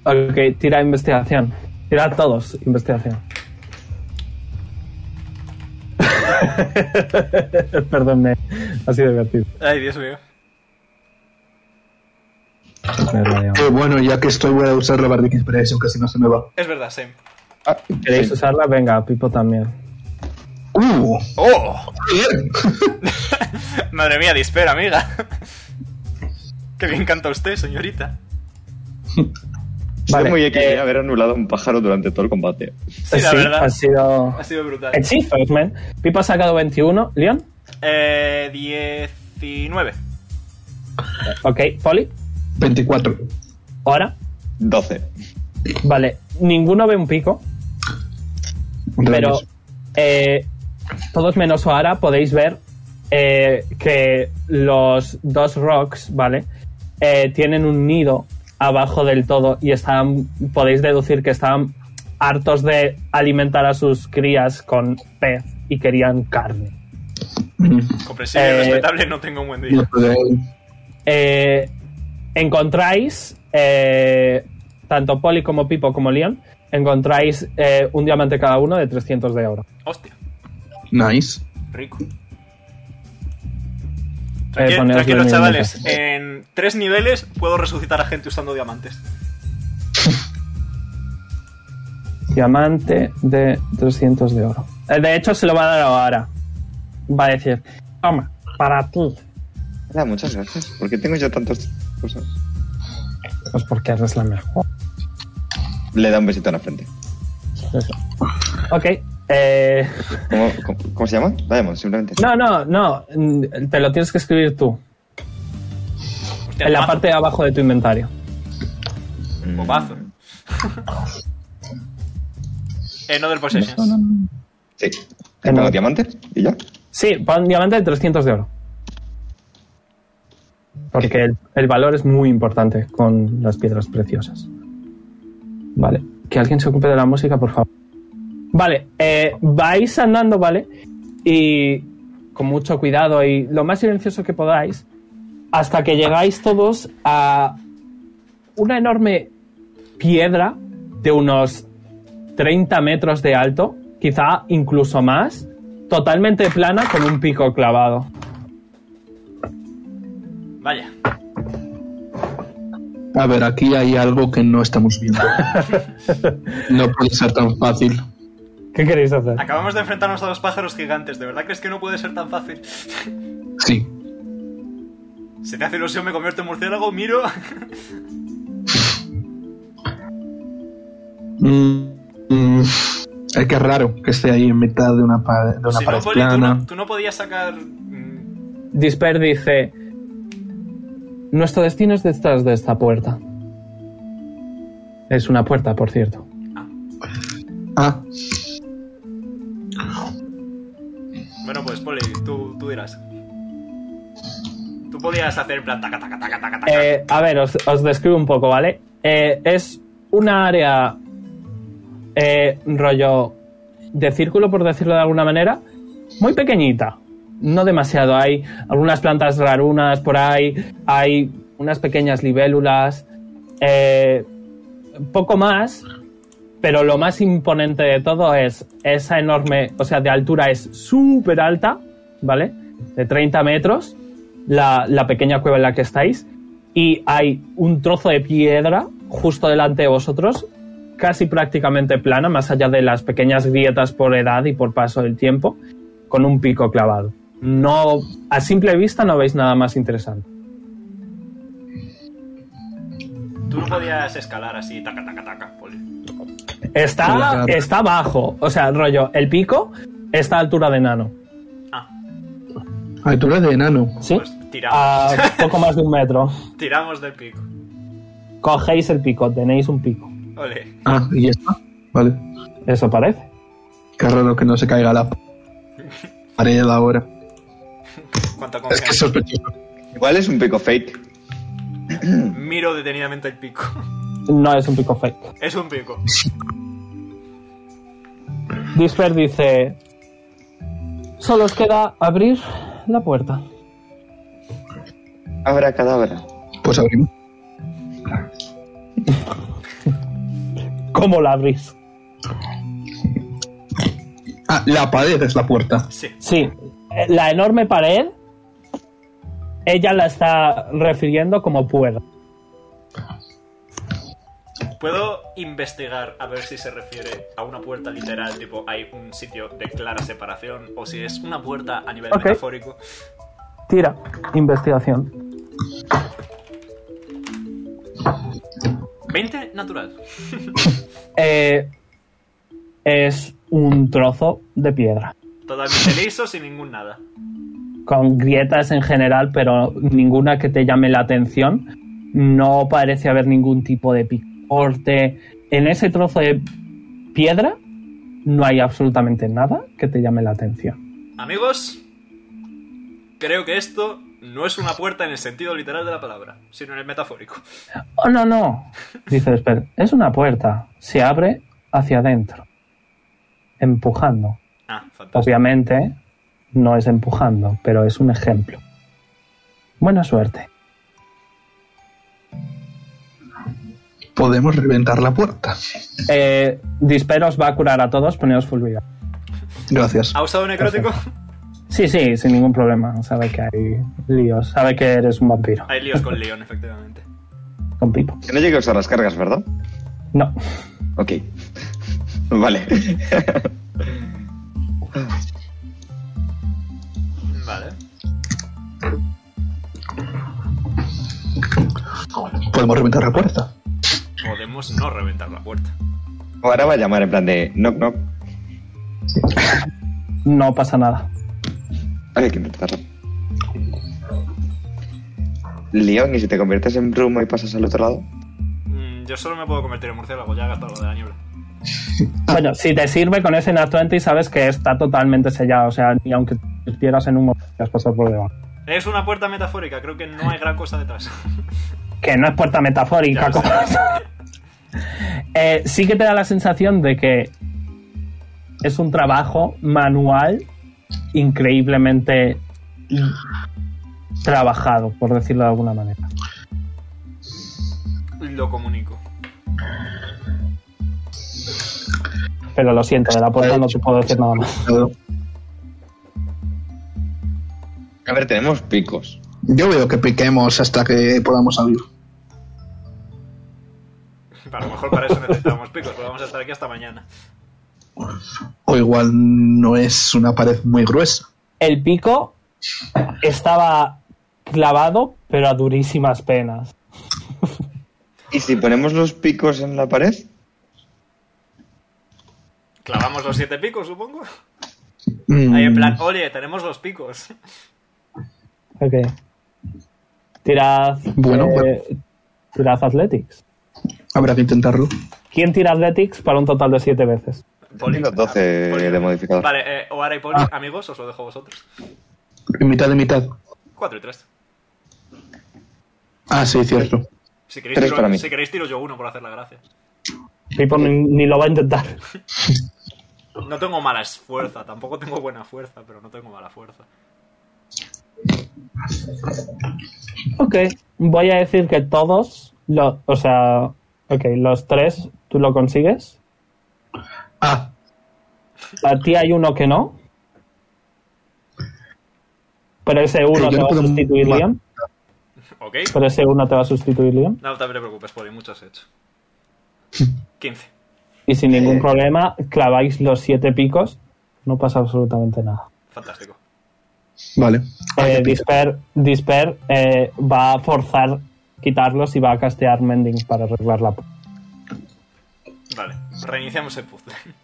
Ok, tira investigación. Tira todos, investigación. *laughs* Perdón, me ha sido divertido. Ay, Dios mío. Me he rayado. Eh, bueno, ya que estoy voy a usar la bardic inspiration, que si no se me va. Es verdad, Sam. Ah, ¿Queréis usarla? Venga, Pipo también. Uh, ¡Oh! bien. Madre mía, dispera, amiga. *laughs* Qué bien canta usted, señorita. Estoy Vale, muy equilibrado eh, haber anulado a un pájaro durante todo el combate. Sí, la Sí, verdad. ha sido... Ha sido brutal. Hechizos, man. Pipo ha sacado 21. ¿Leon? Eh, 19. Ok, Poli. 24. Ahora. 12. Vale, ninguno ve un pico, pero Rayos. eh, todos menos Oara podéis ver eh, que los dos rocks, ¿vale? Eh, tienen un nido abajo del todo y están, podéis deducir que estaban hartos de alimentar a sus crías con pez y querían carne. Ujú. Comprensible Eh, y respetable, no tengo un buen No día. podré- Eh, encontráis, eh, tanto Poli como Pipo como Leon, encontráis eh, un diamante cada uno de 300 de oro. Hostia, Nice. rico. Eh, Tranqui- poneos tranquilos, bien chavales. en En tres niveles puedo resucitar a gente usando diamantes. Diamante de 300 de oro. Eh, De hecho, se lo va a dar ahora. Va a decir, toma, para ti. Nada, muchas gracias. ¿Por qué tengo yo tantas cosas? Pues porque eres la mejor. Le da un besito en la frente. Eso. Ok. eh, ¿Cómo, cómo- cómo se llama? Diamond, simplemente. no, no, no. mm, Te lo tienes que escribir tú. Hostia, En la mazo, parte de abajo de tu inventario. Mm, Bombazo. *laughs* Eh, no del Possessions. Sí. Le pongo diamante y ya. Sí, pon diamante de 300 de oro. Porque el, el valor es muy importante con las piedras preciosas. Vale. Que alguien se ocupe de la música, por favor. Vale, eh, vais andando, ¿vale? Y con mucho cuidado y lo más silencioso que podáis, hasta que llegáis todos a una enorme piedra de unos 30 metros de alto, quizá incluso más, totalmente plana con un pico clavado. Vaya. A ver, aquí hay algo que no estamos *laughs* viendo. no puede ser tan fácil. ¿Qué queréis hacer? Acabamos de enfrentarnos a los pájaros gigantes. ¿De verdad crees que no puede ser tan fácil? Sí. Si te hace ilusión, me convierto en murciélago, miro. *laughs* Mm, mm, es que es raro que esté ahí en mitad de una, pa- de una si no, pared Poli, tú plana. no, tú no podías sacar. mm, Disper dice: Nuestro destino es detrás de esta puerta. Es una puerta, por cierto. Ah, pues, Tú dirás. Tú podías hacer en plan taca, taca, taca, taca, taca. Eh, a ver, os, os describo un poco, ¿vale? Eh, es una área eh, rollo de círculo, por decirlo de alguna manera, muy pequeñita. No demasiado. Hay algunas plantas rarunas por ahí, hay unas pequeñas libélulas, eh, poco más, pero lo más imponente de todo es esa enorme, o sea, de altura es súper alta, ¿vale? De 30 metros, la, la pequeña cueva en la que estáis, y hay un trozo de piedra justo delante de vosotros, casi prácticamente plana, más allá de las pequeñas grietas por edad y por paso del tiempo, con un pico clavado. No, a simple vista no veis nada más interesante. Tú no podías escalar así, taca, taca, taca, Poli. Está, Claro. está bajo, o sea, rollo, el pico está a altura de nano, Altura de enano. ¿sí? Ah, Pues tiramos. A poco más de un metro. Tiramos del pico. Cogéis el pico, tenéis un pico. Ole. Ah, y ya está. Vale. Eso parece. Qué raro que no se caiga la pared ahora. Cuánta Es que es confianza. sospechoso. Igual es un pico fake. Miro detenidamente el pico. *laughs* No es un pico fake. Es un pico. Disper dice: Solo os queda abrir la puerta. Abra cadabra. Pues abrimos. ¿Cómo la abrís? Ah, la pared es la puerta. Sí. Sí, eh, la enorme pared, ella la está refiriendo como puerta. Puedo investigar a ver si se refiere a una puerta literal, tipo hay un sitio de clara separación, o si es una puerta a nivel Ok. metafórico. Tira, investigación. 20 natural. Eh, es un trozo de piedra. Totalmente liso, sin ningún nada. con grietas en general, pero ninguna que te llame la atención. No parece haber ningún tipo de picorte. En ese trozo de piedra no hay absolutamente nada que te llame la atención. Amigos, creo que esto no es una puerta en el sentido literal de la palabra, sino en el metafórico. Oh, no, no, dice Esper. Es una puerta. Se abre hacia adentro. Empujando. Ah, fantástico. Obviamente no es empujando, pero es un ejemplo. Buena suerte. Podemos reventar la puerta. Eh, Disperos va a curar a todos, poneos full vida. Gracias. ¿Ha usado necrótico? Sí, sí, sin ningún problema. Sabe que hay líos. Sabe que eres un vampiro. Hay líos con León, efectivamente. Con pipo. Que no llegue a usar las cargas, ¿verdad? No. Ok. *laughs* Vale. *laughs* Vale. Podemos reventar la puerta. Podemos no reventar la puerta. Ahora va a llamar en plan de knock knock. No pasa nada. Hay que intentarlo. León, ¿y si te conviertes en bruma y pasas al otro lado? Mm, yo solo me puedo convertir en murciélago, ya he gastado lo de la niebla. Bueno, si te sirve con ese Nat 20, sabes que está totalmente sellado. O sea, ni aunque te quieras en un momento, has pasado por debajo. Es una puerta metafórica, creo que no hay gran cosa detrás. Que no es puerta Ya metafórica. lo sé. como- *laughs* Eh, sí que te da la sensación de que es un trabajo manual increíblemente trabajado, por decirlo de alguna manera. Lo comunico. Pero lo siento, de la puerta no te puedo decir nada más. A ver, tenemos picos. Yo veo que piquemos hasta que podamos abrir. A lo mejor para eso necesitamos picos, pero vamos a estar aquí hasta mañana. O igual no es una pared muy gruesa. El pico estaba clavado, pero a durísimas penas. ¿Y si ponemos los picos en la pared? Clavamos los siete picos, supongo. Mm, Ahí en plan, oye, tenemos los picos. Ok. Tirad. Bueno, pues- eh, bueno. Tirad Athletics. Habrá que intentarlo. ¿Quién tira Athletics para un total de siete veces? Tengo 12 Poli. de modificador. Vale, eh, Oara y Poli, amigos, os lo dejo a vosotros. mitad de mitad. 4 y 3. Ah, sí, cierto. Si queréis, Tres tiro, para mí. si queréis, tiro yo uno por hacer la gracia. Pipo ni, ni lo va a intentar. No tengo mala fuerza, tampoco tengo buena fuerza, pero no tengo mala fuerza. *laughs* Ok, voy a decir que todos, lo- o sea, ok, los tres, tú lo consigues. Ah, A ti hay uno que no. Pero ese uno Eh, yo te no va a puedo sustituir, ma- Liam. ¿Ok? Pero ese uno te va a sustituir, Liam. No, también te preocupes, Poli, mucho has hecho. 15. Y sin ningún Eh. problema, claváis los siete picos. No pasa absolutamente nada. Fantástico. vale. Ah, Eh, qué pica. Disper, Disper eh, va a forzar quitarlos y va a castear Mending para arreglar la... pu- Vale, reiniciamos el puzzle. *laughs*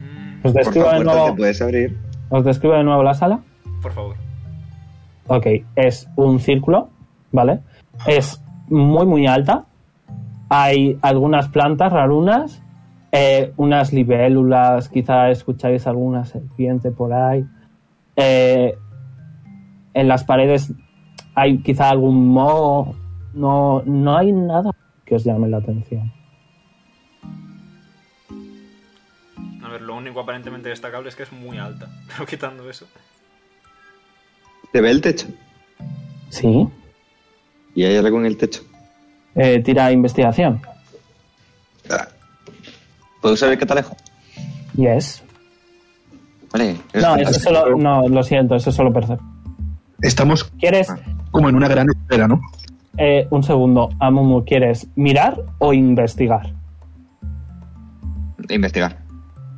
Mm, Os Por describo, favor, de nuevo, te puedes abrir. os describo de nuevo la sala. Por favor. Ok, es un círculo, ¿vale? Es muy, muy alta. Hay algunas plantas rarunas, eh, unas libélulas, quizá escucháis alguna serpiente por ahí. Eh, en las paredes hay quizá algún moho. No, no hay nada que os llame la atención. A ver, lo único aparentemente destacable es que es muy alta. *laughs* Pero quitando eso. ¿Te ve el techo? Sí. ¿Y hay algo en el techo? Eh, tira investigación. Ah. ¿Puedo saber qué te alejo? Yes. Vale. No, es- eso solo, no, lo siento, eso es solo percepción. Estamos ¿Quieres como en una gran espera, ¿no? Eh, un segundo, Amumu, ¿quieres mirar o investigar? Investigar.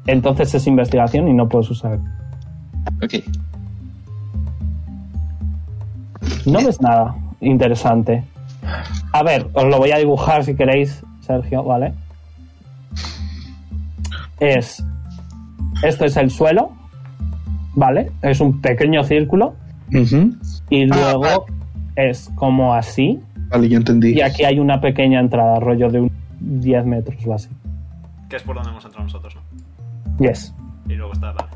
Entonces es investigación y no puedes usar. Ok. No ves nada interesante. A ver, os lo voy a dibujar si queréis, Sergio, ¿vale? Es. Esto es el suelo, ¿vale? Es un pequeño círculo Ujú. y Ah, luego es como así. Vale, yo entendí. Y aquí hay una pequeña entrada, rollo de un 10 metros o así. Que es por donde hemos entrado nosotros, ¿no? Yes. Y luego está, vale.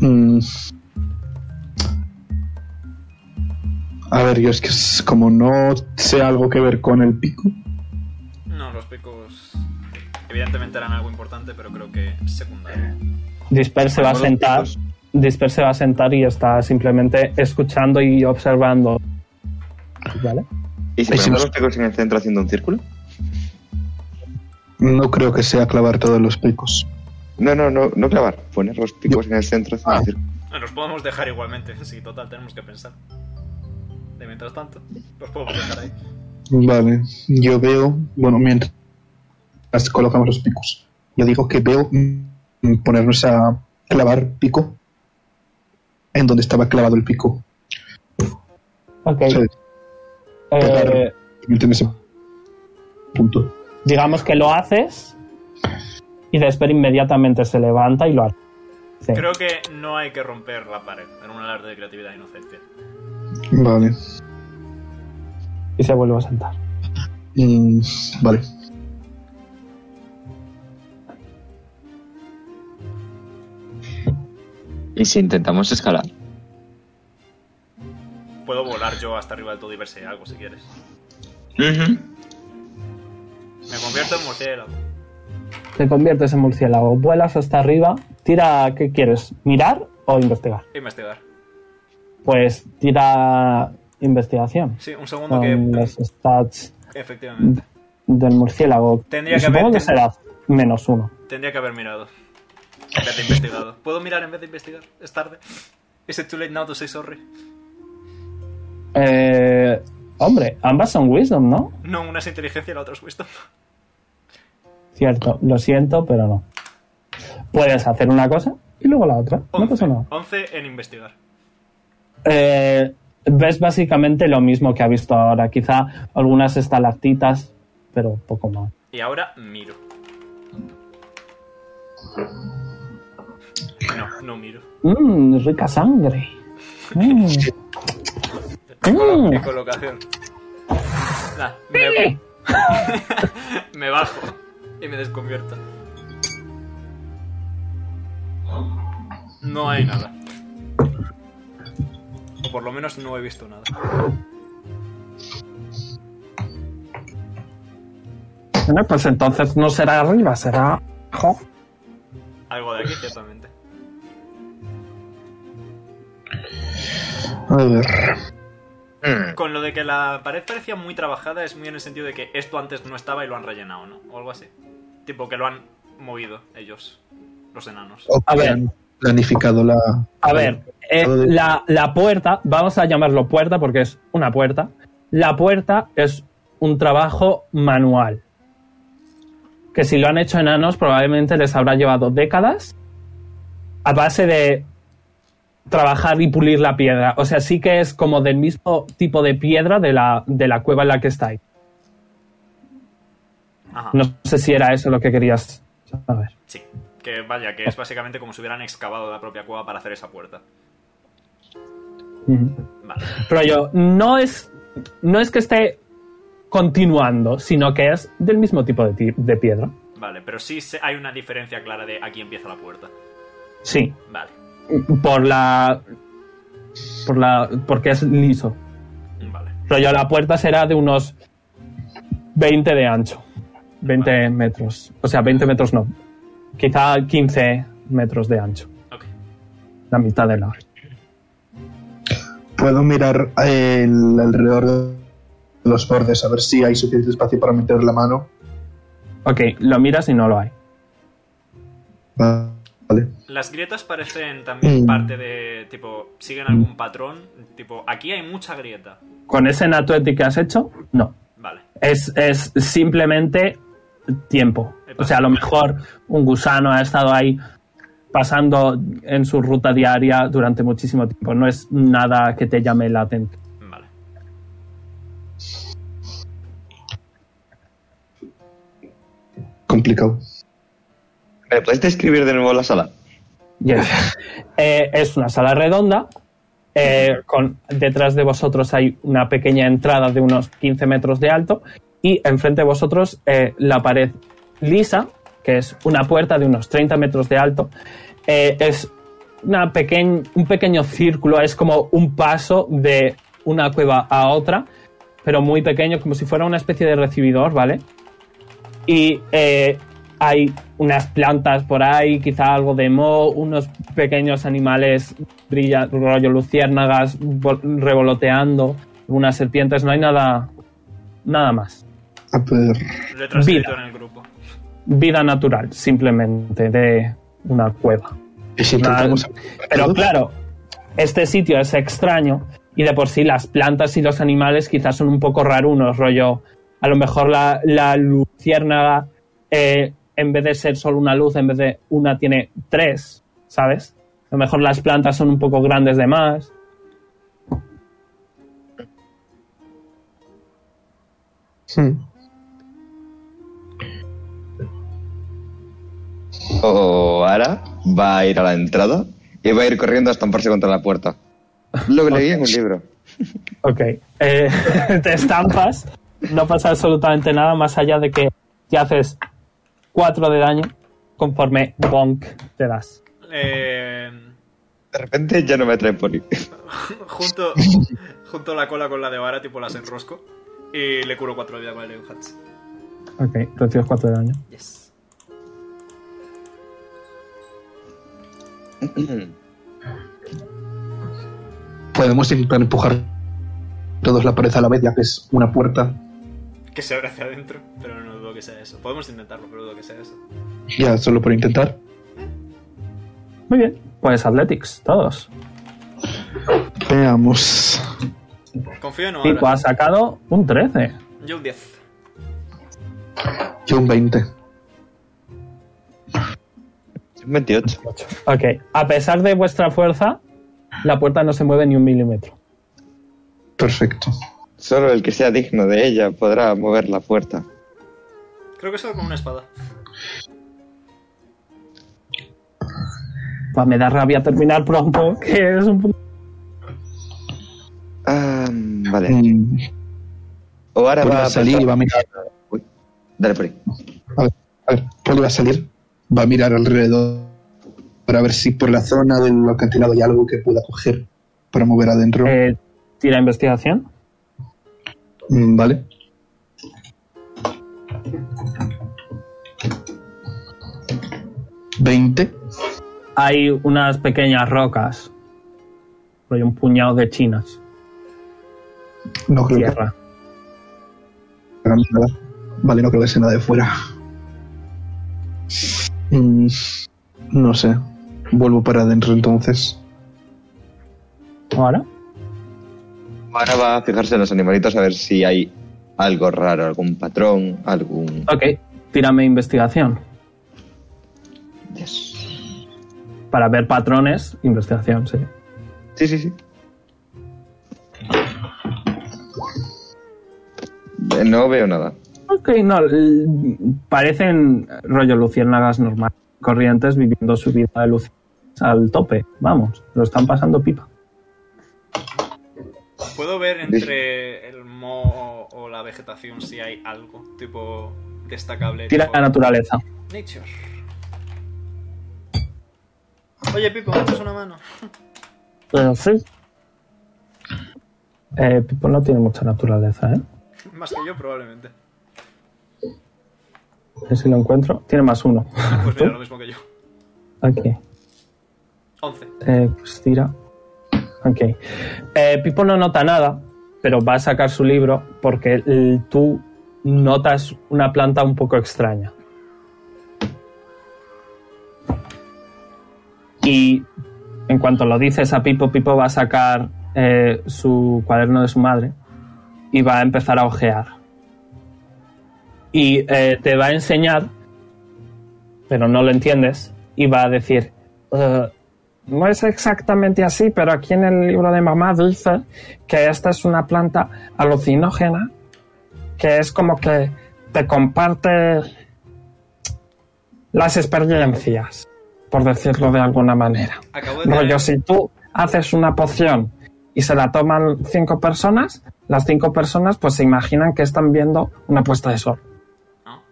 Mm. A ver, yo es que es- como no sé algo que ver con el pico, No, los picos. Evidentemente eran algo importante, pero creo que secundario. Disper se va a Como los sentar. chicos. Disper se va a sentar y está simplemente escuchando y observando. ¿Vale? ¿Y si Ay, si ponemos nos- los picos en el centro haciendo un círculo? no creo que sea clavar todos los picos. No, no, no, no clavar. Poner los picos en el centro haciendo un círculo. Eh, Los podemos dejar igualmente, *laughs* sí, total, tenemos que pensar. De mientras tanto, los podemos dejar ahí. Vale, yo veo, bueno, mientras colocamos los picos, yo digo que veo mm, ponernos a clavar pico en donde estaba clavado el pico. Ok. O sea, eh, en ese punto. digamos que lo haces y Disper inmediatamente se levanta y lo hace. Sí. Creo que no hay que romper la pared, en un alarde de creatividad e inocencia. Vale, Y se vuelve a sentar. Mm, vale. ¿Y si intentamos escalar? Puedo volar yo hasta arriba del todo y ver si hay algo si quieres. Me convierto en murciélago. Te conviertes en murciélago, vuelas hasta arriba, tira, ¿qué quieres? ¿Mirar o investigar? Investigar. Pues tira investigación. Sí, un segundo que. Con los stats Efectivamente. del murciélago. Tendría que Supongo haber- que será menos uno. Tendría que haber mirado. En vez de investigado. ¿Puedo mirar en vez de investigar? Es tarde. Is it too late now to say sorry? Eh, hombre, ambas son wisdom, ¿no? No, una es inteligencia y la otra es wisdom. Cierto, lo siento, pero no. Puedes hacer una cosa y luego la otra. No pasa nada. 11 en investigar. Eh, ves básicamente lo mismo que ha visto ahora. Quizá algunas estalactitas, pero poco más. Y ahora miro. No, no miro. Mmm, rica sangre. Mm. Qué colo- Mm. qué colocación. Nah, me, me bajo y me desconvierto. No hay nada. O por lo menos no he visto nada. Bueno, pues entonces no será arriba, será abajo. Algo de aquí, ciertamente. A ver. Con lo de que la pared parecía muy trabajada, es muy en el sentido de que esto antes no estaba y lo han rellenado, ¿no? O algo así. Tipo que lo han movido ellos, los enanos. O A que ver. han Planificado la. A ver, eh, la, la puerta, vamos a llamarlo puerta porque es una puerta. La puerta es un trabajo manual. Que si lo han hecho enanos, probablemente les habrá llevado décadas a base de trabajar y pulir la piedra. O sea, sí que es como del mismo tipo de piedra de la, de la cueva en la que estáis. Ajá. No sé si era eso lo que querías saber. Sí. Que vaya, que es básicamente como si hubieran excavado la propia cueva para hacer esa puerta. Ujú. Vale. rollo, no es, no es que esté continuando, sino que es del mismo tipo de, ti- de piedra. Vale, pero sí se- hay una diferencia clara de aquí empieza la puerta. Sí, Vale. por la... Por la porque es liso. Vale. Rollo, la puerta será de unos 20 de ancho. 20 metros. O sea, 20 metros no. Quizá 15 metros de ancho. Ok. La mitad de largo. Puedo mirar el, alrededor de los bordes, a ver si hay suficiente espacio para meter la mano. Ok, lo miras y no lo hay. Va- Vale. Las grietas parecen también Mm. parte de. Tipo, siguen algún patrón. Tipo, aquí hay mucha grieta. Con ese natueti que has hecho, no. Vale. Es, es simplemente tiempo. O sea, a lo mejor un gusano ha estado ahí pasando en su ruta diaria durante muchísimo tiempo. No es nada que te llame la atención. Vale. Complicado. ¿Me puedes describir de nuevo la sala? Yes. Eh, es una sala redonda. eh, con, detrás de vosotros hay una pequeña entrada de unos 15 metros de alto. Y enfrente de vosotros eh, la pared lisa, que es una puerta de unos 30 metros de alto. Eh, es una pequeñ- un pequeño círculo, es como un paso de una cueva a otra, pero muy pequeño, como si fuera una especie de recibidor, ¿vale? y eh, hay unas plantas por ahí, quizá algo de moho, unos pequeños animales brilla, rollo luciérnagas vol- revoloteando, unas serpientes, no hay nada, nada más. A ver. Lo he transcrito Vida. en el grupo. Vida natural, simplemente, de una cueva. ¿Y si Nada- intentamos- pero claro, este sitio es extraño y de por sí las plantas y los animales quizás son un poco rarunos, rollo. A lo mejor la, la luciérnaga, eh, en vez de ser solo una luz, en vez de una, tiene tres, ¿sabes? A lo mejor las plantas son un poco grandes de más. Hmm. O Ara va a ir a la entrada y va a ir corriendo a estamparse contra la puerta. Lo que leí en un libro. Ok. Eh, *laughs* te estampas, no pasa absolutamente nada más allá de que te haces cuatro de daño conforme bonk te das. Eh. De repente ya no me trae por ir. junto, junto la cola con la de Vara, tipo las enrosco. Y le curo 4 de vida con el Leon Hats. Ok, recibes 4 de daño. Yes. Podemos intentar empujar todos la pared a la vez, ya que es una puerta. Que se abra hacia adentro, pero no dudo que sea eso. Podemos intentarlo, pero dudo que sea eso. Ya, solo por intentar. Muy bien. Pues Athletics, todos. Veamos. Confío en Pico Oara. pues ha sacado un 13. Yo un 10. Yo un 20. 28. Ok, a pesar de vuestra fuerza, la puerta no se mueve ni un milímetro. Perfecto. Solo el que sea digno de ella podrá mover la puerta. Creo que solo con una espada. Buah, Pues me da rabia terminar pronto, *laughs* que es un punto. Ah, vale. Mm, O ahora Poli va va a pasar- salir y va a mirar. Uy, dale por ahí. A ver, a ver, Poli va a salir, va a mirar alrededor para ver si por la zona del acantilado hay algo que pueda coger para mover adentro. Eh, tira investigación. Mm, Vale. ¿20? Hay unas pequeñas rocas. Hay un puñado de chinas. No creo que Tierra. Pero nada. Vale, no creo que sea nada de fuera. Mm, no sé. Vuelvo para adentro entonces. ¿Ahora? Ahora va a fijarse en los animalitos a ver si hay algo raro, algún patrón, algún... Ok. Tírame investigación. Yes. Para ver patrones, investigación, sí. Sí, sí, sí. Eh, No veo nada. Ok, no. l- Parecen rollo luciérnagas normales, corrientes, viviendo su vida de luz al tope. Vamos, lo están pasando pipa. ¿Puedo ver entre el moho o la vegetación si hay algo tipo destacable? Tira tipo la naturaleza. Nature. Oye, Pipo, ¿me echas una mano? Pero sí. Eh, Pipo no tiene mucha naturaleza, ¿eh? Más que yo, probablemente. A ver si lo encuentro. Tiene más uno. Pues mira, lo mismo que yo. Aquí. 11. Eh, pues tira. Ok. Eh, Pipo no nota nada, pero va a sacar su libro porque el- tú notas una planta un poco extraña. Y en cuanto lo dices a Pipo, Pipo va a sacar eh, su cuaderno de su madre y va a empezar a ojear. Y eh, te va a enseñar, pero no lo entiendes, y va a decir... "Eh, no es exactamente así, pero aquí en el libro de mamá dice que esta es una planta alucinógena, que es como que te comparte las experiencias, por decirlo de alguna manera. Acabo de Rollo, tener, si tú haces una poción y se la toman cinco personas, las cinco personas pues se imaginan que están viendo una puesta de sol. ¿no?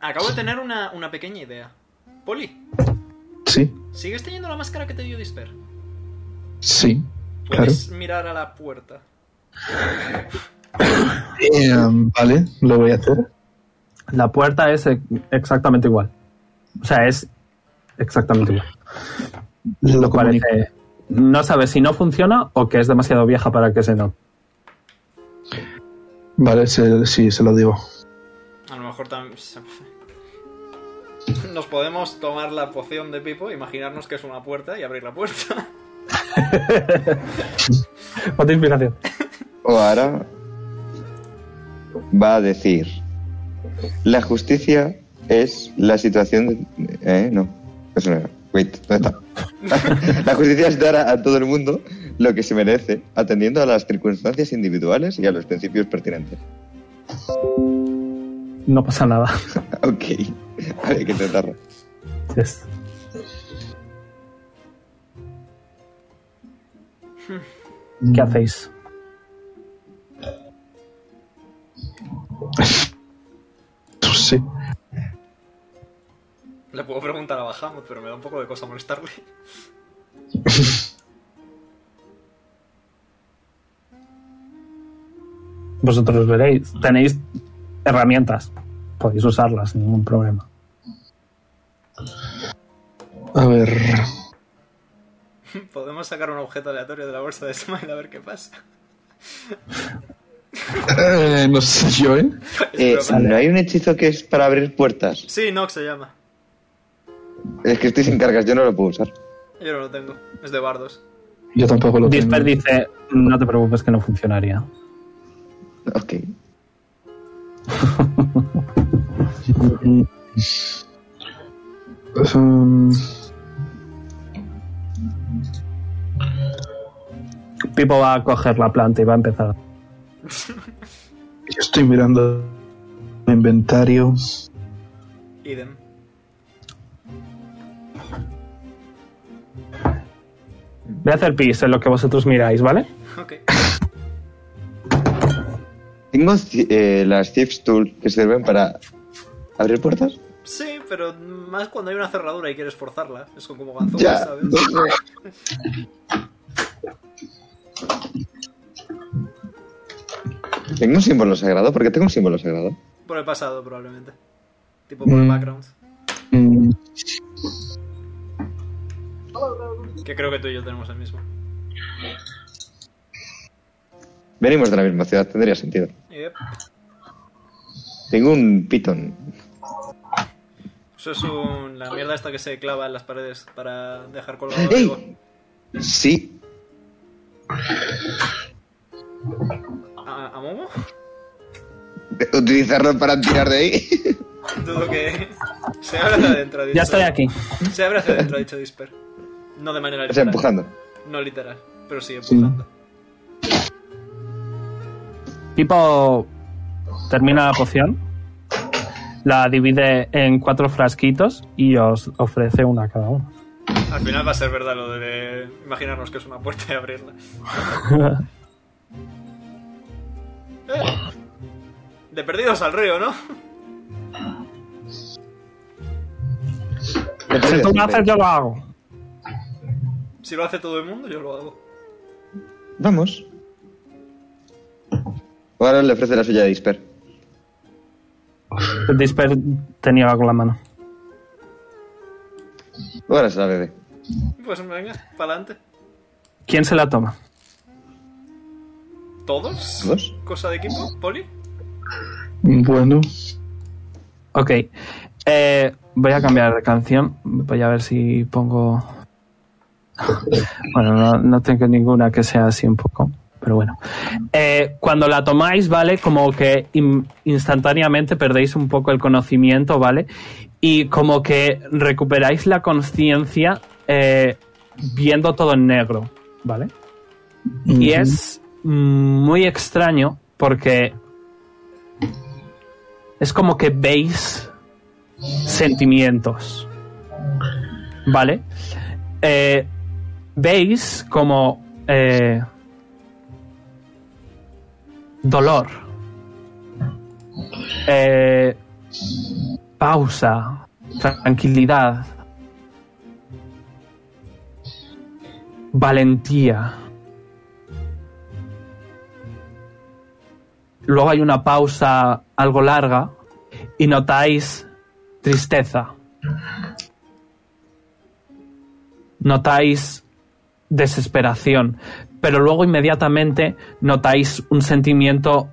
Acabo de tener una, una pequeña idea. Poli, Sí, ¿sigues teniendo la máscara que te dio Disper? sí, claro. Puedes mirar a la puerta. Eh, um, vale, lo voy a hacer. La puerta es e- exactamente igual. O sea, es exactamente igual. Lo comunico. Parece- no sabes si no funciona o que es demasiado vieja para que se no. Vale, se- sí, se lo digo. A lo mejor también... Nos podemos tomar la poción de Pipo, imaginarnos que es una puerta y abrir la puerta. *laughs* Otra inspiración. O ahora va a decir, la justicia es la situación... de- Eh, no, eso no era. Wait, ¿dónde está? *laughs* la justicia es dar a, a todo el mundo lo que se merece, atendiendo a las circunstancias individuales y a los principios pertinentes. *laughs* No pasa nada. Ok, *laughs* hay que intentarlo. Es- ¿Qué hacéis? Sí. Le puedo preguntar a Bahamut, pero me da un poco de cosa molestarle. *laughs* Vosotros veréis. Tenéis herramientas. Podéis usarlas sin ningún problema. A ver. Podemos sacar un objeto aleatorio de la bolsa de Smile a ver qué pasa. *laughs* Eh, no sé yo, ¿eh? Eh, Es broma. ¿No hay un hechizo que es para abrir puertas? Sí, Nox se llama. Es que estoy sin cargas, yo no lo puedo usar. Yo no lo tengo. Es de bardos. Yo tampoco lo tengo. Disper dice, no te preocupes que no funcionaría. Ok. Um, Pipo va a coger la planta y va a empezar. yo estoy mirando mi inventario. Idem. *laughs* Voy a hacer pis en lo que vosotros miráis, ¿vale? Ok. Tengo ci- eh, las Thieves Tool que sirven para abrir puertas. Sí, pero más cuando hay una cerradura y quieres forzarla. Es como ganzúas, Ya. ¿sabes? Tengo un símbolo sagrado. ¿Por qué tengo un símbolo sagrado? Por el pasado, probablemente. Tipo por el Mm. background. Mm, Que creo que tú y yo tenemos el mismo. Venimos de la misma ciudad, tendría sentido. Yep. Tengo un Python. Eso es un, la mierda esta que se clava en las paredes para dejar colgado algo. ¡Ey! Sí. ¿A, a Momo? *laughs* Utilizarlo para tirar de ahí. Dudo que... Se abre hacia adentro, ha dicho. Ya estoy aquí. Se abre hacia adentro, ha dicho Disper. No de manera o sea, literal. empujando. No literal, pero sí empujando. Pipo termina la poción, la divide en cuatro frasquitos y os ofrece una a cada uno. Al final va a ser verdad lo de imaginarnos que es una puerta y *laughs* abrirla. Eh, De perdidos al río, ¿no? Si tú lo haces, yo lo hago. Si lo hace todo el mundo, yo lo hago. Vamos. Ahora le ofrece la suya de Disper. El Disper te niega con la mano. Ahora se la bebe. Pues venga, pa'lante. ¿Quién se la toma? ¿Todos? ¿Todos? ¿Cosa de equipo? ¿Poli? Bueno, Ok. Eh, voy a cambiar de canción. Voy a ver si pongo. bueno, no, no tengo ninguna que sea así un poco. Pero bueno. Eh, cuando la tomáis, ¿vale? Como que in- instantáneamente perdéis un poco el conocimiento, ¿vale? Y como que recuperáis la conciencia eh, viendo todo en negro, ¿vale? Y Ujú. es muy extraño porque es como que veis sentimientos. ¿Vale? Eh, veis como eh, dolor. Eh, pausa. Tranquilidad. Valentía. Luego hay una pausa algo larga y notáis tristeza. Notáis desesperación, pero luego inmediatamente notáis un sentimiento,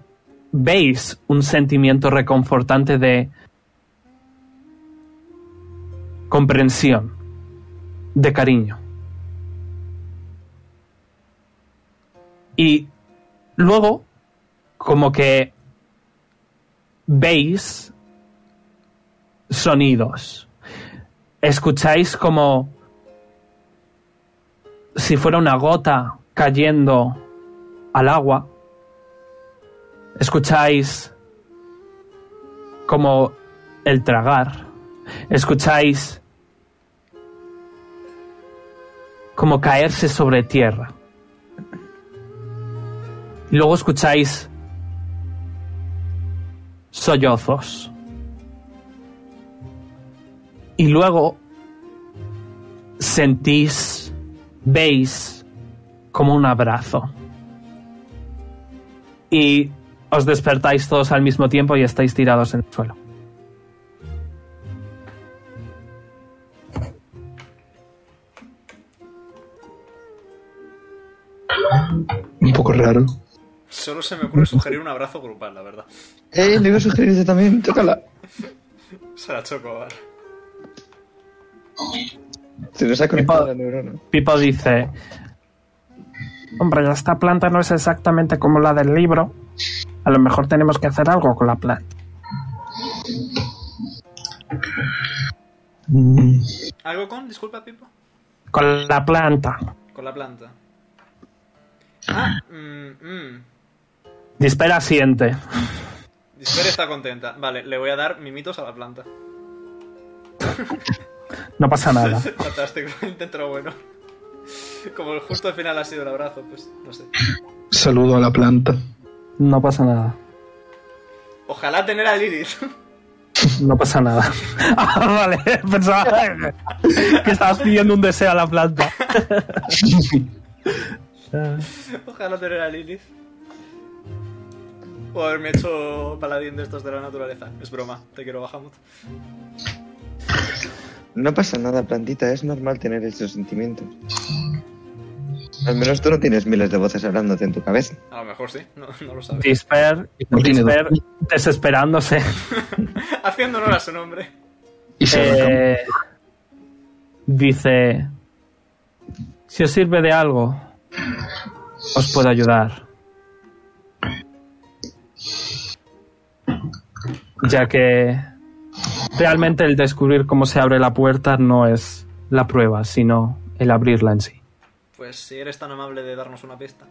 veis un sentimiento reconfortante de comprensión, de cariño. Y luego como que veis sonidos. Escucháis como si fuera una gota cayendo al agua. Escucháis como el tragar. Escucháis como caerse sobre tierra. Y luego escucháis sollozos. Y luego sentís, veis como un abrazo. Y os despertáis todos al mismo tiempo y estáis tirados en el suelo. un poco raro. Solo se me ocurre sugerir un abrazo grupal, la verdad. *laughs* ¡Eh! Le iba a sugerir eso también. Tócala. Se la choco ahora. Se nos ha conectado la neurona. Pipo dice... Hombre, esta planta no es exactamente como la del libro. A lo mejor tenemos que hacer algo con la planta. Mm, ¿Algo con? Disculpa, Pipo. Con la planta. Con la planta. Ah, mm, mm. Dispera siente. Disper está contenta. Vale, le voy a dar mimitos a la planta. *laughs* No pasa nada. Fantástico, *laughs* intento bueno. Como el justo al final ha sido el abrazo, pues no sé. Saludo a la planta. *laughs* No pasa nada. Ojalá tener a Lilith. *laughs* No pasa nada. *laughs* Ah, vale, *laughs* pensaba que estabas pidiendo un deseo a la planta. Ojalá tener a Lilith. O haberme hecho paladín de estos de la naturaleza. Es broma, te quiero Bahamut. No pasa nada, plantita, es normal tener esos sentimientos. Al menos tú no tienes miles de voces hablándote en tu cabeza. A lo mejor sí, no, no lo sabes. Disper, No tiene Disper desesperándose. *laughs* Haciendo honor a su nombre. Y se arranca. Eh, dice: Si os sirve de algo, os puedo ayudar. Ya que realmente el descubrir cómo se abre la puerta no es la prueba, sino el abrirla en sí. Pues si eres tan amable de darnos una pista.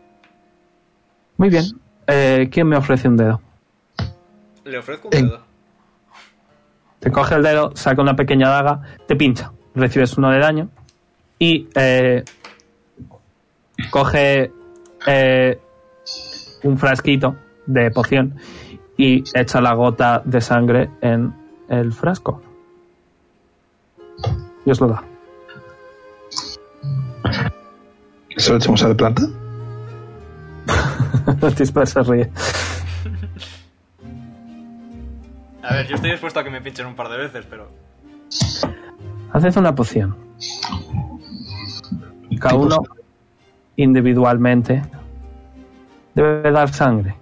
Muy bien. Eh, ¿Quién me ofrece un dedo? Le ofrezco un Eh. dedo. Te coge el dedo, saca una pequeña daga, te pincha, recibes uno de daño y eh, coge eh, un frasquito de poción y echa la gota de sangre en el frasco. Y os lo da. *laughs* ¿Se lo echamos a la planta? Tisper se ríe. A ver, yo estoy dispuesto a que me pinchen un par de veces, pero. Haced una poción. Cada uno individualmente debe dar sangre.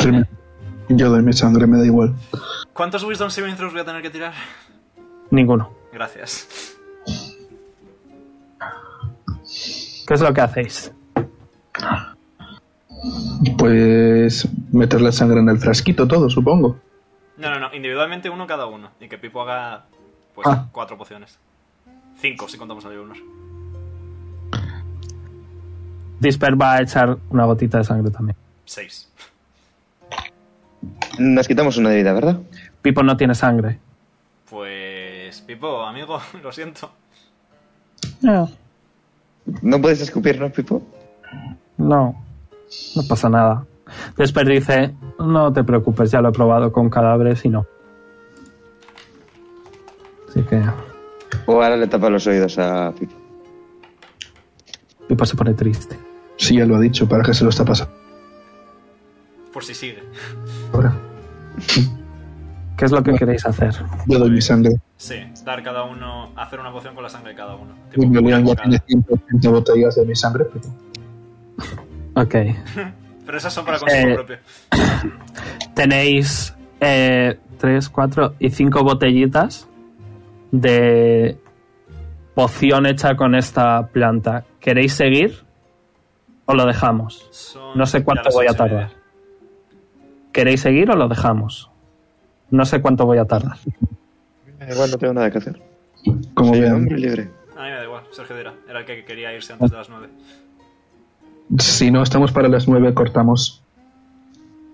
Termina. Yo doy mi sangre, me da igual. ¿Cuántos Wisdom Saving Throws voy a tener que tirar? *laughs* Ninguno. Gracias. ¿Qué es lo que hacéis? Pues meter la sangre en el frasquito todo, supongo. No, no, no. Individualmente uno cada uno. Y que Pipo haga. Pues Ah. cuatro pociones. Cinco si contamos ayunos. Disper va a echar una gotita de sangre también. Seis. Nos quitamos una herida, ¿verdad? Pipo no tiene sangre. Pues. Pipo, amigo, *laughs* lo siento. No. ¿No puedes escupirnos, Pipo? No. No pasa nada. Disper dice, no te preocupes, ya lo he probado con cadáveres y no. Así que O ahora le tapa los oídos a Pipo. Pipo se pone triste. Sí, ya lo ha dicho, para que se lo está pasando Por si sigue. ahora. ¿Qué es lo que queréis hacer? Yo doy mi sangre. Sí, dar cada uno. Hacer una poción con la sangre de cada uno. Y una me voy a con guardar cada- 180 botellas de mi sangre. pero Ok. Pero esas son para consumo Eh. propio. Tenéis eh, tres, cuatro y cinco botellitas de poción hecha con esta planta. ¿Queréis seguir? ¿O lo dejamos? Son No sé ya cuánto las voy a ocho y media. tardar. ¿Queréis seguir o lo dejamos? No sé cuánto voy a tardar. Eh, Me da Igual no tengo nada que hacer. Como Soy un vean, hombre libre. A mí me da igual, Sergio dirá. Era el que quería irse antes de las nueve. si no estamos para las 9, cortamos.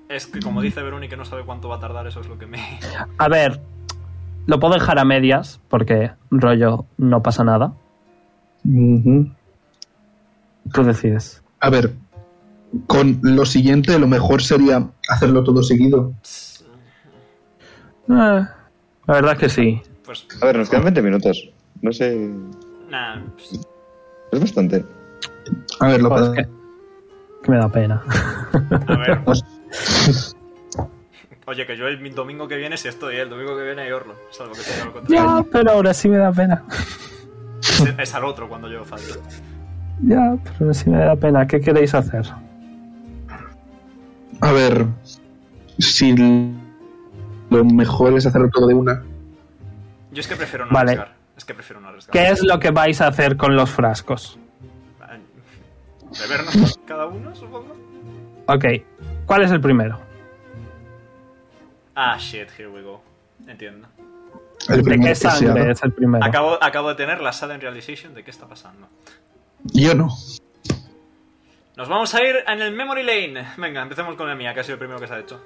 Es que como dice Veroni que no sabe cuánto va a tardar, eso es lo que me... A ver, lo puedo dejar a medias porque rollo no pasa nada. Ujú. Tú decides. A ver, con lo siguiente, lo mejor sería hacerlo todo seguido. Eh, la verdad es que sí. Pues A ver, nos quedan 20 minutos. No sé. nada, pues, Es bastante. A ver, lo Joder, que- que, que me da pena. a *laughs* ver. Pues- Oye, que yo el domingo que viene sí estoy, ¿eh? el domingo que viene hay Orlo, salvo que tenga lo contrario. *laughs* ya, pero ahora sí me da pena. Es, es al otro cuando yo fallo. Ya, pero ahora sí me da pena. ¿Qué queréis hacer? A ver, si l- lo mejor es hacerlo todo de una. Yo es que prefiero no Vale. arriesgar. Es que prefiero no arriesgar. ¿Qué es lo que vais a hacer con los frascos? Bebernos cada uno, supongo. Ok, ¿cuál es el primero? Ah, shit, here we go. Entiendo. El ¿De primero qué que se sangre haga. es el primero? Acabo, acabo de tener la sudden realization de qué está pasando. Yo no. Nos vamos a ir en el memory lane. Venga, empecemos con la mía, que ha sido el primero que se ha hecho.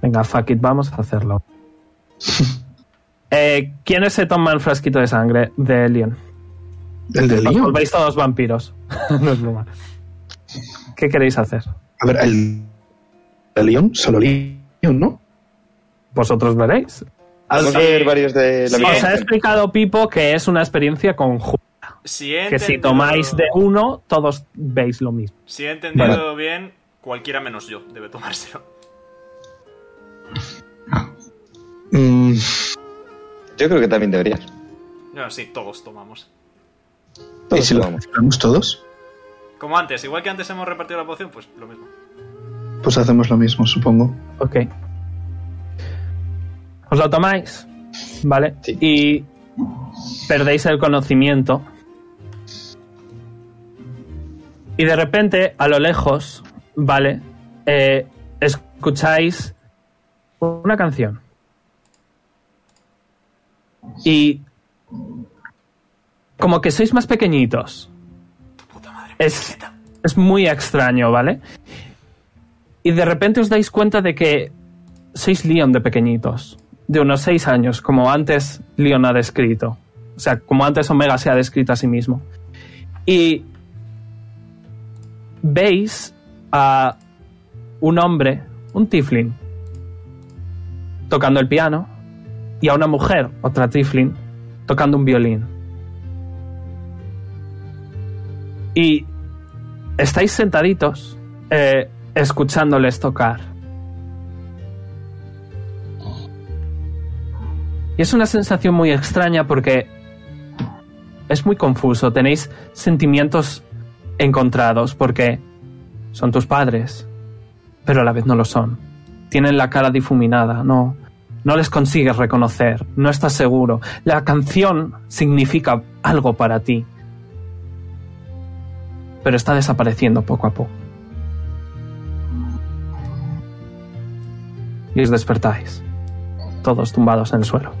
Venga, fuck it, vamos a hacerlo. eh, ¿Quiénes se toman el frasquito de sangre de Leon? El de Os Leon. volvéis todos vampiros. no es broma. ¿Qué queréis hacer? A ver, el, el León, solo León, ¿no? Vosotros veréis. Vamos a ver varios de la Sí. este- Os misma ha gente. explicado Pipo que es una experiencia conjunta. Si he Que si entendido- tomáis de uno, todos veis lo mismo. Si he entendido bien, cualquiera menos yo debe tomárselo. *laughs* Mm, Yo creo que también deberías. No, sí, todos tomamos. ¿Y Todos si lo tomamos. hacemos todos? Como antes, igual que antes hemos repartido la poción, pues lo mismo. Pues hacemos lo mismo, supongo. Ok. Os lo tomáis, ¿vale? Sí. Y perdéis el conocimiento. Y de repente, a lo lejos, ¿vale? Eh, escucháis una canción. Y como que sois más pequeñitos. Es, es muy extraño, ¿vale? Y de repente os dais cuenta de que sois Leon de pequeñitos, de unos seis años, como antes Leon ha descrito. O sea, como antes Omega se ha descrito a sí mismo. Y veis a un hombre, un tiflin, tocando el piano, y a una mujer, otra tiflin, tocando un violín. Y estáis sentaditos eh, escuchándoles tocar. Y es una sensación muy extraña porque es muy confuso. Tenéis sentimientos encontrados porque son tus padres, pero a la vez no lo son. Tienen la cara difuminada, no, no les consigues reconocer, no estás seguro. La canción significa algo para ti pero está desapareciendo poco a poco. Y os despertáis, todos tumbados en el suelo.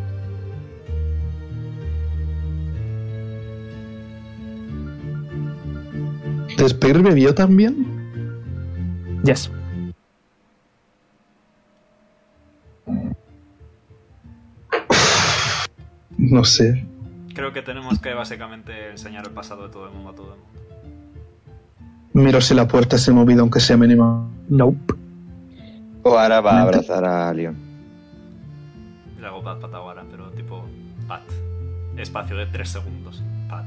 ¿Despedirme yo también? Yes. No sé. Creo que tenemos que básicamente enseñar el pasado de todo el mundo a todo el mundo. Miro si la puerta se ha movido, aunque sea mínima. Nope. O ahora va a abrazar a Leon. Le hago pat patawara, pero tipo pat. Espacio de 3 segundos. Pat.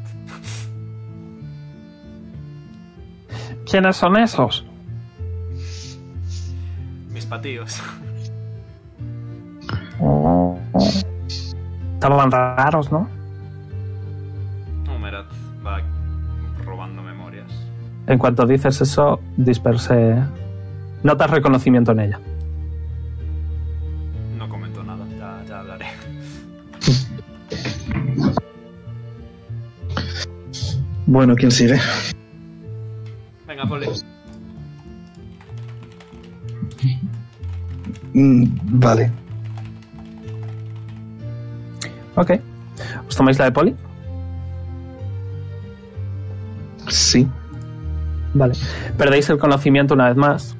¿Quiénes son esos? Mis *laughs* patillos. Estaban raros, ¿no? Humerat va robando memorias. En cuanto dices eso, disperse. Notas reconocimiento en ella. No comento nada, ya, ya hablaré. Bueno, ¿quién sigue? Venga, Poli. Mm, vale. Ok. ¿Os tomáis la de poli? Sí. Vale. Perdéis el conocimiento una vez más.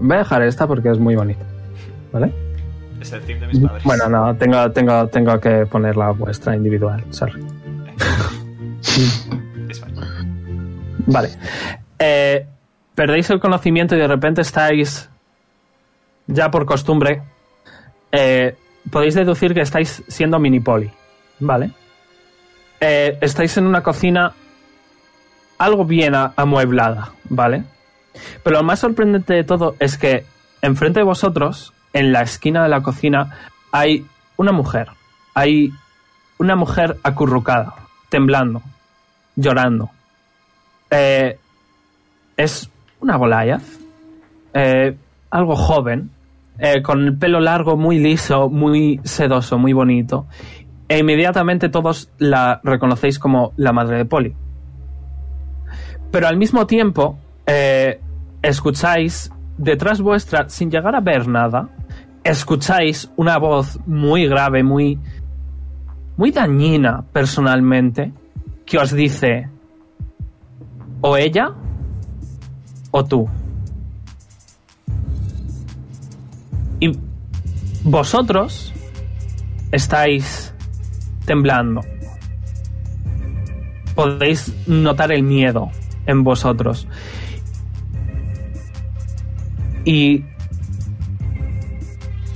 Voy a dejar esta porque es muy bonita. ¿Vale? Es el team de mis padres. Bueno, no, tengo, tengo, tengo que poner la vuestra individual, sorry. Es fine. Vale. Eh, perdéis el conocimiento y de repente estáis, ya por costumbre, eh, podéis deducir que estáis siendo minipoli, ¿vale? Eh, estáis en una cocina algo bien a- amueblada, ¿vale? Pero lo más sorprendente de todo es que enfrente de vosotros, en la esquina de la cocina, hay una mujer. Hay una mujer acurrucada, temblando, llorando. Eh, es una Goliath. eh, algo joven. eh, con el pelo largo, muy liso, muy sedoso, muy bonito. E inmediatamente todos la reconocéis como la madre de Polly. Pero al mismo tiempo, eh, escucháis detrás vuestra, sin llegar a ver nada, escucháis una voz muy grave, muy. muy dañina personalmente, que os dice o ella o tú. Y vosotros estáis temblando. Podéis notar el miedo en vosotros. y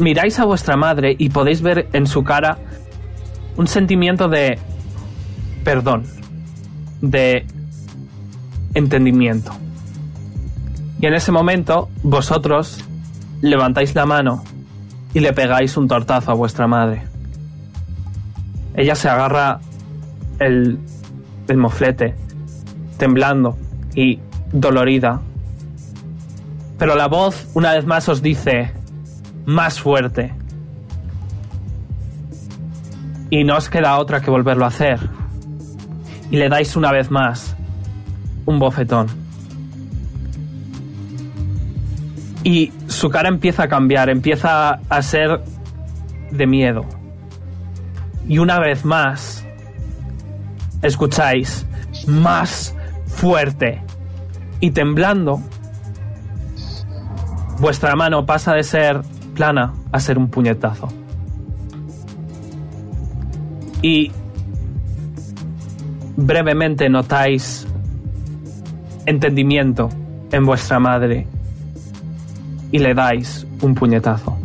miráis a vuestra madre y podéis ver en su cara un sentimiento de perdón, de entendimiento. Y en ese momento vosotros levantáis la mano y le pegáis un tortazo a vuestra madre. Ella se agarra el, el moflete, temblando y dolorida. Pero la voz una vez más os dice, más fuerte. Y no os queda otra que volverlo a hacer. Y le dais una vez más un bofetón. Y su cara empieza a cambiar, empieza a ser de miedo. Y una vez más, escucháis más fuerte. Y temblando, vuestra mano pasa de ser plana a ser un puñetazo. Y brevemente notáis entendimiento en vuestra madre y le dais un puñetazo.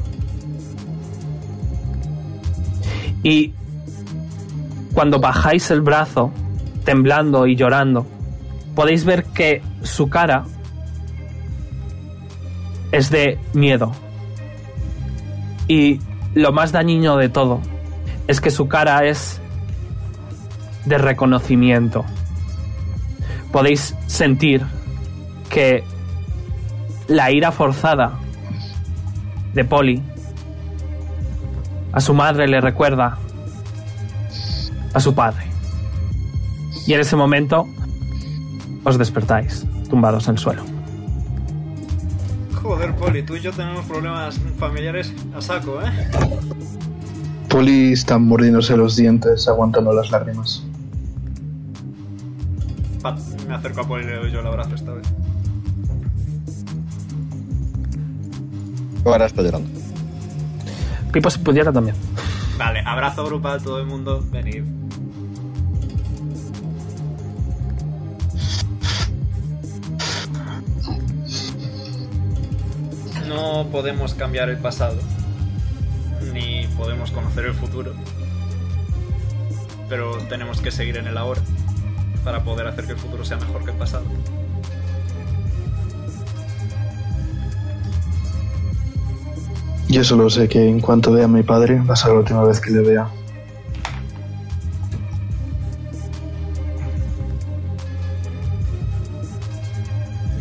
Y cuando bajáis el brazo, temblando y llorando, podéis ver que su cara es de miedo. Y lo más dañino de todo es que su cara es de reconocimiento. Podéis sentir que la ira forzada de Polly a su madre le recuerda a su padre. Y en ese momento os despertáis, tumbados en el suelo. Joder, Poli, tú y yo tenemos problemas familiares a saco, ¿eh? Polly está mordiéndose los dientes, aguantando las lágrimas. Pat, me acerco a Poli y le doy yo el abrazo esta vez. Ahora está llorando. Pipo si pudiera también. Vale, abrazo grupal, todo el mundo, venid. No podemos cambiar el pasado, ni podemos conocer el futuro, pero tenemos que seguir en el ahora para poder hacer que el futuro sea mejor que el pasado. Yo solo sé que en cuanto vea a mi padre, va a ser la última vez que le vea.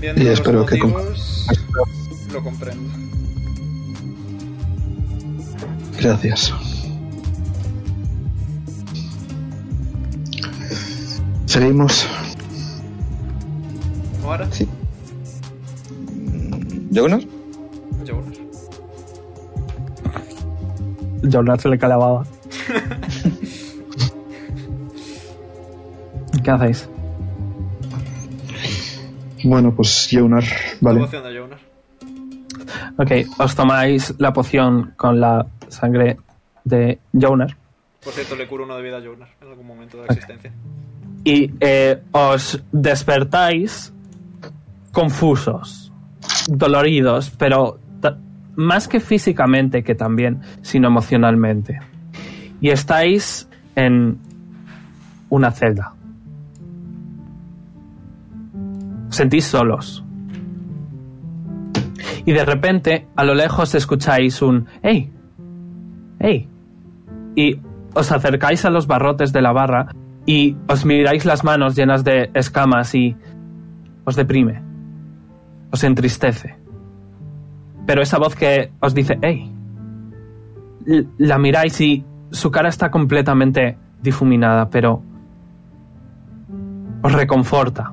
Viendo Y los espero que comp- motivos, lo comprendo. Gracias. Seguimos. Ahora, ¿Jonas? yo Jonas se le calababa. *laughs* ¿Qué hacéis? Bueno, pues Jonar, vale. Vocación de Jonar. Ok, os tomáis la poción con la sangre de Jonas. Por cierto, le curo uno de vida a Jonar en algún momento de la existencia. y eh, os despertáis confusos, doloridos, pero ta- más que físicamente que también, sino emocionalmente. Y estáis en una celda. Os Sentís solos. Y de repente, a lo lejos escucháis un ¡Hey! ¡Hey! y os acercáis a los barrotes de la barra y os miráis las manos llenas de escamas y os deprime, os entristece. Pero esa voz que os dice, hey, l- la miráis y su cara está completamente difuminada, pero os reconforta.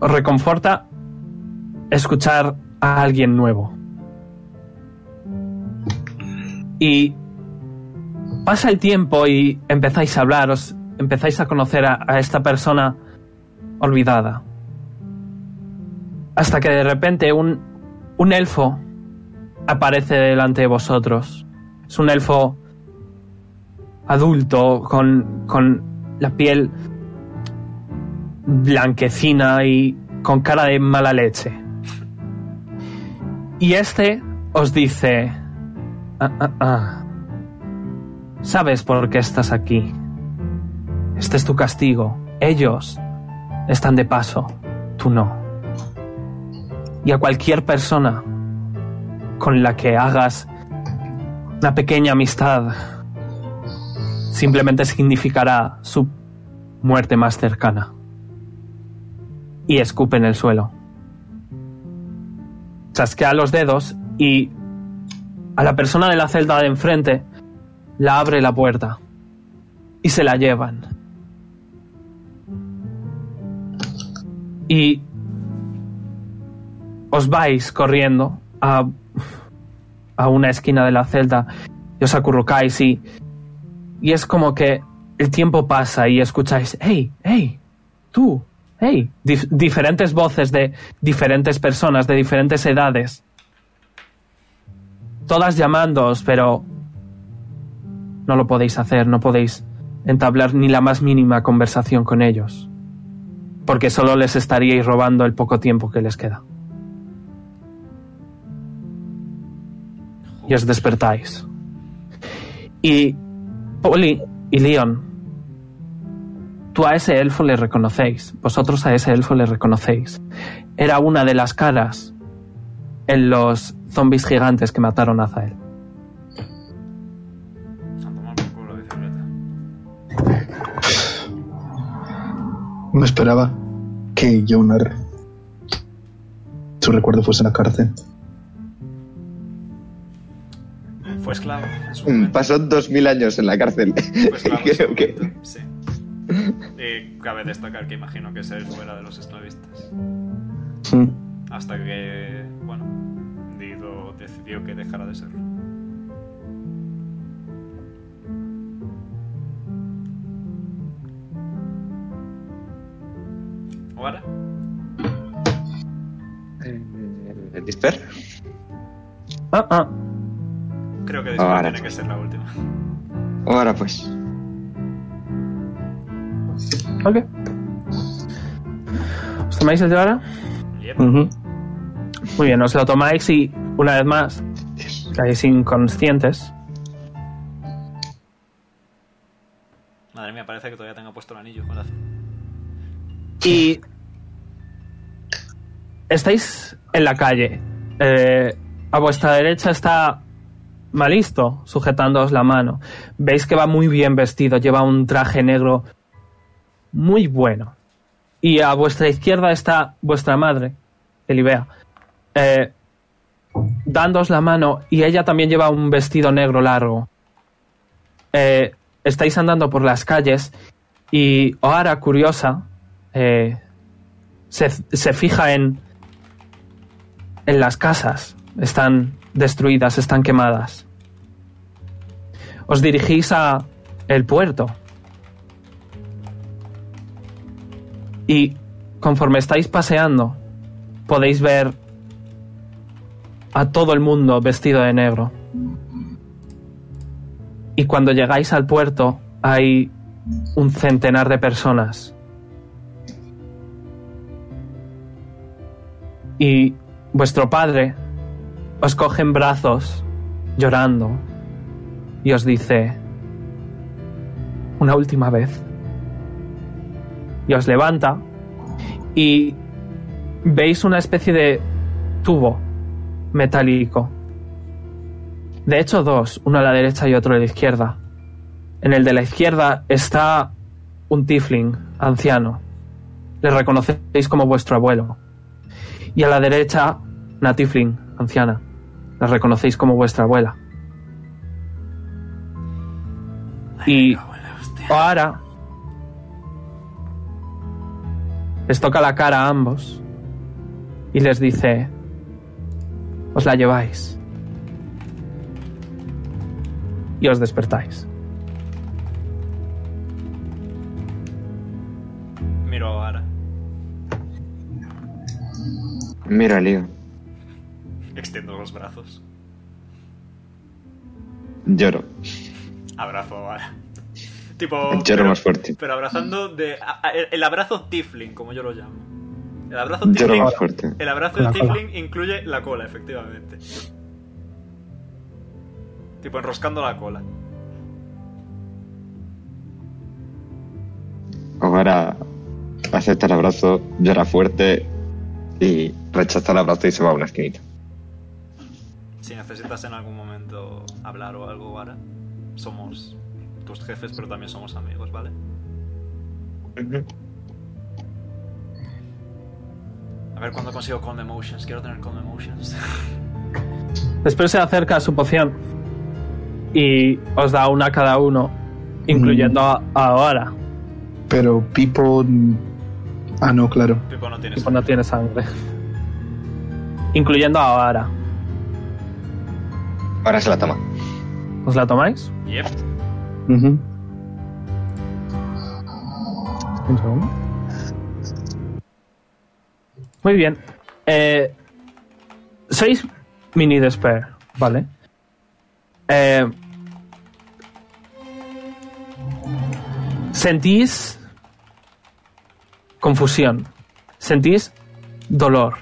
Os reconforta escuchar a alguien nuevo. Y pasa el tiempo y empezáis a hablar, os empezáis a conocer a, a esta persona olvidada. Hasta que de repente un, un elfo aparece delante de vosotros. Es un elfo adulto, con, con la piel blanquecina y con cara de mala leche. Y este os dice... "Ah, ah, ah. Sabes por qué estás aquí. Este es tu castigo. Ellos están de paso, tú no. Y a cualquier persona con la que hagas una pequeña amistad simplemente significará su muerte más cercana. Y escupe en el suelo. Chasquea los dedos y a la persona de la celda de enfrente la abre la puerta y se la llevan. Y os vais corriendo a, a una esquina de la celda y os acurrucáis y, y es como que el tiempo pasa y escucháis, hey, hey, tú, hey, Dif- diferentes voces de diferentes personas, de diferentes edades. Todas llamándoos, pero no lo podéis hacer, no podéis entablar ni la más mínima conversación con ellos, porque solo les estaríais robando el poco tiempo que les queda. Y os despertáis. Y Oli y Leon, tú a ese elfo le reconocéis, vosotros a ese elfo le reconocéis. Era una de las caras en los zombies gigantes que mataron a Zael. A tomar por culo, dice Violeta. No esperaba que Jonar su recuerdo fuese en la cárcel. Fue esclavo. en su Mm, momento. Pasó 2000 años en la cárcel. Fue *laughs* esclavo *laughs* en su Creo que. momento, Sí. Y cabe destacar que imagino que ser fuera de los esclavistas. Mm. Hasta que, bueno, Dido decidió que dejara de serlo. ¿Ahora? Eh, ¿Disper? Ah, ah. Creo que Ahora. tiene que ser la última. Ahora pues. Ok. ¿Os tomáis el de ahora? Yep. Muy bien, os lo tomáis y una vez más caéis inconscientes. Madre mía, parece que todavía tengo puesto el anillo. corazón. Y estáis en la calle. Eh, a vuestra derecha está Malisto, sujetándoos la mano. Veis que va muy bien vestido, lleva un traje negro muy bueno. Y a vuestra izquierda está vuestra madre, Elibea, eh, dándoos la mano y ella también lleva un vestido negro largo. Eh, estáis andando por las calles y Ohara, curiosa, eh, se, se fija en, en las casas. Están destruidas, están quemadas. Os dirigís a el puerto. Y conforme estáis paseando, podéis ver a todo el mundo vestido de negro. Y cuando llegáis al puerto, hay un centenar de personas y vuestro padre os coge en brazos llorando y os dice una última vez y os levanta y veis una especie de tubo metálico de hecho dos uno a la derecha y otro a la izquierda en el de la izquierda está un tifling anciano le reconocéis como vuestro abuelo y a la derecha, Natiflin, anciana. La reconocéis como vuestra abuela. Y ahora les toca la cara a ambos y les dice, os la lleváis. Y os despertáis. Miro ahora. Mira, Lío. Extiendo los brazos. Lloro. Abrazo *laughs* ahora. Tipo. Lloro más fuerte. Pero abrazando de. a- a- el abrazo Tifling, como yo lo llamo. El abrazo Yo lo tiefling, más fuerte. el abrazo Con la cola. tiefling incluye la cola, efectivamente. Tipo, enroscando la cola. Ahora acepta el abrazo, llora fuerte y rechaza el abrazo y se va a una esquinita. Si necesitas en algún momento hablar o algo, Vara, somos tus jefes, pero también somos amigos, ¿vale? A ver cuándo consigo Calm Emotions. Quiero tener Calm Emotions. *laughs* Después se acerca a su poción y os da una a cada uno, incluyendo a, ahora. Pero Pipo. mm, Ah, no, claro. Pipo no tienes. Tipo, no tiene sangre. Incluyendo a ahora. Ahora se la toma. ¿Os la tomáis? Yep. Ujú. Un segundo. Muy bien. Eh, sois mini despair, ¿vale? Eh, sentís confusión. Sentís dolor.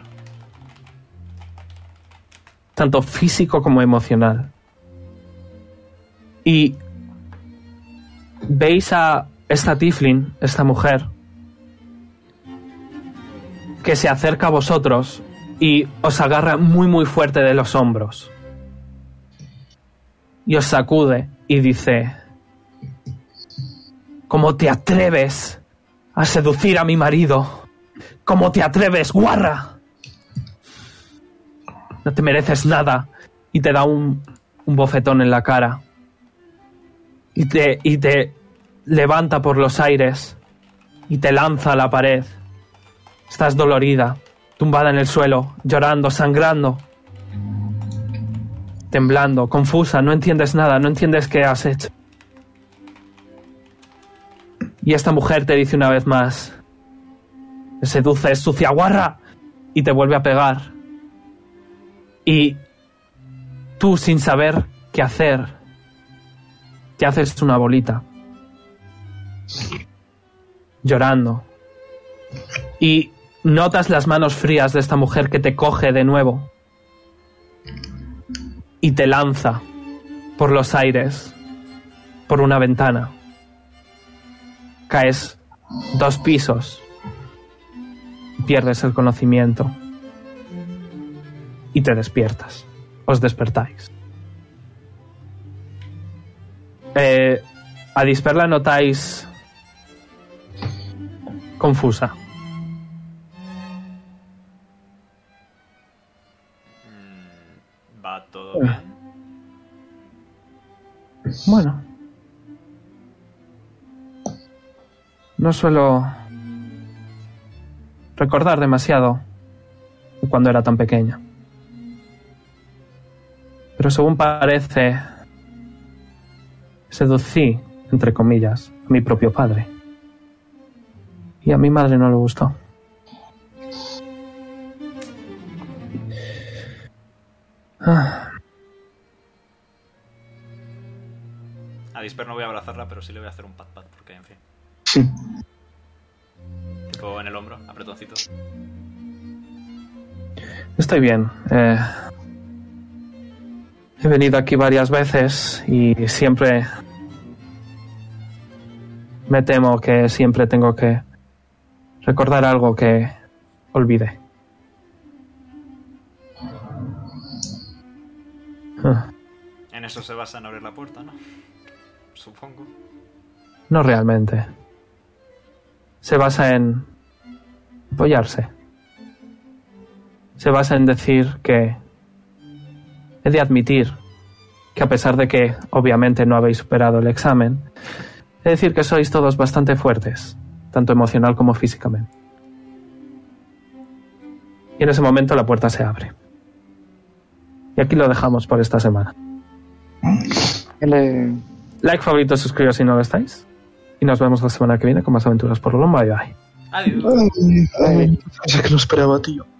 Tanto físico como emocional. Y veis a esta Tiflin, esta mujer, que se acerca a vosotros y os agarra muy muy fuerte de los hombros. Y os sacude y dice, ¿cómo te atreves a seducir a mi marido? ¿Cómo te atreves, guarra? No te mereces nada. Y te da un, un bofetón en la cara y te, y te levanta por los aires y te lanza a la pared. Estás dolorida, tumbada en el suelo, llorando, sangrando, temblando, confusa, no entiendes nada, no entiendes qué has hecho. Y esta mujer te dice una vez más, "Me seduces, sucia guarra, y te vuelve a pegar. Y tú sin saber qué hacer, te haces una bolita. Llorando. Y notas las manos frías de esta mujer que te coge de nuevo. Y te lanza por los aires, por una ventana. Caes dos pisos. Pierdes el conocimiento. Y te despiertas. Os despertáis. Eh, a Disperla notáis confusa. Mm, Va todo bien. Pues, Bueno. No suelo recordar demasiado de cuando era tan pequeña. Pero según parece, seducí, entre comillas, a mi propio padre. Y a mi madre no le gustó. A Disper no voy a abrazarla, pero sí le voy a hacer un pat pat, porque en fin. Sí. Tipo en el hombro, apretoncito. Estoy bien. eh, he venido aquí varias veces y siempre... Me temo que siempre tengo que recordar algo que olvidé. Ah, En eso se basa en abrir la puerta, ¿no? Supongo. No realmente. Se basa en apoyarse. se basa en decir que he de admitir que a pesar de que obviamente no habéis superado el examen, he de decir que sois todos bastante fuertes, tanto emocional como físicamente. Y en ese momento la puerta se abre. Y aquí lo dejamos por esta semana. Like, favorito, suscribiros si no lo estáis. Y nos vemos la semana que viene con más aventuras por Lomba. Bye bye. Adiós. Ay, ay, pensé que no esperaba, tío.